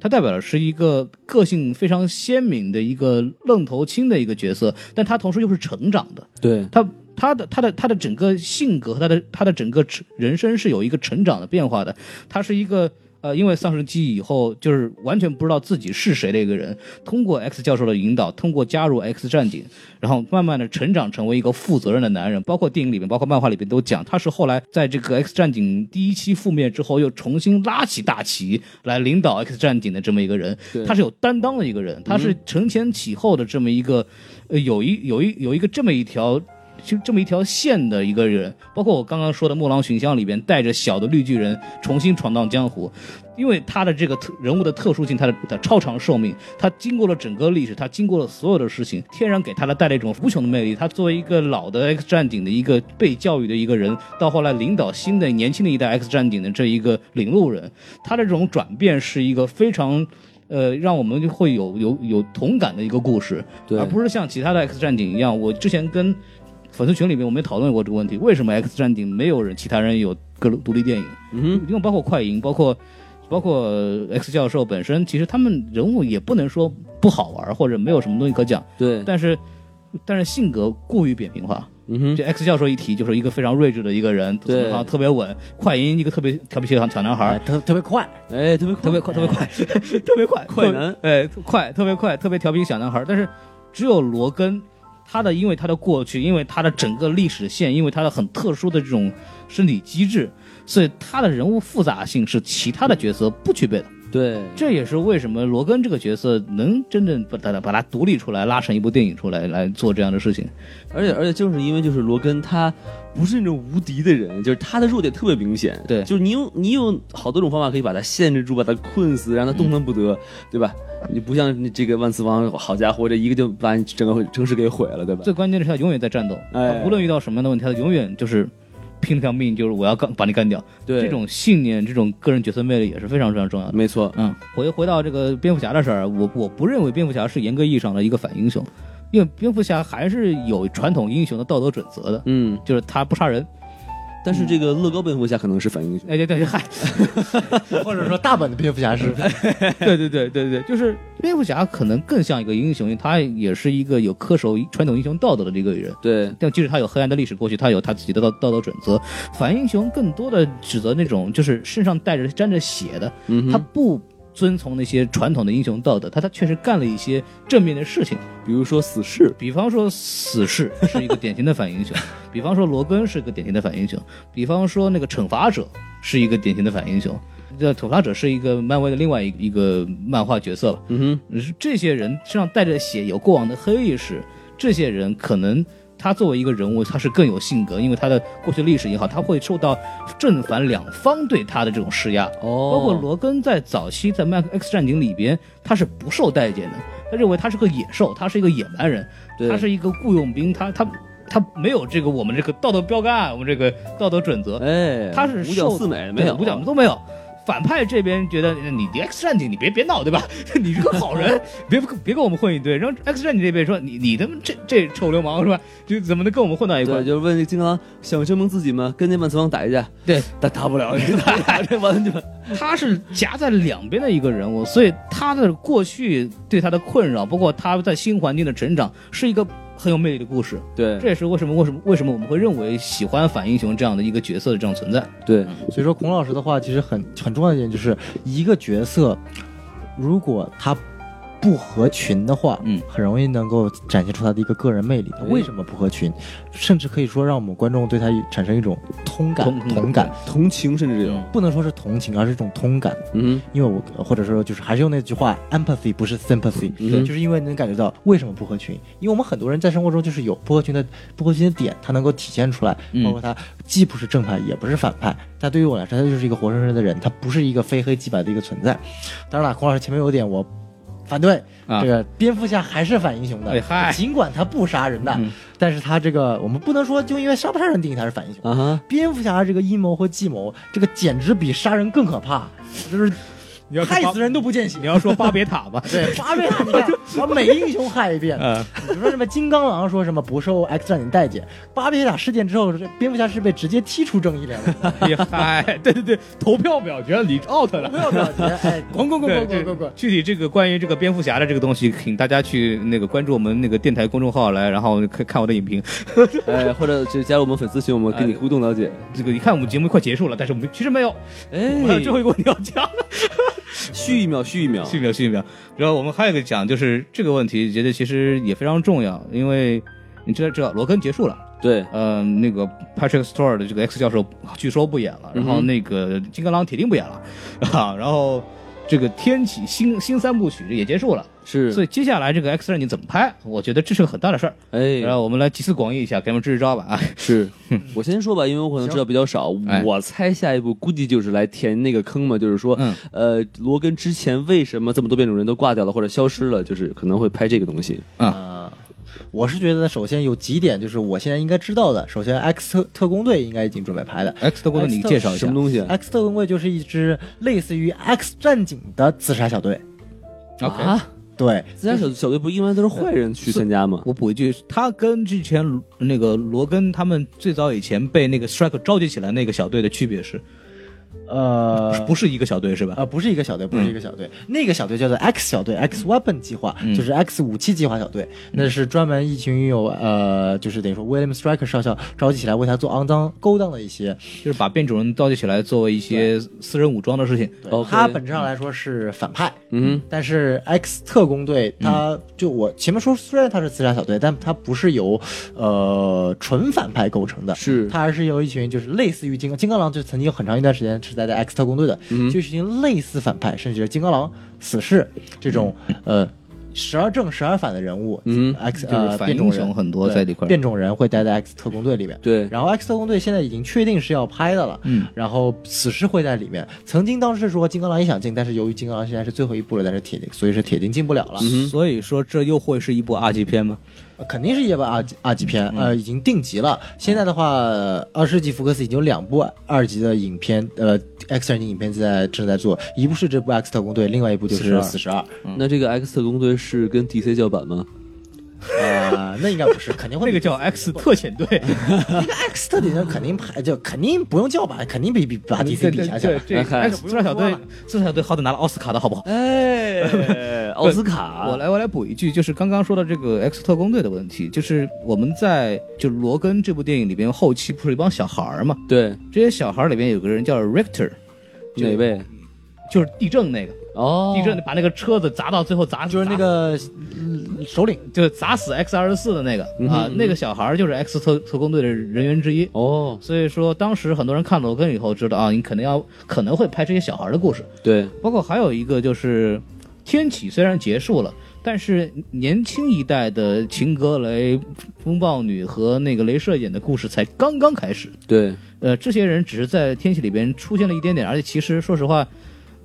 C: 它代表了是一个个性非常鲜明的一个愣头青的一个角色，但他同时又是成长的。
D: 对，
C: 他他的他的他的整个性格和他的他的整个成人生是有一个成长的变化的。他是一个呃，因为丧失记忆以后，就是完全不知道自己是谁的一个人。通过 X 教授的引导，通过加入 X 战警，然后慢慢的成长成为一个负责任的男人。包括电影里面，包括漫画里面都讲，他是后来在这个 X 战警第一期覆灭之后，又重新拉起大旗来领导 X 战警的这么一个人。他是有担当的一个人，他是承前启后的这么一个，呃，有一有一有一个这么一条。就这么一条线的一个人，包括我刚刚说的《木狼寻香》里边带着小的绿巨人重新闯荡江湖，因为他的这个特人物的特殊性，他的的超长寿命，他经过了整个历史，他经过了所有的事情，天然给他的带来一种无穷的魅力。他作为一个老的 X 战警的一个被教育的一个人，到后来领导新的年轻的一代 X 战警的这一个领路人，他的这种转变是一个非常。呃，让我们会有有有同感的一个故事，
D: 对
C: 而不是像其他的 X 战警一样。我之前跟粉丝群里面我们也讨论过这个问题，为什么 X 战警没有人其他人有个独立电影？
D: 嗯
C: 因为包括快银，包括包括呃 X 教授本身，其实他们人物也不能说不好玩或者没有什么东西可讲，
D: 对，
C: 但是但是性格过于扁平化。
D: 嗯哼，
C: 这 X 教授一提就是一个非常睿智的一个人，
D: 对
C: 好像特别稳。快银一个特别调皮小小男孩
B: 哎
C: 儿，
B: 特特别快，
D: 哎，特别
C: 特
D: 特
C: 别快，特别快， 特别快，
D: 快男
C: 特别，哎，快，特别快，特别调皮小男孩。但是只有罗根，他的因为他的过去，因为他的整个历史线，因为他的很特殊的这种身体机制，所以他的人物复杂性是其他的角色不具备的。
D: 对，
C: 这也是为什么罗根这个角色能真正把它把它独立出来，拉成一部电影出来来做这样的事情。
D: 而且而且正是因为就是罗根他不是那种无敌的人，就是他的弱点特别明显。
C: 对
D: 就是你用你用好多种方法可以把他限制住，把他困死，让他动弹不得，对吧？你不像你这个万磁王，好家伙，这一个就把你整个城市给毁了，对吧？
C: 最关键的是他永远在战斗，
D: 哎
C: 他无论遇到什么样的问题，他永远就是拼了条命，就是我要干把你干掉。
D: 对，
C: 这种信念，这种个人角色魅力也是非常非常重要的。
D: 没错，
C: 嗯，回回到这个蝙蝠侠的事儿，我我不认为蝙蝠侠是严格意义上的一个反英雄，因为蝙蝠侠还是有传统英雄的道德准则的，
E: 嗯，
C: 就是他不杀人。
E: 但是这个乐高蝙蝠侠可能是反英雄，
D: 嗯
C: 哎，对 对，嗨，
B: 或者说大本的蝙蝠侠 是
C: 对对对对对，就是蝙蝠侠可能更像一个英雄，因为他也是一个有恪守传统英雄道德的这个人。
E: 对，
C: 但即使他有黑暗的历史过去，他有他自己的道道德准则。反英雄更多的指责那种就是身上带着沾着血的，
E: 嗯哼，
C: 他不遵从那些传统的英雄道德，他他确实干了一些正面的事情。
E: 比如说死侍，
C: 比方说死侍是一个典型的反英雄，比方说罗根是一个典型的反英雄，比方说那个惩罚者是一个典型的反英雄。这惩罚者是一个漫威的另外一一个漫画角色了。
E: 嗯
C: 这些人身上带着血，有过往的黑历史，这些人可能他作为一个人物，他是更有性格，因为他的过去历史也好，他会受到正反两方对他的这种施压。
E: 哼，哦，
C: 包括罗根在早期在《麦克 X 战警》里边，他是不受待见的，他认为他是个野兽，他是一个野蛮人，
E: 对
C: 他是一个雇佣兵，他他他没有这个我们这个道德标杆啊，我们这个道德准则，
E: 哎，
C: 他是
E: 五角
C: 受
E: 四美没
C: 对
E: 有
C: 五角
D: 啊
C: 都没有。反派这边觉得你你 X 战警你别别闹对吧？ 你是个好 人，别别跟我们混一堆。然后 X 战警这边说你你他妈这这臭流氓是吧？就怎么能跟我们混到一块
E: 对，
C: 儿？
E: 就是问金刚狼想证明自己吗？跟那万磁王打一架，
C: 对，
E: 打打不了，打打这完全
C: 他是夹在两边的一个人物，所以他的过去对他的困扰，包括他在新环境的成长，是一个很有魅力的故事。
E: 对
C: 这也是为什么为什么为什么我们会认为喜欢反英雄这样的一个角色的这种存在。
E: 对，
B: 所以说，孔老师的话其实很很重要的一点就是，一个角色如果他不合群的话，
C: 嗯，
B: 很容易能够展现出他的一个个人魅力。为什么不合群？甚至可以说让我们观众对他产生一种通感、
C: 同
B: 同感，
E: 同情甚至有，
B: 不能说是同情，而是一种通感。
E: 嗯
B: 因为我或者说就是还是用那句话，empathy 不是 sympathy，、
E: 嗯
B: 就是因为能感觉到为什么不合群，因为我们很多人在生活中就是有不合群的不合群的点，它能够体现出来，
C: 嗯
B: 包括他既不是正派也不是反派，但对于我来说，他就是一个活生生的人，他不是一个非黑即白的一个存在。当然了，孔老师前面有点我。反对、
C: 啊
B: 这个蝙蝠侠还是反英雄的，
C: 哎嗨
B: 尽管他不杀人的，
C: 嗯
B: 但是他这个我们不能说就因为杀不杀人定义他是反英雄，
E: 啊哈，
B: 蝙蝠侠这个阴谋和计谋，这个简直比杀人更可怕，就是
C: 你要说
B: 害
C: 巴
B: 死人都不见血，
C: 你。要说巴别塔吧
B: 对，嗯巴贝 塔，你看，把每英雄害一遍。
C: 呃，
B: 比如说什么金刚狼说什么不受 X 战警待见，巴贝塔事件之后，这蝙蝠侠是被直接踢出正义联盟，
C: 也嗨，对对对，投票表决你 out 了
B: 不。要表决，哎，滚滚滚滚
C: 对
B: 滚滚滚。
C: 具体这个关于这个蝙蝠侠的这个东西，请大家去那个关注我们那个电台公众号来，然后看看我的影评。
E: 哎，或者就加入我们粉丝群，我们跟你互动了解，
C: 这个一看我们节目快结束了，但是我们其实没有，我还有
E: 哎，
C: 最后一个问题要讲。
E: 续一秒，续一秒，
C: 续秒续秒。然后我们还有一个讲，就是这个问题，觉得其实也非常重要，因为你知道，知道罗根结束了，
E: 对，
C: 嗯、那个 Patrick Stewart 的这个 X 教授据说不演了，然后
E: 嗯哼
C: 那个金刚狼铁定不演了， 啊，然后这个天启新新三部曲也结束了，
E: 是，
C: 所以接下来这个 X 战警怎么拍，我觉得这是个很大的事儿。
E: 哎，
C: 然后我们来集思广益一下，给我们支支招吧啊！
E: 是我先说吧，因为我可能知道比较少
C: 哎。
E: 我猜下一步估计就是来填那个坑嘛，就是说
C: 嗯，
E: 呃，罗根之前为什么这么多变种人都挂掉了或者消失了，就是可能会拍这个东西。
B: 啊，我是觉得首先有几点就是我现在应该知道的，首先 X 特特工队应该已经准备拍了。
C: X 特工队，你介绍一
E: 什
C: 下
E: 么。东西啊？
B: X 特工队就是一支类似于 X 战警的自杀小队，
C: OK，、
E: 啊
B: 对，
E: 自家小小队不一般都是坏人去参加吗？
C: 我补一句，他跟之前那个罗根他们最早以前被那个 Strike 召集起来那个小队的区别是，
B: 呃，
C: 不是一个小队是吧？
B: 呃，不是一个小队，不是一个小队，那个小队叫做 X 小队，X Weapon 计划，就是 X 武器计划小队，那是专门一群有呃，就是等于说 William Striker 少校召集起来为他做肮脏勾当的一些，
C: 就是把变种人召集起来作为一些私人武装的事情。
B: 对
E: OK
B: 他本质上来说是反派，
E: 嗯，
B: 但是 X 特工队，
C: 嗯
B: 他就我前面说，虽然他是自杀小队，但他不是由呃纯反派构成的，
E: 是
B: 他还是由一群就是类似于金刚金刚狼，就曾经有很长一段时间是待在 X 特工队的，
C: 嗯
B: 就是一群类似反派，甚至是金刚狼、死侍这种呃。时而正时而反的人物，
E: 嗯
B: ，X
C: 嗯就是
B: 呃
C: 反
B: 变种
C: 英雄
B: 人
C: 很多
B: 对
C: 在这块儿
B: 变种人会待在 X 特工队里面，
E: 对，
B: 然后 X 特工队现在已经确定是要拍的了，
C: 嗯，
B: 然后死侍会在里面。曾经当时说金刚狼也想进，但是由于金刚狼现在是最后一步了，但是铁定，所以是铁定进不了了。
C: 所以说，这又会是一部 R 级片吗？
B: 呃肯定是夜半二级二级片，
C: 嗯
B: 呃，已经定级了。现在的话，呃二世纪福克斯已经有两部二级的影片，呃，X 战警影片在正在做，一部是这部 X 特工队，另外一部就是
C: 42
B: 死十二。
E: 那这个 X 特工队是跟 DC 叫板吗？
B: 啊，那应该不是，肯定 会
C: 那个叫 X 特遣队，
B: 那个 X 特底下肯定排就肯定不用叫吧，肯定比比把 DC 比下去
C: 对
B: 了。
C: 对，这
E: 哎
C: X 特遣小队，特遣小队好歹拿了奥斯卡的好不好？
E: 哎，奥斯卡，
C: 我来，我来补一句，就是刚刚说到这个 X 特工队的问题，就是我们在就罗根这部电影里边后期不是一帮小孩儿嘛？
E: 对
C: 这些小孩儿里边有个人叫 Richter，就
E: 哪位？
C: 就是地震那个，
E: 哦，
C: 地震把那个车子砸到最后砸，
B: 就是那个嗯首领，
C: 就砸死 X 二十四的那个
E: 嗯
C: 啊，那个小孩儿就是 X 特特工队的人员之一。
E: 哦，
C: 所以说，当时很多人看罗根以后知道啊，你肯定要可能会拍这些小孩儿的故事，
E: 对，
C: 包括还有一个就是，天启虽然结束了，但是年轻一代的秦格雷、风暴女和那个镭射眼的故事才刚刚开始。
E: 对，
C: 呃，这些人只是在天启里边出现了一点点，而且其实说实话，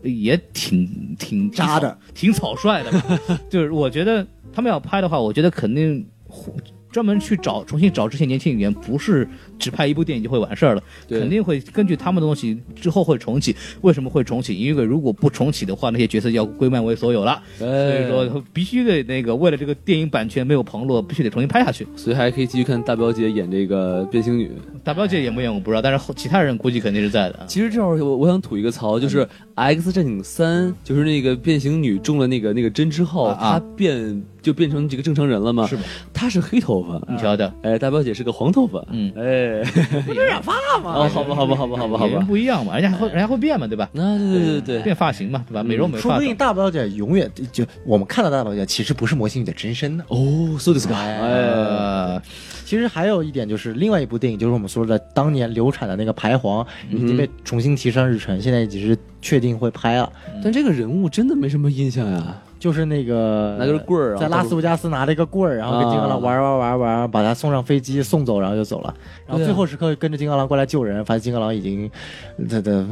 C: 也挺挺
B: 渣的，
C: 挺草率的 吧。就是我觉得他们要拍的话，我觉得肯定专门去找重新找这些年轻演员，不是只拍一部电影就会完事儿了，
E: 对
C: 肯定会根据他们的东西之后会重启。为什么会重启？因为如果不重启的话，那些角色要归漫威所有了，所
E: 所
C: 以说必须得那个为了这个电影版权没有旁落，必须得重新拍下去。
E: 所以还可以继续看大表姐演这个变形女。
C: 大表姐演不演我不知道，但是后其他人估计肯定是在的。啊
E: 其实这会儿我我想吐一个槽，就是《X 战警三》，就是那个变形女中了那个那个针之后，
C: 啊啊
E: 她变就变成这个正常人了嘛？
C: 是吧？
E: 她是黑头发，
C: 你瞧瞧，
E: 哎，大表姐是个黄头发，
C: 嗯
E: 哎，
C: 演员
E: 哦，好吧，好吧，好吧，好吧，好
C: 演员
E: 吧，
C: 不一样嘛，人家还会人家会变嘛，对吧？
E: 那对对对对，
C: 变发型嘛，对吧？美容美
B: 嗯说
C: 发
B: 不
C: 的。
B: 定大表姐永远就我们看到大表姐其实不是魔形女的真身呢。
E: 哦，そうですか，哎，
C: 呃，
B: 其实还有一点就是另外一部电影，就是我们说的当年流产的那个排皇已经被重新提上日程，现在已经是确定会拍了，
E: 但这个人物真的没什么印象呀，
B: 就是那个
E: 拿根棍儿啊
B: 在拉斯维加斯拿着一个棍儿，然后跟金刚狼玩玩玩玩，把他送上飞机送走，然后就走了。然后
E: 啊
B: 最后时刻跟着金刚狼过来救人，发现金刚狼已经 这这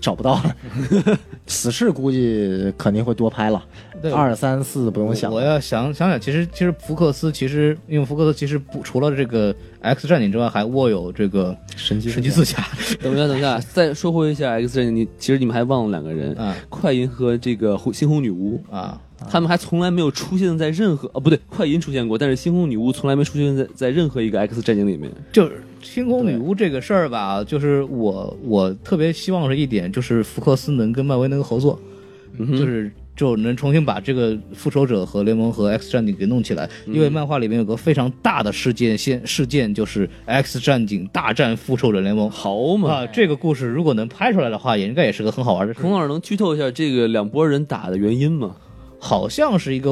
B: 找不到了。 死侍估计肯定会多拍了，
C: 对
B: 二三四不用想了。
C: 我要想想想，其实其实福克斯其实因为福克斯其实不除了这个 X 战警之外，还握有这个
B: 神奇
C: 神奇四侠
E: 等一下，等一下， 再说回一下 X 战警，你其实你们还忘了两个人，
C: 嗯
E: 快银和这个红猩红女巫，
C: 啊，
E: 他们还从来没有出现在任何啊，不对，快银出现过，但是猩红女巫从来没出现在在任何一个 X 战警里面。
C: 就是星空女巫这个事儿吧，就是我我特别希望是一点，就是福克斯能跟漫威能够合作，就是。就能重新把这个复仇者和联盟和 X 战警给弄起来，因为漫画里面有个非常大的事件线事件，就是 X 战警大战复仇者联盟。
E: 好嘛，
C: 啊，这个故事如果能拍出来的话，也应该也是个很好玩的事。
E: 孔老师能剧透一下这个两拨人打的原因吗？
C: 好像是一个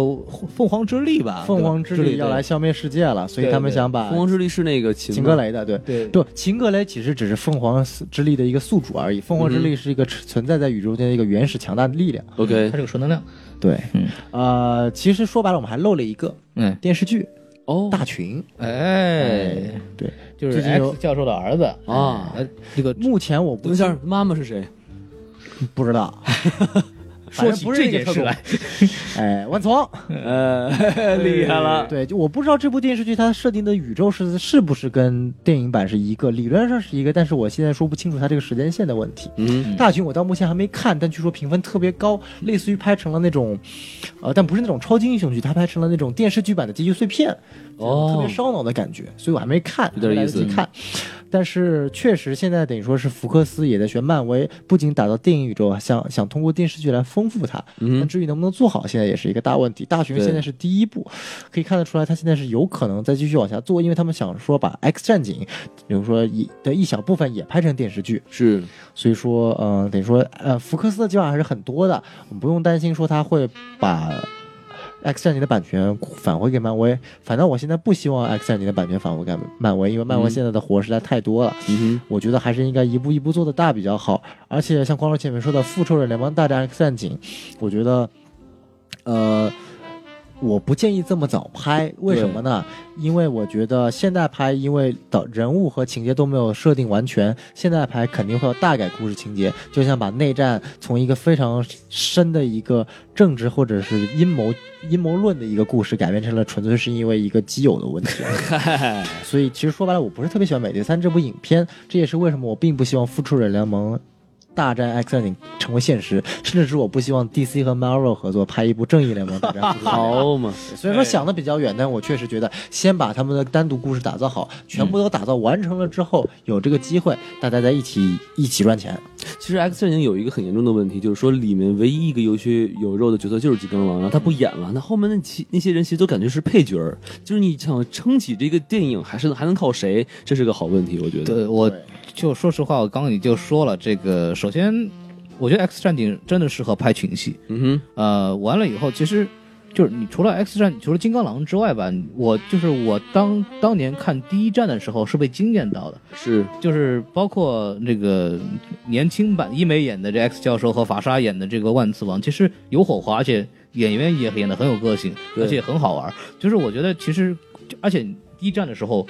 C: 凤凰之力吧，
B: 凤凰之
C: 对吧
B: 力要来消灭世界了，所以他们想把
E: 凤凰之力是那个秦
B: 秦格
E: 吗
B: 雷的，对
C: 对
B: 对，秦格雷其实只是凤凰之力的一个宿主
E: 嗯
B: 而已。凤凰之力是一个存在在宇宙间的一个原始强大的力量。
C: 它
E: OK，
C: 是个纯能量。
B: 对，
C: 嗯
B: 呃，其实说白了，我们还漏了一个
C: 嗯，
B: 电视剧
E: 哦
B: 《大群》。
C: 哎，
B: 对，
C: 就是
B: 最近有
C: X 教授的儿子
E: 啊，
C: 呃这个
B: 目前我不
E: 等一下，妈妈是谁？
B: 不知道。
C: 说
B: 反正
C: 起
B: 不是
C: 这
B: 那个
C: 件
B: 特
C: 事
B: 工
C: 来，
B: 哎，万磁 王，
E: 呃，厉害了，
B: 对，就我不知道这部电视剧它设定的宇宙是是不是跟电影版是一个，理论上是一个，但是我现在说不清楚它这个时间线的问题。
E: 嗯，
B: 大群我到目前还没看，但据说评分特别高，类似于拍成了那种，呃，但不是那种超级英雄剧，它拍成了那种电视剧版的《结局碎片》，
E: 哦
B: 特别烧脑的感觉，所以我还没看，
E: 有点
B: 还没来
E: 意
B: 得
E: 思
B: 及看。但是确实现在等于说是福克斯也在学漫威，不仅打造电影宇宙，啊想想通过电视剧来丰富它。但至于能不能做好，现在也是一个大问题。大
E: 嗯
B: 群
E: 对
B: 现在是第一步，可以看得出来，他现在是有可能再继续往下做，因为他们想说把《X 战警》，比如说一的一小部分也拍成电视剧。
E: 是
B: 所以说，嗯、呃，等于说，呃，福克斯的计划还是很多的，我们不用担心说他会把 X 战警的版权返回给漫威。反正我现在不希望 X 战警的版权返回给漫威，因为漫威现在的活实在太多了。
E: 嗯
B: 我觉得还是应该一步一步做的大比较好。而且像光头前面说的《复仇者联盟大战 X 战警》，我觉得，呃。我不建议这么早拍，为什么呢？因为我觉得现在拍，因为导人物和情节都没有设定完全，现在拍肯定会要大改故事情节，就像把内战从一个非常深的一个政治或者是阴谋阴谋论的一个故事，改变成了纯粹是因为一个基友的问题。所以其实说白了，我不是特别喜欢《美队三》这部影片，这也是为什么我并不希望《复仇者联盟》。大战 X 战警成为现实，甚至是我不希望 DC 和 Marvel 合作拍一部正义联盟大啊战复仇者联盟。
E: 好嘛，
B: 虽然说想的比较远，但我确实觉得先把他们的单独故事打造好，全部都打造完成了之后，有这个机会，大家在一起一起赚钱。
E: 其实 X 战警有一个很严重的问题，就是说里面唯一一个有血有肉的角色就是金刚狼，然后他不演了，那后面那其那些人其实都感觉是配角儿，就是你想撑起这个电影，还是还能靠谁？这是个好问题，我觉得。
C: 对，我
B: 对
C: 就说实话，我刚刚你就说了这个，首先，我觉得《X 战警》真的适合拍群戏。
E: 嗯
C: 呃，完了以后，其实就是你除了 X 战，除了金刚狼之外吧，我就是我当当年看第一战的时候是被惊艳到的，
E: 哼，是
C: 就是包括那个年轻版伊美演的这 X 教授和法莎演的这个万磁王，其实有火花，而且演员也演的很有个性，
E: 对
C: 而且很好玩。就是我觉得其实，就而且第一战的时候。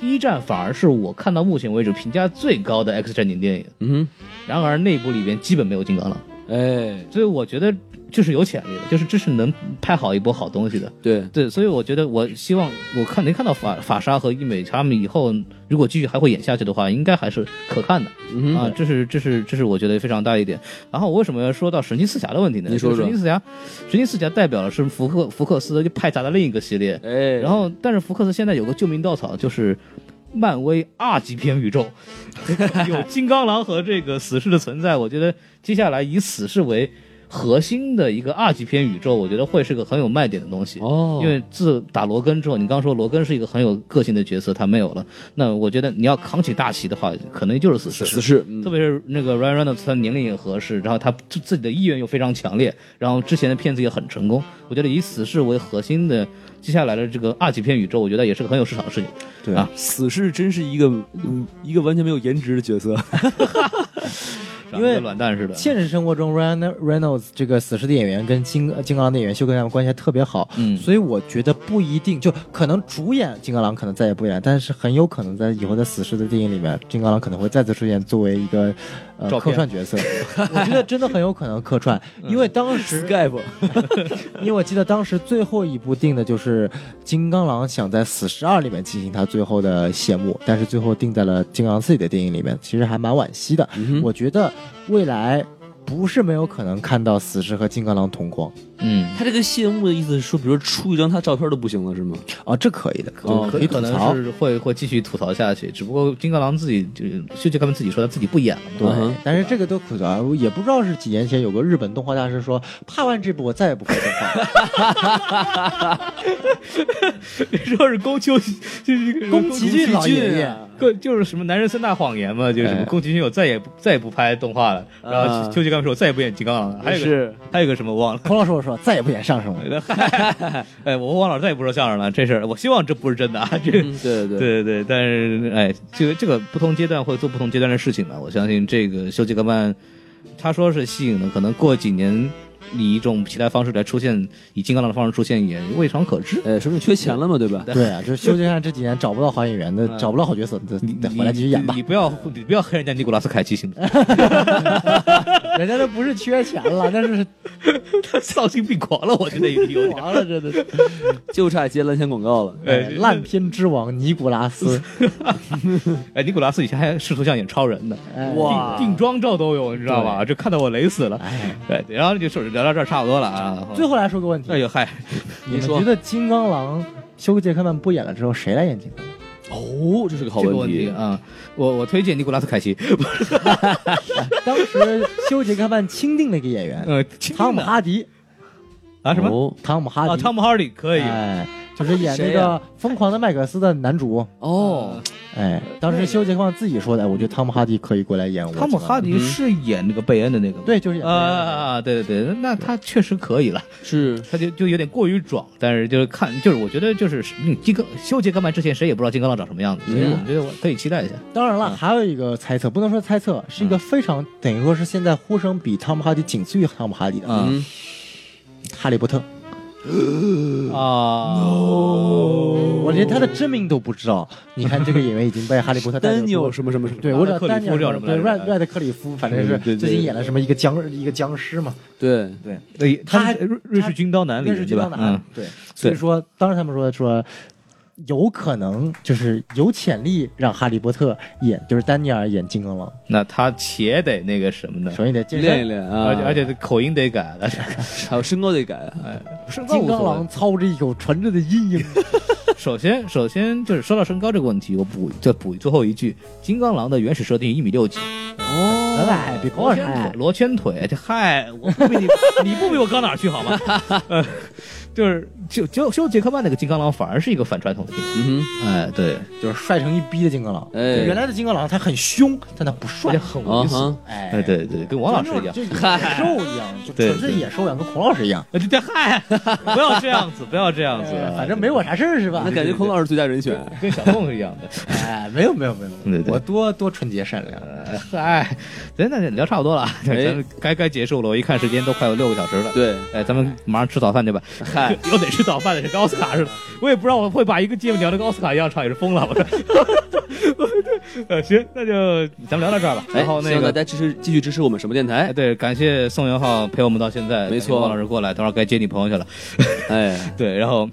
C: 第一战反而是我看到目前为止评价最高的 X 战警电影，
E: 嗯
C: 然而内部里边基本没有金刚狼。
E: 哼，哎，
C: 所以我觉得就是有潜力的，就是这是能拍好一波好东西的。
E: 对，
C: 对，所以我觉得我希望我看能看到法法莎和伊美他们以后如果继续还会演下去的话，应该还是可看的
E: 嗯
C: 啊
E: 哼，。
C: 这是这是这是我觉得非常大一点。然后我为什么要说到神奇四侠的问题呢？
E: 你说说
C: 就是神奇四侠，神奇四侠代表的是福克福克斯就派砸的另一个系列，
E: 哎，
C: 然后但是福克斯现在有个救命稻草就是。漫威二级片宇宙有金刚狼和这个死侍的存在，我觉得接下来以死侍为核心的一个二级片宇宙，我觉得会是个很有卖点的东西。
E: 哦，
C: 因为自打罗根之后，你刚说罗根是一个很有个性的角色，他没有了。那我觉得你要扛起大旗的话，可能就是死侍。
E: 死侍，嗯
C: 特别是那个 Ryan Reynolds，他年龄也合适，然后他自自己的意愿又非常强烈，然后之前的片子也很成功。我觉得以死侍为核心的接下来的这个二级片宇宙，我觉得也是个很有市场的事情。
B: 对
C: 啊
E: 死侍真是一个嗯一个完全没有颜值的角色。
C: 长得跟卵蛋似的，
B: 现实生活中，Ryan Reynolds 这个死侍的演员跟金呃金刚狼的演员休克他们关系还特别好，
C: 嗯
B: 所以我觉得不一定，就可能主演金刚狼可能再也不演，但是很有可能在以后的死侍的电影里面，金刚狼可能会再次出现作为一个呃
C: 照片
B: 客
C: 嗯
B: 串 角色，我觉得真的很有可能客串，因为当时
E: Skype，
B: 因为我记得当时最后一部定的就是金刚狼想在《死侍二》里面进行他最后的谢幕，但是最后定在了金刚狼自己的电影里面，其实还蛮惋惜的。我觉得未来不是没有可能看到死侍和金刚狼同框
C: 嗯，
E: 他这个谢幕的意思是说，比如说出一张他照片都不行了，是吗？
B: 啊，这可以的，
C: 哦
B: 可以
C: 可
B: 吐
C: 能
B: 槽。
C: 是会会继续吐槽下去，只不过金刚狼自己就休杰克们自己说他自己不演了嘛。
B: 对
E: 嗯哼，
B: 但是这个都吐槽，也不知道是几年前有个日本动画大师说，拍完这部我再也不拍动画了，
C: 说是宫秋，就是这个
B: 宫崎骏老爷爷。
C: 个啊就是什么男人三大谎言嘛，就是什么
B: 哎
C: 宫崎骏我再也不再也不拍动画了，然
E: 啊
C: 后秋吉刚说我再也不演金刚狼了，还有一个还有一个什么忘了，
B: 孔老师我说再也不演相声了。
C: 哎，我忘了再也不说相声了，这事儿我希望这不是真的啊，这
E: 嗯对对对，
C: 对对对，但是哎，这个这个不同阶段会做不同阶段的事情吧。我相信这个休杰克曼，他说是吸引的，可能过几年以一种其他方式来出现，以金刚狼的方式出现也未尝可知。
E: 哎，说明缺钱了嘛，对吧？
B: 对啊，就是休杰克曼这几年找不到好演员的，找不到好角色的，得回来继续演吧
C: 你。你不要你不要黑人家尼古拉斯凯奇行吗？
B: 人家都不是缺钱了，那是
C: 丧心病狂了，我觉得有有点。
B: 黄了，真的是。
E: 就差接蓝钱广告了。
C: 哎
B: 哎，烂片之王尼古拉斯，
C: 哎，尼古拉斯以前还试图想演超人呢，
B: 哎
E: 哇
C: 定定妆照都有，你知道吧？这看得我雷死了。
B: 哎，
C: 对，然后就说聊到这儿差不多了啊。
B: 最后来说个问
C: 哎
B: 题，
C: 呦嗨，
B: 你们
E: 说
B: 觉得金刚狼休杰克曼不演了之后，谁来演金刚狼？
E: 哦，这是个好
C: 这个
E: 问
C: 问题
E: 题。
C: 啊，我我推荐尼古拉斯凯奇，
B: 当时休杰克曼钦定了一个演员，
C: 呃，
B: 汤姆哈迪，
C: 啊什么
E: 哦
B: 汤姆哈
C: 啊？
B: 迪，
C: 汤姆哈迪可以。
B: 哎，就是演那
E: 谁
B: 个
E: 呀
B: 《疯狂的麦克斯》的男主，
E: 哦，
B: 哎，当时休杰克曼自己说的，哎我觉得汤姆哈迪可以过来演我。
C: 汤姆哈，迪是演那个贝恩的那个吗
B: 嗯对，就是演
C: 啊
B: 这个
C: 啊啊！啊对对对，那他确实可以了。
E: 是
C: 他就就有点过于壮，但是就是看，就是我觉得就是嗯金刚修杰克曼之前谁也不知道金刚狼长什么样子，
B: 嗯
C: 所以我们觉得我可以期待一下。
B: 当然了，还有一个猜测，不能说猜测，是一个非
C: 嗯
B: 常等于说是现在呼声比汤姆哈迪仅次于汤姆哈迪的
C: 嗯
B: 哈利波特。嗯
C: 啊，哦
B: 我连他的真名都不知道。你看这个演员已经被哈利波特带
E: 丹
B: 进入
E: 尼什么什么什么？
B: 对我知道
C: 克里
B: 丹
C: 夫
B: 尼尔
C: 叫什么
B: 对
C: 来
B: ，Red
C: 着
B: Red 克里夫，反正是
E: 对对对
B: 最近演了什么一个僵一个僵尸嘛，
E: 对，
C: 对，他
B: 他
C: 是瑞瑞士军刀男里
B: 瑞
C: 面
B: 士
C: 对
B: 军
C: 吧
B: 刀？男
C: 嗯，
B: 对，所以说当时他们说说。有可能就是有潜力让哈利波特演，就是丹尼尔演金刚狼，
C: 那他且得那个什么呢？
B: 首先得健
E: 练一
B: 身。
E: 练啊，
C: 而且而且口音得改了，
E: 还有身高得改，啊
C: 身
B: 金刚狼操着一口纯正的阴 影，
C: 首先，首先就是说到身高这个问题，我补再补最后一句：金刚狼的原始设定一米六几，
B: 咱俩还比
C: 罗
B: 高
C: 圈腿
B: 啥，？
C: 罗圈腿，这嗨，我不比 你，你不比我高哪儿去好吗？ 呃就是就就就杰克曼那个金刚狼反而是一个反传统的电影，
E: 嗯
C: 哎，对，
B: 就是帅成一逼的金刚狼。
E: 哎
B: 原来的金刚狼他很凶，但他不
C: 而
B: 帅
C: 且，很
E: 哼，啊
C: 猥琐，
E: 哈，
C: 哎，
B: 哎，
C: 对对，跟王老师一样
B: 就，野兽一 样，就
C: 对
B: 纯粹野兽一样，跟孔老师一样。
C: 哎对对，嗨，不要这样子，不要这样子
B: 哎，反正没我啥事儿是吧
E: 那？ 感觉孔老师最佳人选，
C: 跟小凤是一样的。
B: 哎，没有没有没有，
C: 对对
B: 我多多纯洁善良。啊
C: 呃，嗨，咱那聊差不多了，咱们该该结束了。我一看时间都快有六个小时了。
E: 对，
C: 哎，咱们马上吃早饭去吧。嗨， 又得吃早饭了，这跟奥斯卡似的。我也不知道我会把一个节目聊的跟奥斯卡一样长，也是疯了。我说， 呃，行，那就咱们聊到这儿吧。
E: 哎
C: 然后
E: 希
C: 那
E: 望大
C: 个，
E: 家支持继续支持我们什么电
C: 哎，
E: 台，
C: 对，感谢宋元浩陪我们到现在，
E: 没错
C: 王老师过来，等会儿该接你朋友去了。
E: 哎
C: 对，然后，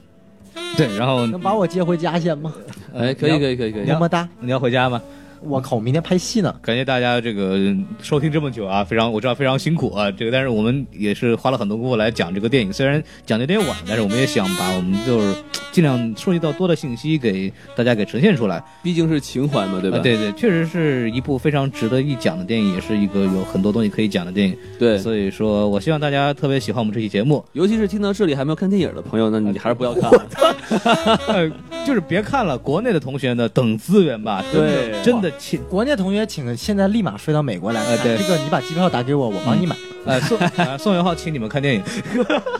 C: 对，然后
B: 嗯能把我接回家先吗？
E: 哎，可以可以可以可以，
B: 么么哒！
C: 你要回家吗？
B: 我靠，我明天拍戏呢。
C: 感谢大家这个收听这么久啊，非常我知道非常辛苦啊，这个但是我们也是花了很多功夫来讲这个电影，虽然讲的有点晚，但是我们也想把我们就是尽量收集到多的信息给大家给呈现出来。
E: 毕竟是情怀嘛，对吧
C: 啊？对对，确实是一部非常值得一讲的电影，也是一个有很多东西可以讲的电影。
E: 对，
C: 所以说我希望大家特别喜欢我们这期 节目，
E: 尤其是听到这里还没有看电影的朋友，那你还是不要看，
C: 呃，就是别看了，国内的同学呢等资源吧，真的
E: 对
C: 真的请
B: 国内同学，请现在立马飞到美国来
C: 哎
B: 看。
C: 对
B: 这个你把机票打给我，我帮你买；
C: 呃宋呃宋元浩请你们看电影，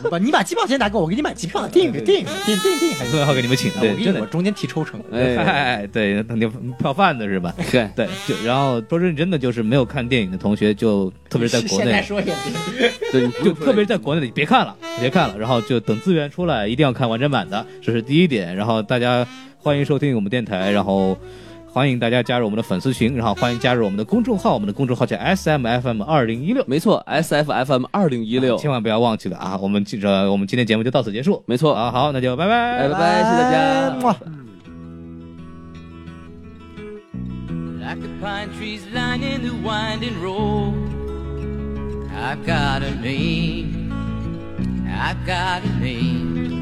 B: 不，你把机票钱打给我，我给你买机票。电影
C: 对，
B: 电影，电影，电影，电影还
C: 宋元浩给你们请，
B: 啊
C: 对
B: 我，给
C: 真
B: 你，
C: 的
B: 我中间提抽成。
E: 哎，
C: 哎，对，那你票贩子是吧？
E: 对，
C: 对，就然后说认真的，就是没有看电影的同学，就特别是在国内，
B: 说也行。
E: 对，你不
C: 就
E: 用说
C: 特别是在国内的，别看了，别看了，然后就等资源出来，一定要看完整版的，这是第一点。然后大家欢迎收听我们电台，然后。欢迎大家加入我们的粉丝群，然后欢迎加入我们的公众号，我们的公众号叫 S M F M 二零一六，
E: 没错，S F F M 二零一六，
C: 千万不要忘记了啊！我们记着，我们今天节目就到此结束。
E: 没错
C: 啊，好，那就拜拜
E: 哎拜拜，谢谢大家。
B: 么。
F: like the pine trees lining the winding road. I've got a name, I've got a name.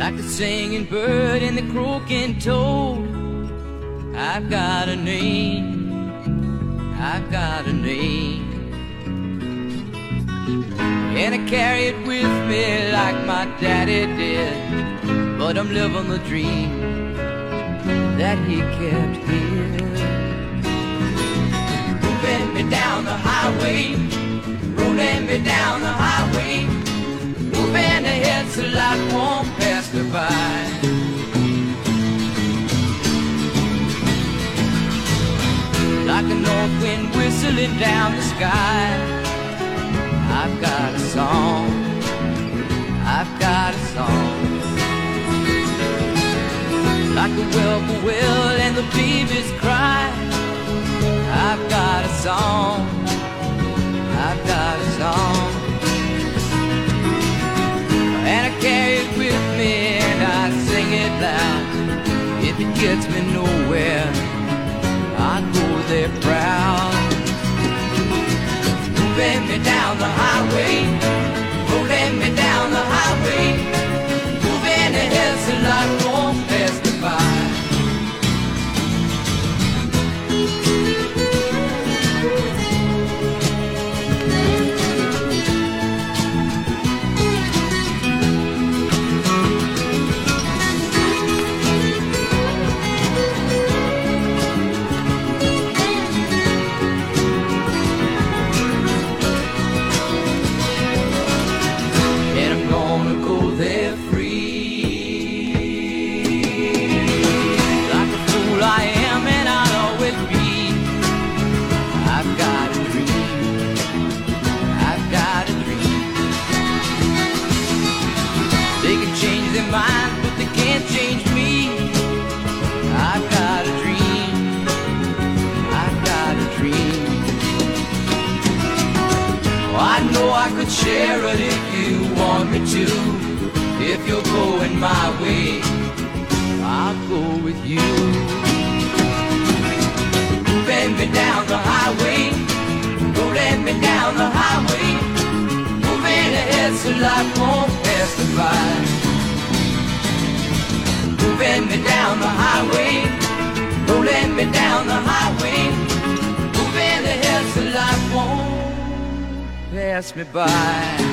F: Like the singing bird and the croaking toad. I've got a name, I've got a name. And I carry it with me like my daddy did. But I'm living the dream that he kept here. Rolling me down the highway, rolling me down the highway, moving ahead so life won't pass me by. Like a north wind whistling down the sky, I've got a song, I've got a song. Like the whelp will and the babies cry I've got a song I've got a song And I carry it with me and I sing it loud If it gets me nowhere I go there proud Moving me down the highway Rolling me down the highway moving ahead so life won't pass me by. And I'm gonna go there free Like a fool I am and I'll always be I've got a dream I've got a dream They can change their minds but they can't change me I've got a dream I've got a dream I know I could share it if you want me to. If you're going coming my way, I'll go with you. Bend me down the highway, rolling me down the highway, moving ahead so life won't pass me by. Bend me down the highway, rolling me down the highway, moving ahead so life won't pass me by.